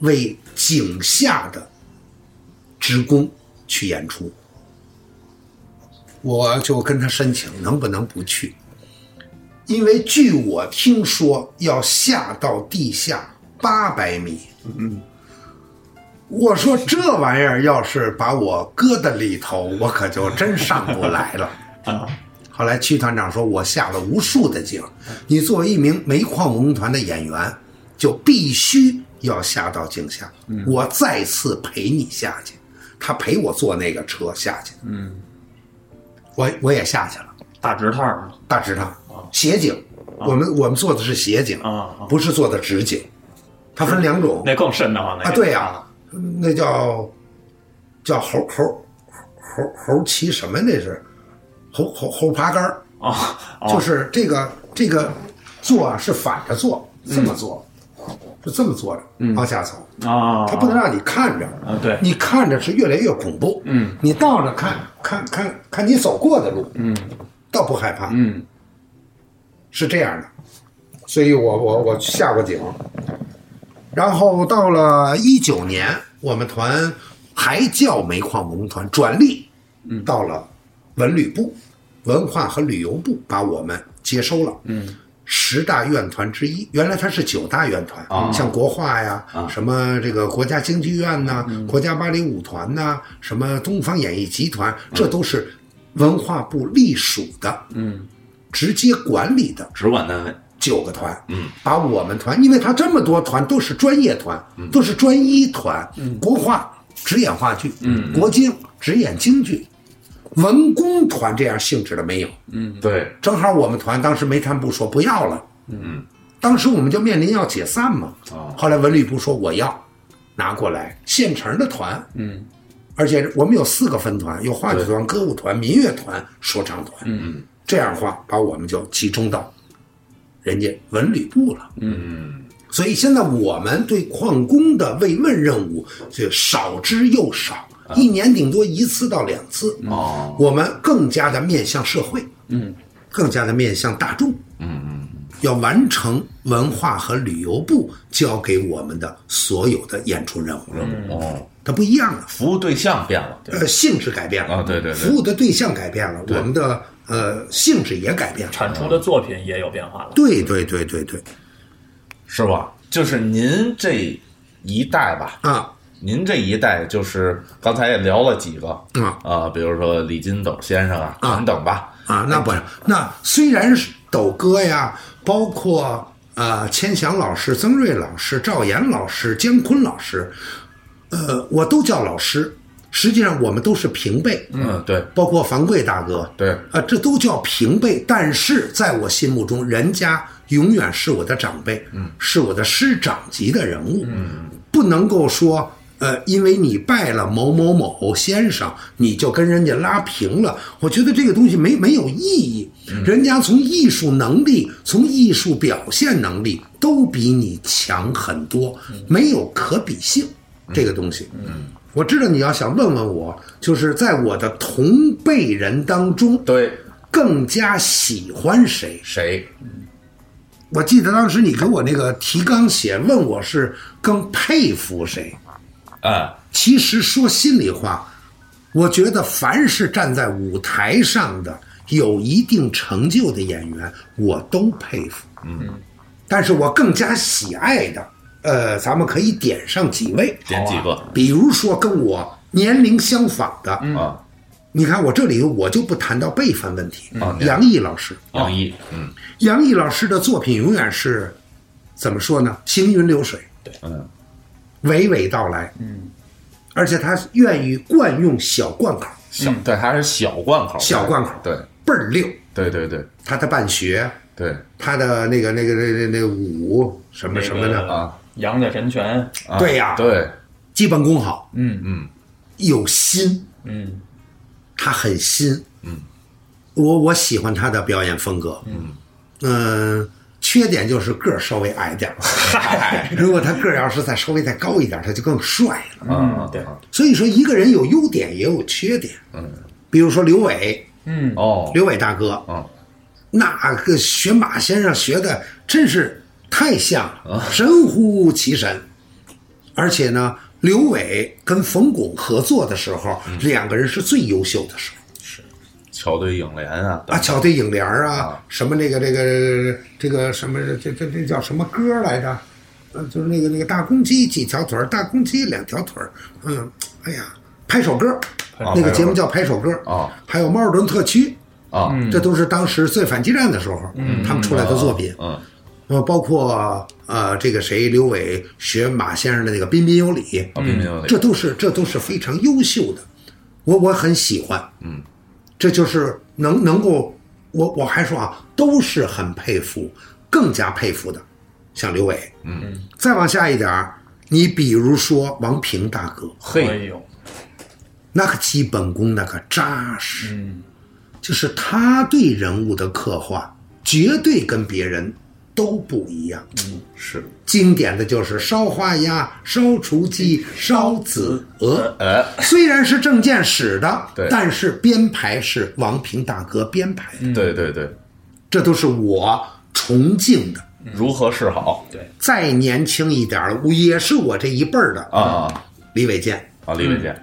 A: 为井下的职工去演出，我就跟他申请能不能不去，因为据我听说要下到地下八百米。嗯。我说这玩意儿要是把我搁在里头，我可就真上不来了。后来曲团长说：“我下了无数的井，你作为一名煤矿文工团的演员，就必须要下到井下。我再次陪你下去。”他陪我坐那个车下去。嗯，我我也下去了，
D: 大直套儿
A: 大直堂斜井。我们我们做的是斜井
D: 啊啊，
A: 不是做的直井，它分两种
D: 那更深的慌。那
A: 啊。
D: 个
A: 对呀，那叫叫猴猴猴猴骑什么？那是猴猴猴爬杆儿。
D: 哦，哦
A: 就是这个这个坐啊是反着坐，这么坐，啊是这么坐着往下走，
D: 啊，
A: 它不能让你看着
D: 啊对
A: 你看着是越来越恐怖，
D: 嗯，
A: 你倒着看看看看你走过的路，嗯，倒不害怕，
D: 嗯，
A: 是这样的，所以我我我下过井，然后到了一九年，我们团还叫煤矿文工团，转隶
D: 嗯
A: 到了文旅部、文化和旅游部，把我们接收了。嗯。十大院团之一，原来它是九大院团，像国画呀、什么这个国家京剧院呐、国家芭蕾舞团呐、什么东方演艺集团，这都是文化部隶属的，嗯，直接管理的
B: 直管单位，
A: 九个团，嗯，把我们团，因为他这么多团都是专业团，都是专一团，国画只演话剧，嗯，国京只演京剧，文工团这样性质的没有，
C: 对，
A: 正好我们团当时煤炭部说不要了，嗯，当时我们就面临要解散嘛，
C: 哦
A: 后来文旅部说我要，拿过来现成的团，嗯，而且我们有四个分团，有话剧团、歌舞团、民乐团、说唱团，嗯，这样的话把我们就集中到人家文旅部了，嗯。所以现在我们对矿工的慰问任务就少之又少，一年顶多一次到两次。
C: 哦，
A: 我们更加的面向社会，嗯，更加的面向大众。
B: 嗯嗯，
A: 要完成文化和旅游部交给我们的所有的演出任务。
B: 哦，
A: 它不一样了，
B: 服务对象变了，
A: 呃，性质改变了
B: 啊对对对
A: 服务的对象改变了，
B: 对
A: 我们的呃性质也改变了，
D: 产出的作品也有变化了。
A: 对对对对对，
B: 是吧？就是您这一代吧，
A: 啊，
B: 您这一代就是刚才也聊了几个
A: 啊
B: 啊，比如说李金斗先生啊，
A: 啊
B: 等等吧，
A: 啊，那
B: 哎
A: 不是，那虽然是斗哥呀，包括呃千祥老师、曾瑞老师、赵岩老师、姜昆老师，呃，我都叫老师，实际上我们都是平辈，
B: 嗯，对
A: 包括樊贵大哥，
B: 对，
A: 啊，这都叫平辈，但是在我心目中，人家永远是我的长辈，嗯，是我的师长级的人物，嗯，不能够说，呃，因为你拜了某某某先生，你就跟人家拉平了。我觉得这个东西没没有意义，人家从艺术能力、从艺术表现能力都比你强很多，没有可比性，这个东西，嗯。我知道你要想问问我，就是在我的同辈人当中，
B: 对，
A: 更加喜欢谁？
B: 谁？
A: 我记得当时你给我那个提纲写，问我是更佩服谁。
B: 啊，
A: 其实说心里话，我觉得凡是站在舞台上的有一定成就的演员，我都佩服。
B: 嗯，
A: 但是我更加喜爱的，呃，咱们可以点上几位，
B: 点几个
A: 比如说跟我年龄相仿的，
B: 啊
A: 你看我这里我就不谈到辈分问题。
B: 啊
A: 杨毅老师，
B: 杨毅，嗯
A: 杨毅老师的作品永远是怎么说呢？行云流水，
B: 嗯，
A: 娓娓道来。嗯，而且他愿意惯用小贯口，
B: 小对，还是小贯口，
A: 嗯小贯口
B: 对
A: 倍儿溜。
B: 对对对
A: 他的办学，
B: 对
A: 他的那个那个那那那舞什么
D: 那
A: 什么的，
D: 个羊的呃神拳，
B: 啊
A: 对呀
B: 对，
A: 基本功好，
D: 嗯
B: 嗯
A: 有心，
D: 嗯，
A: 他很新，
B: 嗯，
A: 我我喜欢他的表演风格，嗯缺点就是个儿稍微矮点儿，如果他个儿要是再稍微再高一点儿，他就更帅了。
B: 嗯
D: 对，
A: 所以说，一个人有优点也有缺点，
B: 嗯，
A: 比如说刘伟，
D: 嗯
B: 哦，
A: 刘伟大哥，
B: 嗯
A: 那个学马先生学的真是太像了，神乎其神。而且呢，刘伟跟冯巩合作的时候，两个人是最优秀的时候。
B: 桥对影联啊，
A: 啊，巧对影联儿啊
B: 啊，
A: 什么那个这个这个什么这这这叫什么歌儿来着？呃，就是那个那个大公鸡几条腿儿，大公鸡两条腿儿。嗯，哎呀，拍手歌儿，
B: 手
A: 那个节目叫拍手歌儿
B: 啊，
A: 还有猫尔顿特区，
B: 啊，
A: 这都是当时最反击战的时候他们出来的作品。
B: 嗯
A: 呃，包括呃，这个谁，刘伟学马先生的那个彬彬有礼，
B: 啊，彬彬有
A: 嗯
B: 礼，
A: 这都是这都是非常优秀的，我我很喜欢，
B: 嗯，
A: 这就是能能够，我我还说啊，都是很佩服，更加佩服的，像刘伟，
B: 嗯，
A: 再往下一点儿，你比如说王平大哥，
D: 哎
B: 嘿，
D: 呦，
A: 那个基本功那个扎实，
D: 嗯
A: 就是他对人物的刻画绝对跟别人都不一样，
B: 嗯是，
A: 经典的就是烧花鸭、烧雏
B: 嗯
A: 鸡、烧子鹅。
B: 哎，
A: 虽然是证件使的
B: 对，
A: 但是编排是王平大哥编排的，
B: 对对对，
A: 这都是我崇敬的。
B: 如何是好？
D: 对，
A: 再年轻一点儿，也是我这一辈儿的
B: 啊啊
A: 李伟健，
B: 啊，李伟健，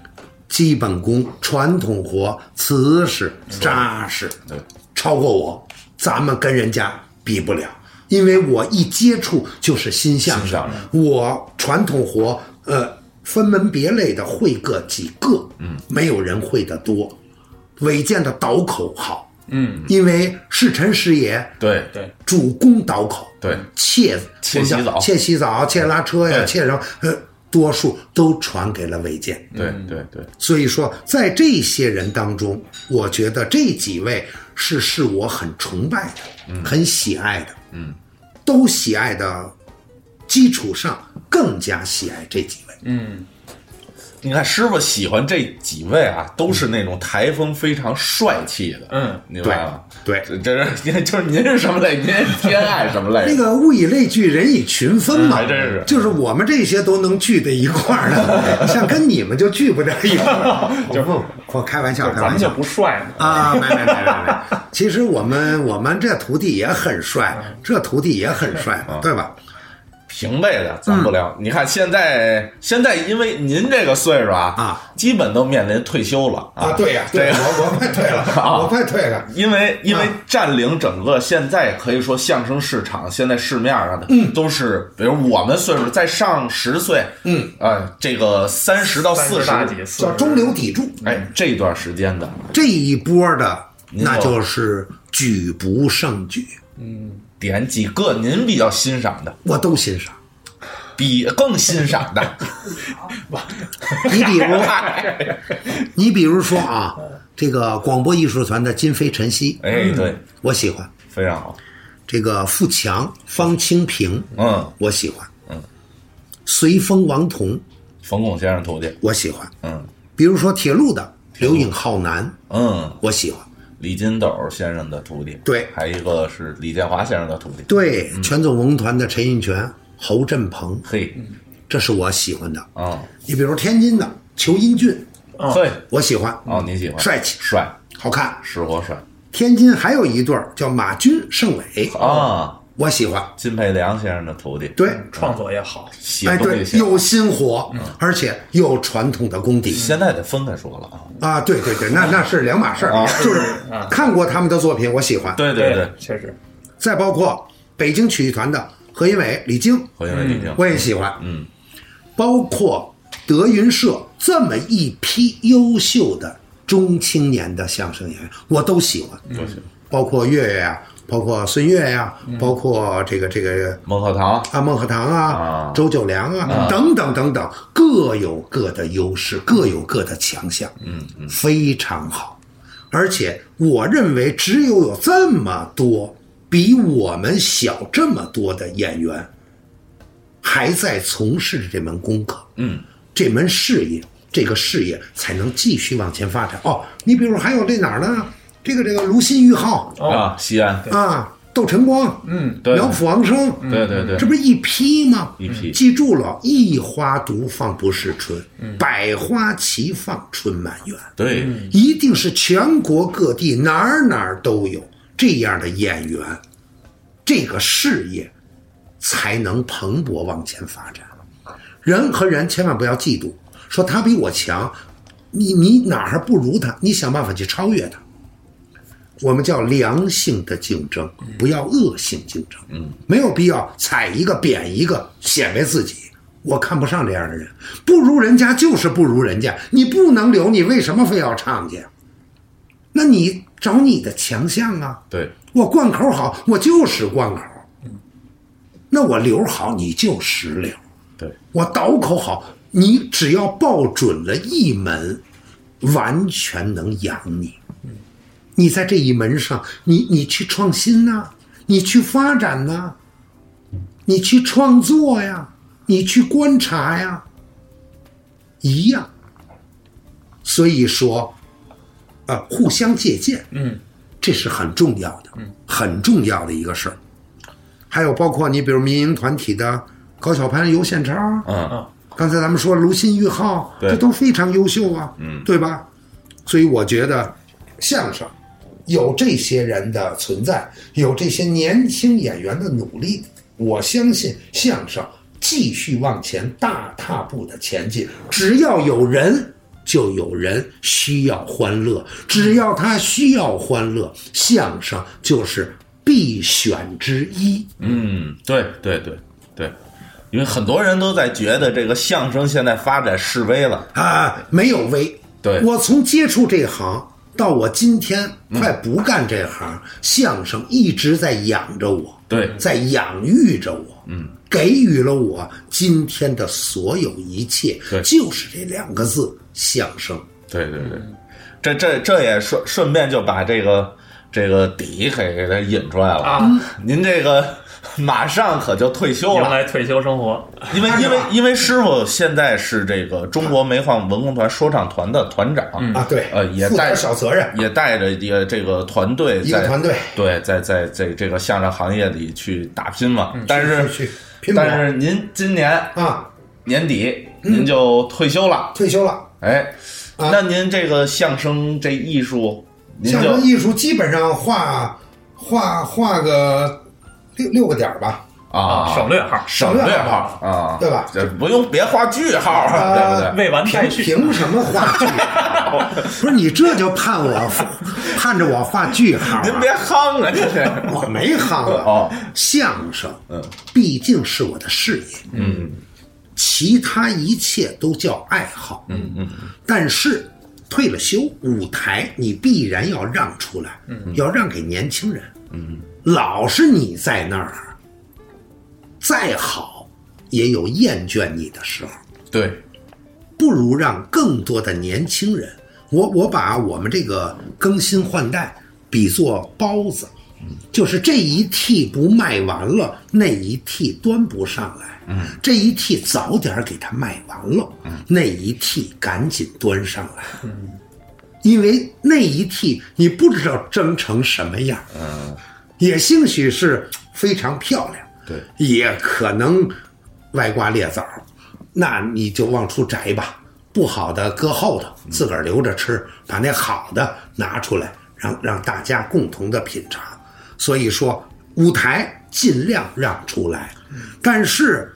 A: 基本功、传统活、瓷实、扎实，
B: 对，
A: 超过我，咱们跟人家比不了，因为我一接触就是新相
B: 新
A: 声
B: 相，
A: 我传统活，呃，分门别类的会个几个，嗯，没有人会的多。韦健的倒口好，
D: 嗯，
A: 因为是臣是也
B: 对嗯
D: 对，
A: 主攻倒口，
B: 对，
A: 切
B: 切洗澡
A: 切洗澡、切拉车呀、
B: 对
A: 切什么，呃，多数都传给了韦健。
B: 对对对，
A: 所以说，在这些人当中，我觉得这几位是是我很崇拜的，
D: 嗯
A: 很喜爱的，
B: 嗯，
A: 都喜爱的基础上，更加喜爱这几位。
D: 嗯，
B: 你看师傅喜欢这几位啊，都是那种台风非常帅气的，嗯，明白吗？
A: 对，
B: 这 是您就是您是什么类？您是偏爱什么类？
A: 那个物以类聚，人以群分嘛，
D: 哎
B: 还真是
A: 就是我们这些都能聚在一块儿 的，像跟你们就聚不在一块儿。我不，我开玩笑，开
D: 咱
A: 玩
D: 们就
A: 笑
D: 不帅呢
A: 啊，没没没没没。其实我们我们这徒弟也很帅，
D: 嗯
A: 这徒弟也很帅，对吧？
B: 平辈的啊咱不聊。你看现在现在因为您这个岁数啊
A: 啊，
B: 基本都面临退休了
A: 啊，对呀，对
B: 这
A: 呀，
B: 个
A: 我我快退了，我快退了。
B: 因
A: 嗯
B: 为因为占领整个现在可以说相声市场，现在市面上的都是，比如我们岁数在上十岁，
A: 嗯
B: 啊，这个三十到四
D: 30大几
B: 十
D: 40
A: 叫中流砥柱，
B: 哎，这段时间的
A: 这一波的
B: 您
A: 那
B: 有
A: 就是举不胜举，
B: 嗯，点几个您比较欣赏的，
A: 我都欣赏。
B: 比更欣 赏的，
A: 你比如，你比如说啊，这个广播艺术团的金飞晨曦，
B: 哎，对，
A: 我喜欢。
B: 非常好，
A: 这个富强、方清平，
B: 嗯，
A: 我喜欢。
B: 嗯，
A: 随风王彤，
B: 冯巩先生徒弟，
A: 我喜欢。
B: 嗯
A: 比如说铁路的刘颖浩南，
B: 嗯，
A: 我喜欢。
B: 李金斗先生的徒弟，
A: 对，
B: 还有一个是李建华先生的徒弟，
A: 对，全总文工团的陈印泉、侯振鹏，
B: 嘿，
A: 这是我喜欢的。
B: 啊，
A: 你比如天津的裘英俊，
B: 对，
A: 我喜欢，
B: 哦，您喜欢
A: 帅气
B: 帅，
A: 好看。
B: 实活帅
A: 天津还有一对儿叫马军、盛伟，
B: 啊，
A: 我喜欢。
B: 金培良先生的徒弟，
A: 对，
D: 创作也好，
B: 写
A: 哎，
B: 东
A: 对
B: 西，写，
A: 有心火，
B: 嗯
A: 而且有传统的功底
B: 现在得分开说了啊，
A: 啊！对对对，那那是两码事儿，就是看过他们的作品，我喜欢。
B: 哦嗯对对对，
D: 确实
A: 再包括北京曲艺团的何云伟、李菁，
B: 何云伟李菁，
A: 我也喜欢。
B: 嗯，
A: 包括德云社这么一批优秀的中青年的相声演员，我都喜欢。嗯
B: 不行，
A: 包括岳岳呀，包括孙越呀，包括这个这个
B: 孟鹤堂，
A: 啊，孟鹤堂啊
B: 啊，
A: 周九良啊，等等等等，各有各的优势，各有各的强项，
B: 嗯嗯，
A: 非常好。而且我认为，只有有这么多比我们小这么多的演员，还在从事这门功课，
B: 嗯，
A: 这门事业，这个事业才能继续往前发展。哦，你比如还有这哪儿呢？这个这个卢鑫、俞浩
B: 啊，西安，
A: 啊，窦晨光，
D: 嗯，
B: 对
A: 苗圃王声，
B: 对对对
A: 这，不是一批吗？
B: 一批
A: 记住了，一花独放不是春，
B: 嗯
A: 百花齐放春满园，
B: 对，嗯
A: 一定是全国各地哪儿哪儿都有这样的演员，这个事业才能蓬勃往前发展。人和人千万不要嫉妒，说他比我强，你你哪儿还不如他？你想办法去超越他。我们叫良性的竞争，不要恶性竞争。嗯，没有必要踩一个贬一个，显摆自己。我看不上这样的人，不如人家就是不如人家，你不能留，你为什么非要唱去？那你找你的强项啊。
B: 对，
A: 我贯口好，我就是贯口。那我流好，你就实流。
B: 对，
A: 我倒口好，你只要抱准了一门，完全能养你。你在这一门上，你你去创新呐、你去发展呐、你去创作呀，你去观察呀，一样。所以说，啊，互相借鉴，
D: 嗯，
A: 这是很重要的，嗯，很重要的一个事儿。还有包括你，比如民营团体的高晓攀、尤宪超，
B: 嗯，
A: 刚才咱们说卢鑫、俞浩，
B: 对
A: 这都非常优秀啊，
B: 嗯
A: 对吧？所以我觉得相声有这些人的存在，有这些年轻演员的努力，我相信相声继续往前大踏步的前进。只要有人，就有人需要欢乐；只要他需要欢乐，相声就是必选之一。
B: 嗯，对对对对，因为很多人都在觉得这个相声现在发展示威了，
A: 啊，没有为。
B: 对
A: 我从接触这行到我今天快不干这行，相声一直在养着我，
B: 对
A: 在养育着我，嗯，给予了我今天的所有一切，
B: 对
A: 就是这两个字：相声。
B: 对对对，这这这也顺顺便就把这个这个底给给它引出来了
D: 啊！
B: 您这个马上可就退休了，
D: 迎来退休生活。
B: 因为因为因为师傅现在是这个中国煤矿文工团说唱团的团长
A: 啊，对，
B: 呃，也
A: 负
B: 带
A: 点小责任，
B: 也带着也这个团队在，
A: 一个团队
B: 对，在在在这个相声行业里去打拼嘛。但是
A: 嗯去去拼搏
B: 但是您今年
A: 啊嗯
B: 年底您就退休了，
A: 退休了。
B: 哎，
A: 啊
B: 那您这个相声这艺术，您
A: 相
B: 就
A: 声艺术基本上画画画个六六个点儿吧，
B: 啊，
D: 省略号
B: 省略号啊，
A: 对吧？
B: 这不用别画句号，啊对不对？
D: 未完待
A: 凭
D: 续。
A: 凭什么画 句号？不是你这就盼我盼着我画句号啊、
B: 您别夯啊，这 是。
A: 我没行了。
B: 哦，
A: 相声，嗯，毕竟是我的事业，
B: 嗯，
A: 其他一切都叫爱好，
B: 嗯嗯，
A: 但是退了休，舞台你必然要让出来，嗯，要让给年轻人，
B: 嗯，
A: 老是你在那儿，再好也有厌倦你的时候，
B: 对，
A: 不如让更多的年轻人，我我把我们这个更新换代比作包子，就是这一屉不卖完了，那一屉端不上来，嗯，这一屉早点给它卖完了，嗯，那一屉赶紧端上来，嗯，因为那一屉你不知道蒸成什么样，
B: 嗯，
A: 也兴许是非常漂亮，
B: 对，
A: 也可能歪瓜裂枣，那你就往出摘吧，不好的搁后头，自个儿留着吃，把那好的拿出来，让让大家共同的品尝。所以说，舞台尽量让出来，但是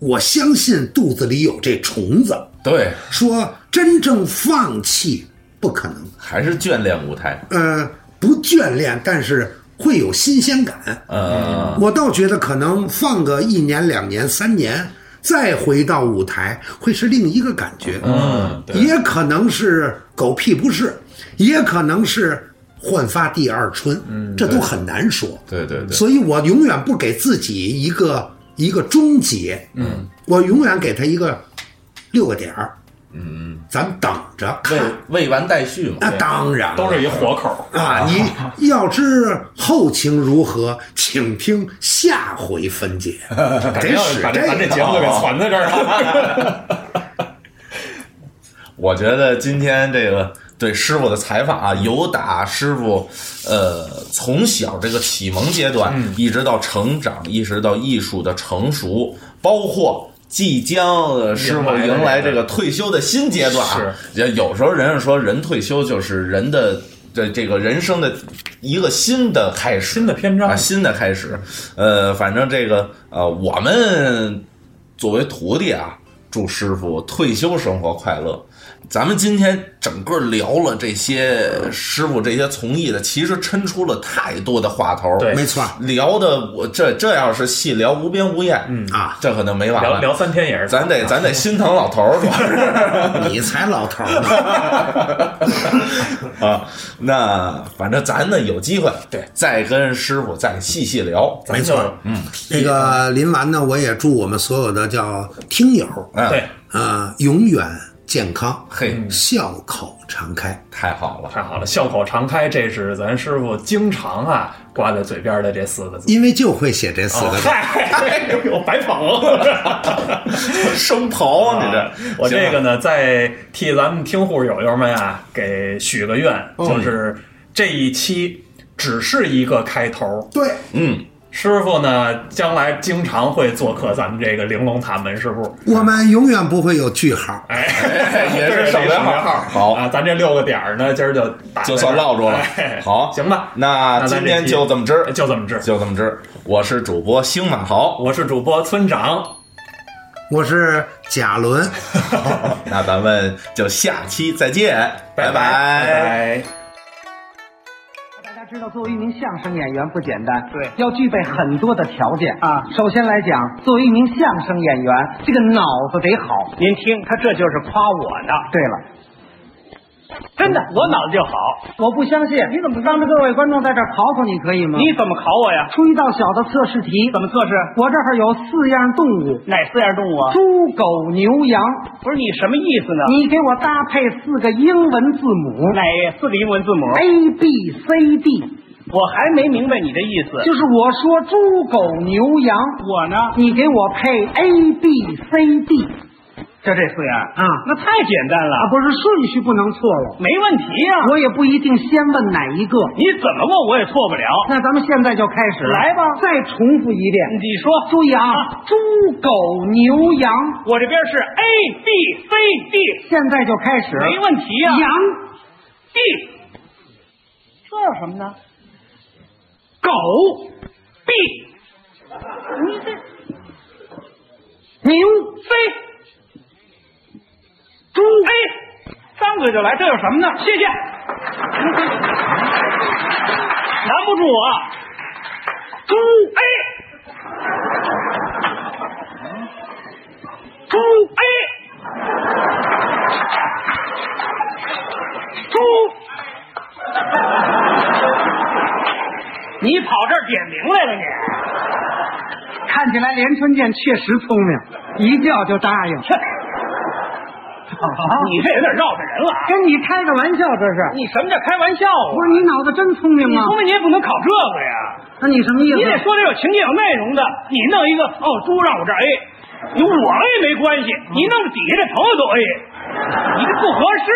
A: 我相信肚子里有这虫子，
B: 对，
A: 说真正放弃不可能，
B: 还是眷恋舞台，
A: 呃，不眷恋，但是会有新鲜感。
B: 呃，
A: 我倒觉得可能放个一年、两年、三年，再回到舞台，会是另一个感觉。
B: 嗯，对
A: 也可能是狗屁不是，也可能是焕发第二春。嗯，这都很难说。
B: 对对对，
A: 所以我永远不给自己一个一个终结。嗯，我永远给他一个六个点儿。
B: 嗯，
A: 咱们等着看。
B: 未未完待续嘛，
A: 那当然了，
D: 都是一活口，
A: 啊，你要知后情如何，请听下回分解。
D: 感觉
A: 得
D: 要
A: 使
D: 把
A: 这
D: 咱这
A: 个
D: 节目给
B: 哦
D: 传在这儿了。
B: 我觉得今天这个对师傅的采访啊，有打师傅呃从小这个启蒙阶段，
D: 嗯
B: 一直到成长，一直到艺术的成熟，包括。即将呃师傅迎来这个退休的新阶段啊，也有时候人家说人退休就是人的这这个人生的一个新的开始，
D: 新的篇章
B: 啊，新的开始。呃，反正这个呃，我们作为徒弟啊，祝师傅退休生活快乐。咱们今天整个聊了这些师傅这些从艺的，其实抻出了太多的话头儿，
D: 对
A: 没错
B: 聊的我这这要是细聊无边无厌，嗯
A: 啊，
B: 这可能没完
D: 聊
B: 了。
D: 聊三天也是，
B: 咱得咱得心疼老头儿，主要是。
A: 你才老头儿 呢，
B: 啊，那反正咱呢有机会，
D: 对，
B: 再跟师傅再细细聊。
A: 没错。
B: 嗯，
A: 那个临完呢，我也祝我们所有的叫听友
B: 嗯，
D: 对，，
A: 啊，永远健康，
B: 嘿，
D: 嗯
A: 笑口常开。
B: 太好了，
D: 太好了，笑口常开，这是咱师傅经常啊挂在嘴边的这四 个字。
A: 因为就会写这四个字，
D: 嗨，我哎白捧了，
B: 生刨你
D: 啊
B: 这，
D: 我这个
B: 行吧
D: 呢，再替咱们听户友友们啊，给许个愿，
B: 嗯
D: 就是这一期只是一个开头。
A: 对，
B: 嗯，
D: 师傅呢，将来经常会做客咱们这个玲珑塔门市部。
A: 我们永远不会有句号。
D: 哎，
B: 也是省略号好
D: 啊，咱这六个点儿呢，今儿就打
B: 就算落住了
D: 哎。
B: 好，
D: 行吧，
B: 那今天就这么
D: 着，
B: 着，
D: 就这么着。
B: 就这么着。我是主播星马 豪，
D: 我是主播村长，
A: 我是贾伦。
B: 那咱们就下期再见，
D: 拜拜。
H: 大家知道，作为一名相声演员不简单，
F: 对
H: 要具备很多的条件
F: 啊
H: 首先来讲，作为一名相声演员，这个脑子得好。
F: 您听，他这就是夸我呢。
H: 对了，
F: 真的，我脑子就好。
H: 我不相信，你怎么当着各位观众在这儿考考你可以吗？
F: 你怎么考我呀？
H: 出一道小的测试题，
F: 怎么测试？
H: 我这儿有四样动物：
F: 哪四样动物啊？
H: 猪、狗、牛、羊。
F: 不是你什么意思呢？
H: 你给我搭配四个英文字母
F: 哪四个英文字母
H: 哎，A、B、C、D。
F: 我还没明白你的意思。
H: 就是我说猪狗牛羊，
F: 我呢，
H: 你给我配 A B C D，
F: 就这四样
H: 啊
F: 那太简单了，
H: 啊，不是顺序不能错了。
F: 没问题呀、
H: 我也不一定先问哪一个。
F: 你怎么问我也错不了。
H: 那咱们现在就开始了
F: 来吧
H: 再重复一遍。
F: 你说，
H: 注意啊，猪狗牛羊，
F: 我这边是 A B C D，
H: 现在就开始。
F: 没问题呀、
H: 羊，
F: D，E
H: 这有什么呢？
F: 狗，B，
H: 你这牛
F: C。
H: 猪
F: 哎，张嘴就来，这有什么呢？谢谢，难不住我。
H: 猪
F: 哎，
H: 猪
F: 哎，
H: 猪，
F: 你跑这儿点名来了你？
H: 看起来连春建确实聪明，一叫就答应。啊
F: 你这有点绕着人了啊。
H: 跟你开个玩笑，这是？
F: 你什么叫开玩笑啊？
H: 不是你脑子真聪明
F: 你
H: 吗？
F: 聪明你也不能考这个呀，
H: 那你什么意思？
F: 你得说点有情节有内容的。你弄一个哦，猪让我这儿 A，有我 A 没关系，
H: 嗯
F: 你弄底下这朋友都哎 A，你这不合适。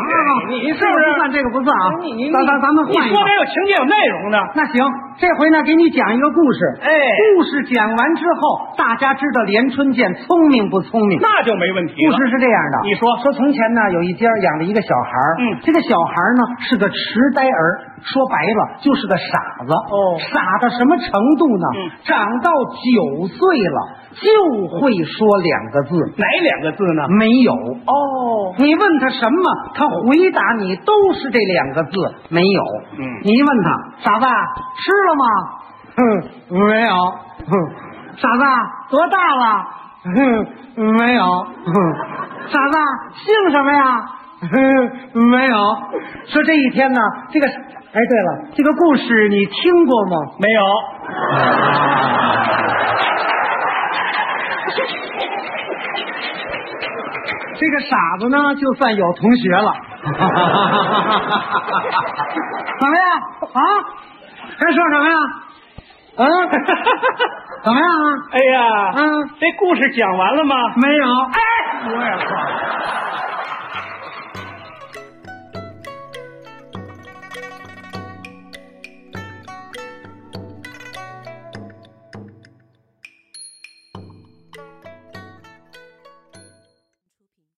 H: 啊，
F: 你你是
H: 这
F: 不
H: 个
F: 是
H: 不？算这个不算啊？
F: 你你
H: 咱咱咱们
F: 你
H: 换一
F: 说
H: 个。
F: 点有情节有内容的。
H: 那行，这回呢，给你讲一个故事。
F: 哎
H: 故事讲完之后，大家知道连春建聪明不聪明？
F: 那就没问题
H: 故
F: 了。
H: 事是这样的，
F: 你说
H: 说从前呢，有一家养了一个小孩儿，
F: 嗯
H: 这个小孩儿呢是个痴呆儿，说白了就是个傻子。
F: 哦
H: 傻到什么程度呢？
F: 嗯
H: 长到九岁了就会说两个字，
F: 哪两个字呢？
H: 没有。
F: 哦，
H: 你问他什么，他回答你都是这两个字，没有。
F: 嗯
H: 你一问他，傻子吃了吗？哼，嗯没有。哼，傻子多大了？哼，嗯没有。哼，傻子姓什么呀？哼，嗯没有。说这一天呢，这个，哎，对了，这个故事你听过吗？
F: 没有。
H: 这个傻子呢，就算有同学 了。怎么样啊？还说什么呀？嗯， 怎么样啊？
F: 哎呀，
H: 嗯
F: 这故事讲完了吗？
H: 没有。
F: 哎，我也错了。